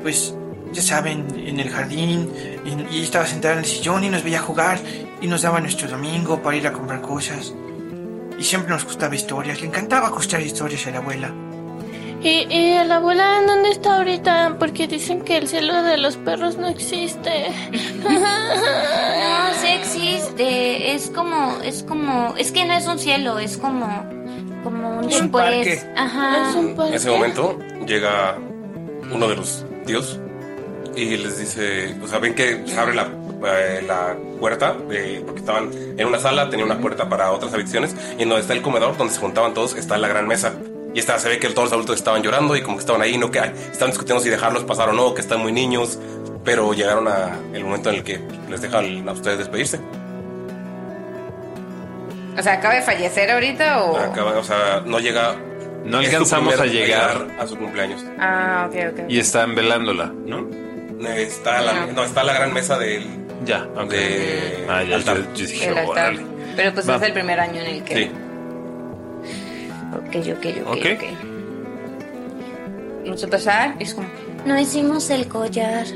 Speaker 7: pues, ya saben, en el jardín y, y estaba sentada en el sillón y nos veía jugar y nos daba nuestro domingo para ir a comprar cosas. Y siempre nos contaba historias, le encantaba contar historias a la abuela.
Speaker 5: ¿Y, ¿Y el abuela en dónde está ahorita? Porque dicen que el cielo de los perros no existe.
Speaker 3: No, sí existe. Es como, es como, es que no es un cielo, es como, como un
Speaker 7: Es un
Speaker 3: después.
Speaker 7: parque.
Speaker 3: Ajá.
Speaker 5: Es un
Speaker 1: En
Speaker 5: parque.
Speaker 1: ese momento llega uno de los dios y les dice, o sea, ven que se abre la eh, la puerta, de- porque estaban en una sala, tenía una puerta para otras adicciones, y en donde está el comedor, donde se juntaban todos, está la gran mesa. Y está, se ve que todos los adultos estaban llorando y como que estaban ahí, no que estaban discutiendo si dejarlos pasar o no, que están muy niños, pero llegaron a el momento en el que les dejan a ustedes despedirse.
Speaker 6: O sea, ¿acaba de fallecer ahorita o...?
Speaker 2: Ah.
Speaker 1: Acaba- o sea, no llega.
Speaker 2: No
Speaker 1: es su
Speaker 2: alcanzamos
Speaker 1: primer
Speaker 2: a llegar.
Speaker 1: a su cumpleaños.
Speaker 6: Ah, ok, ok.
Speaker 2: Y están velándola.
Speaker 1: ¿No? Está
Speaker 6: Ah,
Speaker 1: la, no, está la gran mesa del.
Speaker 2: Ya, ok. Ah, ya, yo- yo dije,
Speaker 6: El altar.
Speaker 2: "Órale".
Speaker 6: Pero pues
Speaker 2: Va.
Speaker 6: es el primer año en el que...
Speaker 2: Sí.
Speaker 6: Ok, ok, ok,
Speaker 2: Ok.
Speaker 6: ok. Vamos a pasar y ah, es como...
Speaker 8: No hicimos el collar.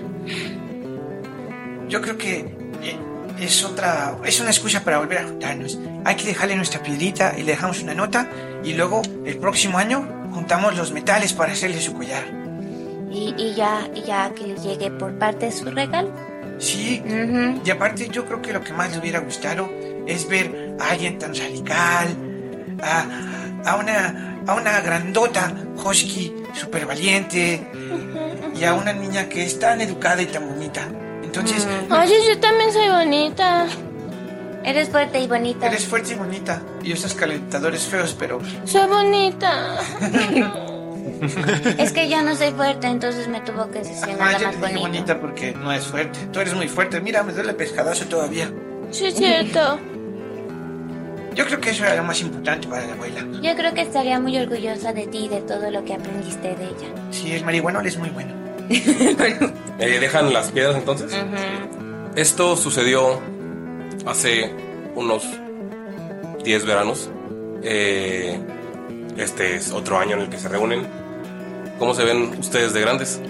Speaker 7: Yo creo que eh, es otra, es una excusa para volver a juntarnos. Hay que dejarle nuestra piedrita y le dejamos una nota y luego el próximo año juntamos los metales para hacerle su collar.
Speaker 8: Y, y ya, y ya que llegue por parte de su regalo.
Speaker 7: Sí, y aparte yo creo que lo que más le hubiera gustado es ver a alguien tan radical, a, a una, a una grandota husky súper valiente y a una niña que es tan educada y tan bonita. Entonces,
Speaker 3: Oye, yo también soy bonita.
Speaker 8: Eres fuerte y bonita.
Speaker 7: eres fuerte y bonita y usas calentadores feos, pero
Speaker 3: Soy bonita.
Speaker 8: Es que yo no soy fuerte, entonces me tuvo que decir
Speaker 7: Ah,
Speaker 8: nada
Speaker 7: yo
Speaker 8: más
Speaker 7: te dije
Speaker 8: bonito.
Speaker 7: bonita porque no es fuerte. Tú eres muy fuerte. Mira, me duele el pescadazo todavía.
Speaker 3: Sí, es cierto.
Speaker 7: Yo creo que eso era lo más importante para la abuela.
Speaker 8: Yo creo que estaría muy orgullosa de ti y de todo lo que aprendiste de ella.
Speaker 7: Sí, el marihuanol es muy bueno.
Speaker 1: Eh, dejan las piedras entonces.
Speaker 6: Mm.
Speaker 1: Esto sucedió hace unos 10 veranos. Eh, este es otro año en el que se reúnen. ¿Cómo se ven ustedes de grandes?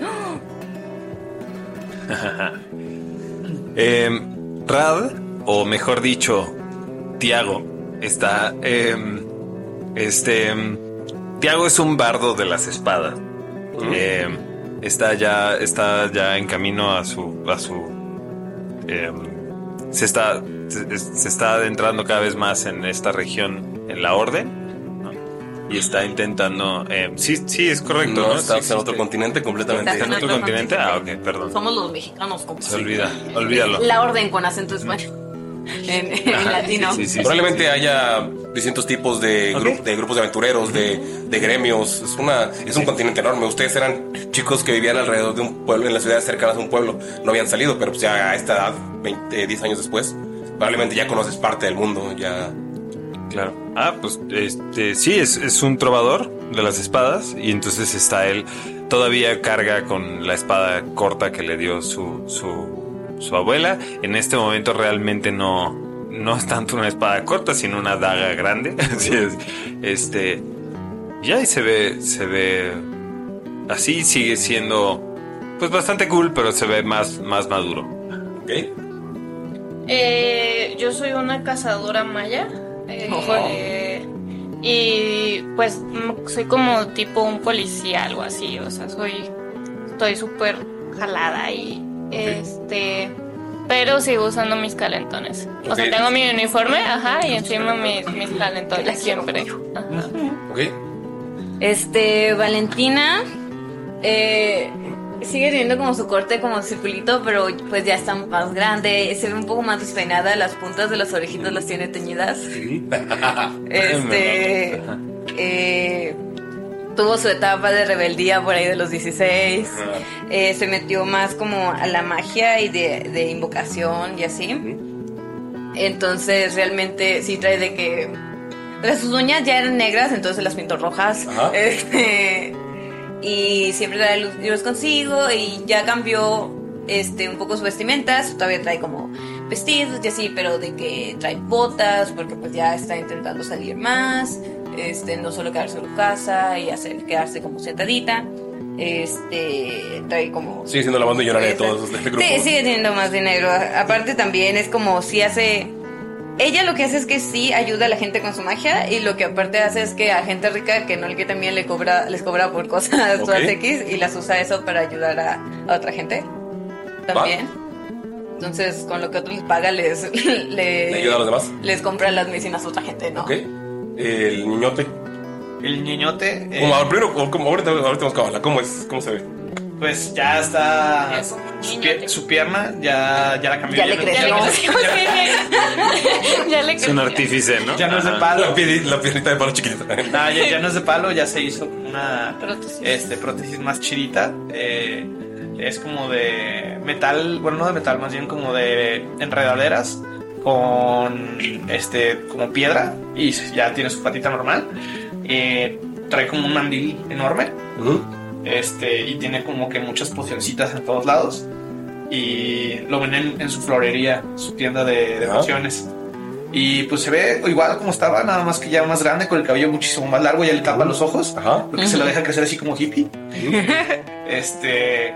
Speaker 2: Em, Rad, o mejor dicho, Tiago, está. em, este. em, Tiago es un bardo de las espadas. Em, está ya. Está ya en camino a su. a su. em, se está. Se, se está adentrando cada vez más en esta región, en la orden. ¿no? Y está intentando. em, sí, sí, es correcto.
Speaker 1: No,
Speaker 2: ¿no?
Speaker 1: está
Speaker 2: Sí
Speaker 1: en otro
Speaker 2: existe.
Speaker 1: continente completamente.
Speaker 2: ¿Está en otro
Speaker 1: Exacto.
Speaker 2: continente? Ah, ok, perdón.
Speaker 10: Somos los mexicanos, compa.
Speaker 2: Se olvida, olvídalo.
Speaker 10: La orden con acento español. En, en
Speaker 2: Ajá,
Speaker 10: latino.
Speaker 2: sí, sí, sí, sí.
Speaker 1: Probablemente haya distintos tipos de,
Speaker 2: Ok.
Speaker 1: gru- de grupos de aventureros, de, de gremios. Es, una, es un continente enorme. Ustedes eran chicos que vivían alrededor de un pueblo, en las ciudades cercanas a un pueblo. No habían salido, pero pues ya a esta edad, 20, eh, 10 años después, probablemente ya conoces parte del mundo. Ya.
Speaker 2: Claro. Ah, pues este, sí, es, es un trovador de las espadas y entonces está él, todavía carga con la espada corta que le dio su, su, su abuela. En este momento realmente no, no es tanto una espada corta, sino una daga grande. Así es. Este, ya y se ve, se ve así, sigue siendo pues bastante cool, pero se ve más, más maduro.
Speaker 1: Ok.
Speaker 5: Eh, yo soy una cazadora maya. eh, eh, y pues mm, soy como tipo un policía, algo así. O sea, soy. Estoy súper jalada y. Este. Pero sigo usando mis calentones. O sea,
Speaker 1: Ok.
Speaker 5: tengo mi uniforme, ajá, y encima mis, mis calentones siempre. Ajá.
Speaker 1: Ok.
Speaker 6: Este, Valentina eh, sigue teniendo como su corte como circulito, pero pues ya está más grande, se ve un poco más despeinada, las puntas de las orejitas las tiene teñidas.
Speaker 4: Ah.
Speaker 6: Este, eh, tuvo su etapa de rebeldía por ahí de los 16, eh, se metió más como a la magia y de, de invocación y así. Entonces realmente sí trae de que... o sea, sus uñas ya eran negras, entonces las pintó rojas.
Speaker 1: Ajá.
Speaker 6: Este, y siempre trae los libros consigo y ya cambió este un poco sus vestimentas. Todavía trae como vestidos y así, pero de que trae botas porque pues ya está intentando salir más. Este, no solo quedarse en su casa y hacer quedarse como sentadita. Este, trae como
Speaker 1: Sigue siendo la banda llorona de todos de este grupo.
Speaker 6: Sí, sigue teniendo más dinero. Aparte también es como si hace... Ella lo que hace es que sí ayuda a la gente con su magia y lo que aparte hace es que a gente rica que no le que también le cobra, les cobra por cosas
Speaker 1: Ok.
Speaker 6: todas X y las usa eso para ayudar a, a otra gente también. Entonces con lo que otros les paga les, le-
Speaker 1: ¿Le ayuda a los demás?
Speaker 6: les compra las medicinas a otra gente, ¿no?
Speaker 1: Ok. El niñote.
Speaker 4: El eh, niñote. eh,
Speaker 1: Como, primero, como, como- ahorita, ahorita vamos a hablar. ¿Cómo es? ¿Cómo se ve?
Speaker 4: pues ya está.
Speaker 5: Eso,
Speaker 4: Su, pie- su pierna ya, ya la cambió.
Speaker 5: Ya le creció. Ya le
Speaker 2: Es un artífice, ¿no? Ah.
Speaker 4: Ya no es de palo.
Speaker 1: Ah, La, piernita de palo chiquitita.
Speaker 4: No, ya, ya no es de palo, ya se hizo una
Speaker 5: Prótesis.
Speaker 4: Este, prótesis más chidita. eh, es como de metal, bueno, no de metal, más bien como de enredaderas con este como piedra y ya tiene su patita normal. Eh, trae como un mandil enorme este, y tiene como que muchas pocioncitas en todos lados. Y lo ven en, en su florería, su tienda de, de
Speaker 1: Ajá.
Speaker 4: pociones. Y pues se ve igual como estaba, nada más que ya más grande, con el cabello muchísimo más largo, ya le tapa los ojos,
Speaker 1: Ajá.
Speaker 4: porque se lo deja crecer así como hippie. Este,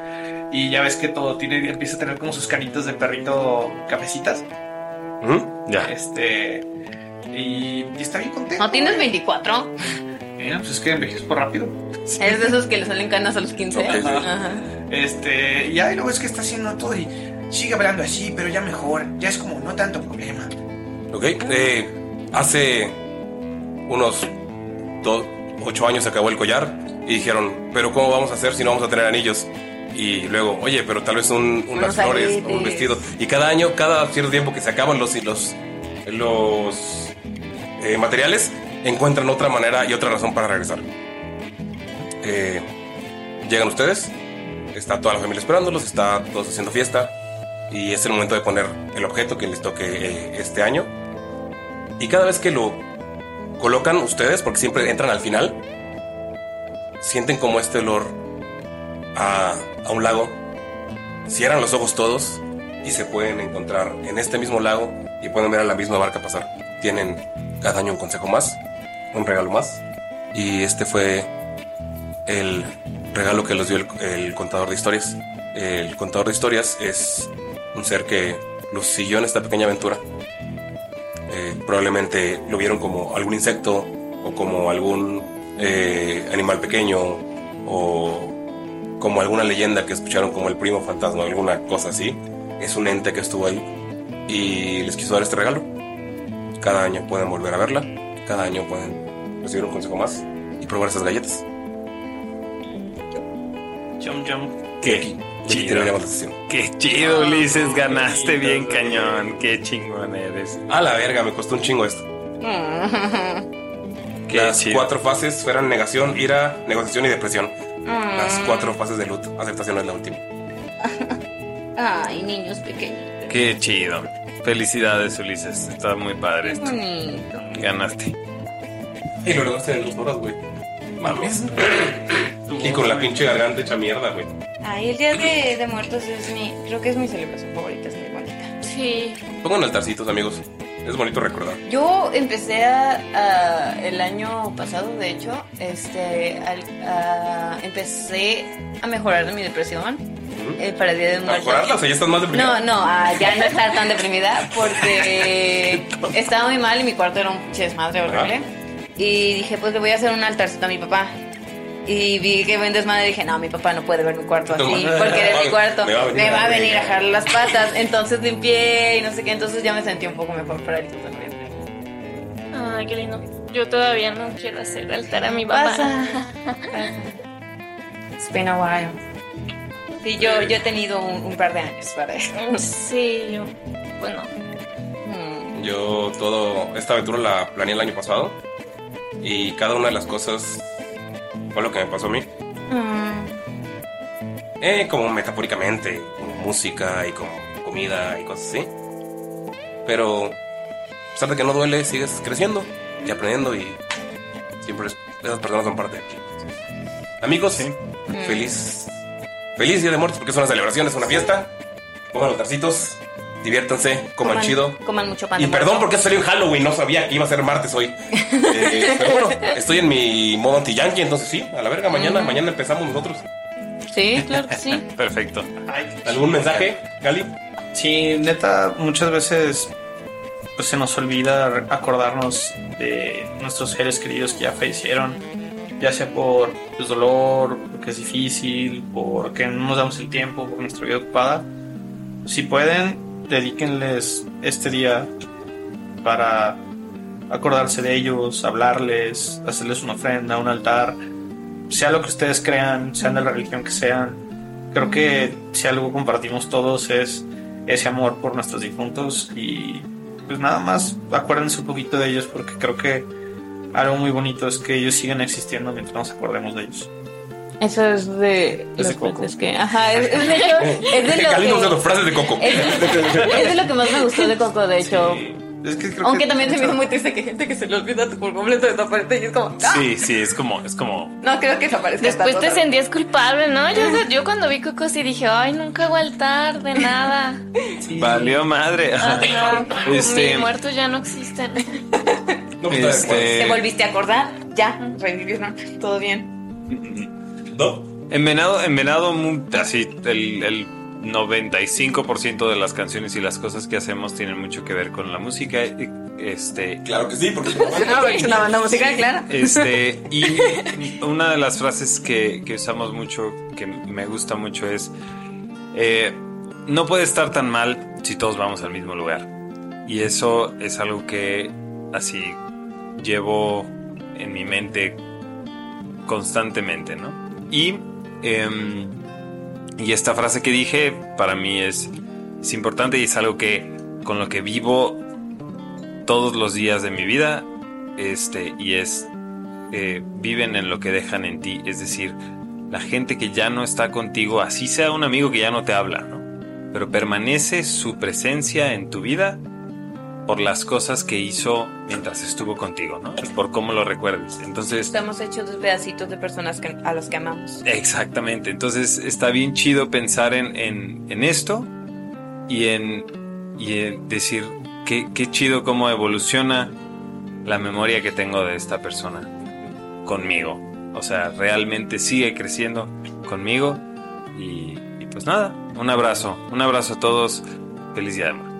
Speaker 4: y ya ves que todo tiene, empieza a tener como sus canitas de perrito cafecitas.
Speaker 2: Ya.
Speaker 4: Este, y, y está bien contento.
Speaker 10: ¿No tienes 24?
Speaker 4: Mira, pues es que envejezco rápido.
Speaker 10: Es de esos que le salen canas a los 15.
Speaker 1: Ok, sí.
Speaker 10: Ajá.
Speaker 4: Este, y ahí lo ves que está haciendo
Speaker 7: No, todo y sigue hablando así, pero ya mejor. Ya es como no tanto problema.
Speaker 1: Ok, eh, hace unos do- ocho años se acabó el collar y dijeron, pero ¿cómo vamos a hacer si no vamos a tener anillos? Y luego, oye, pero tal vez un- unas
Speaker 6: Unos
Speaker 1: flores,
Speaker 6: aretes.
Speaker 1: un vestido. Y cada año, cada cierto tiempo que se acaban los, los, los eh, materiales, encuentran otra manera y otra razón para regresar. Eh, llegan ustedes, está toda la familia esperándolos, está todos haciendo fiesta y es el momento de poner el objeto que les toque eh, este año. Y cada vez que lo colocan ustedes, porque siempre entran al final, sienten como este olor a, a un lago. Cierran los ojos todos y se pueden encontrar en este mismo lago y pueden ver a la misma barca pasar. Tienen cada año un consejo más, un regalo más. Y este fue el regalo que les dio el, el contador de historias. El contador de historias es un ser que los siguió en esta pequeña aventura. Eh, probablemente lo vieron como algún insecto o como algún eh, animal pequeño o como alguna leyenda que escucharon como el primo fantasma, alguna cosa así. Es un ente que estuvo ahí y les quiso dar este regalo. Cada año pueden volver a verla, cada año pueden recibir un consejo más y probar esas galletas.
Speaker 4: Jump Jump.
Speaker 2: Qué
Speaker 1: Y aquí
Speaker 2: chido.
Speaker 1: terminamos la sesión.
Speaker 2: Qué chido, Ulises. Ganaste bien, cañón. Qué chingón eres.
Speaker 1: A la verga, me costó un chingo esto.
Speaker 6: Uh.
Speaker 2: Qué
Speaker 1: Las
Speaker 2: chido.
Speaker 1: cuatro fases fueron negación, ira, negociación y depresión.
Speaker 6: Mm.
Speaker 1: Las cuatro fases de luto. Aceptación es la última.
Speaker 6: Ay, niños pequeños.
Speaker 2: Qué chido. Felicidades, Ulises. Está muy padre esto.
Speaker 6: Bonito.
Speaker 2: Ganaste.
Speaker 1: Y lo lograste en dos horas, güey. Mames. Y con la pinche garganta hecha mierda, güey.
Speaker 6: Ay, el Día de, de Muertos es mi. Creo que es mi celebración favorita, es muy bonita.
Speaker 5: Sí.
Speaker 1: Pongan altarcitos, amigos. Es bonito recordar.
Speaker 6: Yo empecé a, a- el año pasado, de hecho, este, al- a- empecé a mejorar de mi depresión eh, para el Día de Muertos.
Speaker 1: ¿Mejorarla? O sea, ya estás más
Speaker 6: No,
Speaker 1: deprimida.
Speaker 6: no, a ya no estar tan deprimida porque estaba muy mal y mi cuarto era un pinche desmadre horrible. Y dije, pues le voy a hacer un altarcito a mi papá. Y vi que buen desmadre y dije, no, mi papá no puede ver mi cuarto así
Speaker 1: No,
Speaker 6: porque es mi cuarto.
Speaker 1: me va a venir
Speaker 6: Me va
Speaker 1: a
Speaker 6: a venir a
Speaker 1: regar.
Speaker 6: jalar las patas. Entonces limpié y no sé qué. Entonces ya me sentí un poco mejor para el quinto de noviembre.
Speaker 5: Ay, qué lindo. Yo todavía no quiero hacer altar a mi papá.
Speaker 6: Pasa. It's been a while. Sí, yo, yo he tenido un, un par de años para eso.
Speaker 5: Sí, yo. Bueno,
Speaker 6: Mm.
Speaker 1: Yo todo. Esta aventura la planeé el año pasado. Y cada una de las cosas fue lo que me pasó a mí. Eh, como metafóricamente, como música y como comida y cosas así. Pero a pesar de que no duele, sigues creciendo y aprendiendo y siempre es- esas personas son parte de ti. Amigos, feliz, feliz Día de Muertos porque es una celebración, es una fiesta. Pongan los tarcitos, diviértanse, coman, chido.
Speaker 6: Coman mucho pan.
Speaker 1: Y
Speaker 6: de muerto.
Speaker 1: perdón porque salió en Halloween, no sabía que iba a ser martes hoy. Eh, pero bueno, estoy en mi modo anti-yankee, entonces sí, a la verga, mañana, mañana empezamos nosotros.
Speaker 6: Sí, claro que sí.
Speaker 2: Perfecto.
Speaker 1: ¿Algún mensaje, Gali?
Speaker 4: Sí, neta, muchas veces pues, se nos olvida acordarnos de nuestros seres queridos que ya fallecieron, ya sea por pues, dolor, porque es difícil, porque no nos damos el tiempo, por nuestra vida ocupada. Si pueden, dedíquenles este día para acordarse de ellos, hablarles, hacerles una ofrenda, un altar, sea lo que ustedes crean, sean de la religión que sean, Creo que si algo compartimos todos es ese amor por nuestros difuntos y pues nada más acuérdense un poquito de ellos porque creo que algo muy bonito es que ellos sigan existiendo mientras nos acordemos de ellos.
Speaker 10: Eso es de
Speaker 4: Es de
Speaker 10: los
Speaker 4: Coco.
Speaker 10: cuentos que. Ajá, es, es de, hecho, es de
Speaker 1: Kalina
Speaker 10: lo
Speaker 1: usando frases de Coco.
Speaker 10: que. Es de lo que más me gustó de Coco, de hecho.
Speaker 4: Es que
Speaker 6: Oh,
Speaker 4: creo
Speaker 10: Aunque
Speaker 4: que-
Speaker 10: también se me hizo muy triste que hay gente que se le olvida por completo desaparece y es como. ¡ah!
Speaker 2: Sí, sí, es como, es como.
Speaker 10: No creo que desaparezca.
Speaker 5: Después Pues te
Speaker 10: tanto.
Speaker 5: sentías culpable, ¿no? Yo, yo cuando vi Coco sí dije, ay, nunca voy al altar de nada.
Speaker 2: Valió madre.
Speaker 5: Ajá.
Speaker 2: Este,
Speaker 5: Mis muertos ya no existen.
Speaker 2: este,
Speaker 6: ¿Te volviste a acordar? Ya, revivieron. Todo bien.
Speaker 2: Envenado, envenado mu- así el, el 95% de las canciones y las cosas que hacemos tienen mucho que ver con la música. y- Este,
Speaker 1: Claro que sí, porque
Speaker 10: No, pero es una banda musical, claro.
Speaker 2: Este, y una de las frases que, que usamos mucho, que me gusta mucho, es: eh, No puede estar tan mal si todos vamos al mismo lugar. Y eso es algo que así llevo en mi mente constantemente, ¿no? Y, em, y esta frase que dije para mí es, es importante y es algo que con lo que vivo todos los días de mi vida este, y es eh, viven en lo que dejan en ti. Es decir, la gente que ya no está contigo, así sea un amigo que ya no te habla, ¿no? Pero permanece su presencia en tu vida por las cosas que hizo mientras estuvo contigo, ¿no? Pues Por cómo lo recuerdes. Entonces,
Speaker 6: Estamos hechos de pedacitos de personas que- a los que amamos.
Speaker 2: Exactamente. Entonces está bien chido pensar en, en- en esto y en, y en decir qué, qué chido cómo evoluciona la memoria que tengo de esta persona conmigo. O sea, realmente sigue creciendo conmigo. Y, y pues nada, un abrazo. Un abrazo a todos. Feliz día de muertos.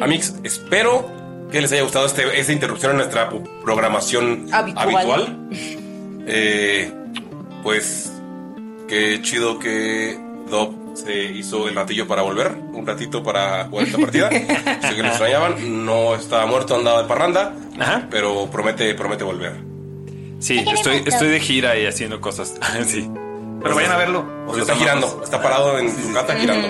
Speaker 1: Amigos, espero que les haya gustado este, esta interrupción en nuestra pu- programación habitual.
Speaker 6: Habitual.
Speaker 1: Eh, pues qué chido que Dob se hizo el ratillo para volver, un ratito para jugar esta partida. sé que lo extrañaban, no estaba muerto, andaba de parranda, pero promete, promete volver.
Speaker 2: Sí, estoy, estoy de gira y haciendo cosas. sí.
Speaker 1: Pero vayan a verlo.
Speaker 2: Os
Speaker 1: Pues, está
Speaker 2: los amamos.
Speaker 1: girando, está parado en su cata girando.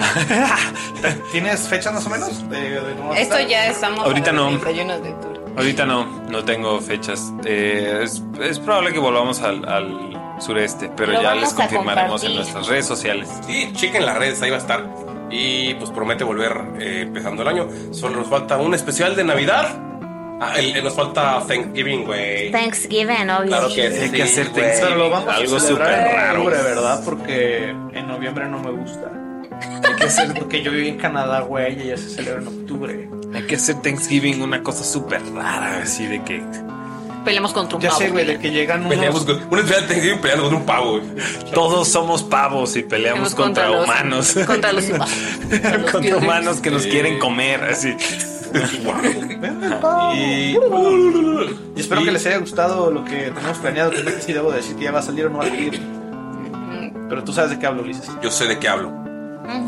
Speaker 4: ¿Tienes fechas más o menos? De, de nuevo
Speaker 10: Esto
Speaker 4: estar?
Speaker 10: ya estamos.
Speaker 2: Ahorita
Speaker 10: a los
Speaker 2: no.
Speaker 10: 31 de octubre.
Speaker 2: Ahorita no, no tengo fechas. Eh, es, es probable que volvamos al, al sureste, pero
Speaker 1: Lo
Speaker 2: ya
Speaker 1: vamos
Speaker 2: les
Speaker 1: a
Speaker 2: confirmaremos en
Speaker 1: compartir.
Speaker 2: nuestras redes sociales.
Speaker 1: Sí, chequen las redes, ahí va a estar. Y pues promete volver eh, empezando el año. Solo nos falta un especial de Navidad. Ah, el- el- nos falta Thanksgiving, güey.
Speaker 3: Thanksgiving, obvio.
Speaker 1: Claro que sí.
Speaker 2: Hay que hacer
Speaker 1: güey.
Speaker 2: Thanksgiving,
Speaker 4: Pero lo vamos a
Speaker 2: Algo
Speaker 4: celebrar
Speaker 2: súper
Speaker 4: en
Speaker 2: raro.
Speaker 4: octubre, ¿verdad? Porque en noviembre no me gusta. Hay que hacer- porque yo viví en Canadá, güey, y allá se celebra en octubre.
Speaker 2: Hay que hacer Thanksgiving una cosa súper rara, así de que.
Speaker 10: Peleamos contra un
Speaker 4: Ya
Speaker 10: pavo.
Speaker 4: sé, güey, de que llegan unos...
Speaker 2: Peleamos
Speaker 1: con, un especial de Thanksgiving peleando con un pavo.
Speaker 2: Todos somos pavos y
Speaker 10: Peleamos
Speaker 2: peleamos contra,
Speaker 10: contra los-
Speaker 2: humanos.
Speaker 10: Contra los
Speaker 2: contra humanos que nos
Speaker 1: Sí.
Speaker 2: quieren comer, así.
Speaker 4: Y, y espero que les haya gustado lo que tenemos planeado. Creo que sí debo decir que ya va a salir o no va a salir. Pero tú sabes de qué hablo, Ulises.
Speaker 1: Yo sé de qué hablo.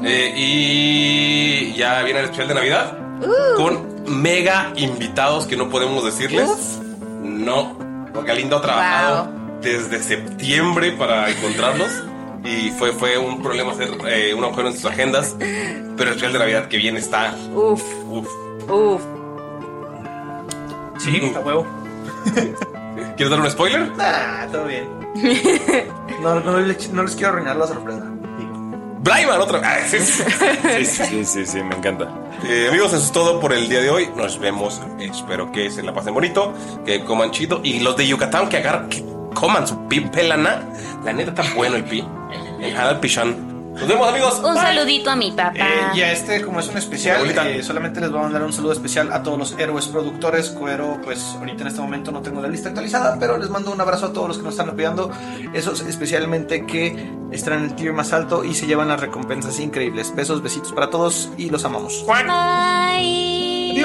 Speaker 1: Eh, y ya viene el especial de Navidad con mega invitados que no podemos decirles. No, porque Galindo ha trabajado desde septiembre para encontrarlos y fue, fue un problema hacer eh, un agujero en sus agendas. Pero el especial de Navidad que viene está.
Speaker 10: Uf,
Speaker 1: Uf.
Speaker 8: Uh.
Speaker 1: Mm.
Speaker 10: uf.
Speaker 4: Sí, a huevo.
Speaker 1: ¿Quieres dar un spoiler?
Speaker 4: Ah, todo bien. No, no, les, no les quiero arruinar la sorpresa.
Speaker 1: Brayman, otra vez. Ah, sí,
Speaker 2: Sí, sí, sí, sí, me encanta.
Speaker 1: Eh, amigos, eso es todo por el día de hoy. Nos vemos. Espero que se la pasen bonito, que coman chido. Y los de Yucatán que agarran, que coman su pi pelana. La neta está bueno el pi. El halal pichán. Nos vemos, amigos.
Speaker 3: Un
Speaker 1: Bye.
Speaker 3: saludito a mi papá.
Speaker 4: Eh, y a este, como es un especial, eh, solamente les voy a mandar un saludo especial a todos los héroes productores. Cuero, pues ahorita en este momento no tengo la lista actualizada, pero les mando un abrazo a todos los que nos están apoyando. Esos especialmente que están en el tier más alto y se llevan las recompensas increíbles. Besos, besitos para todos y los amamos.
Speaker 3: Bye.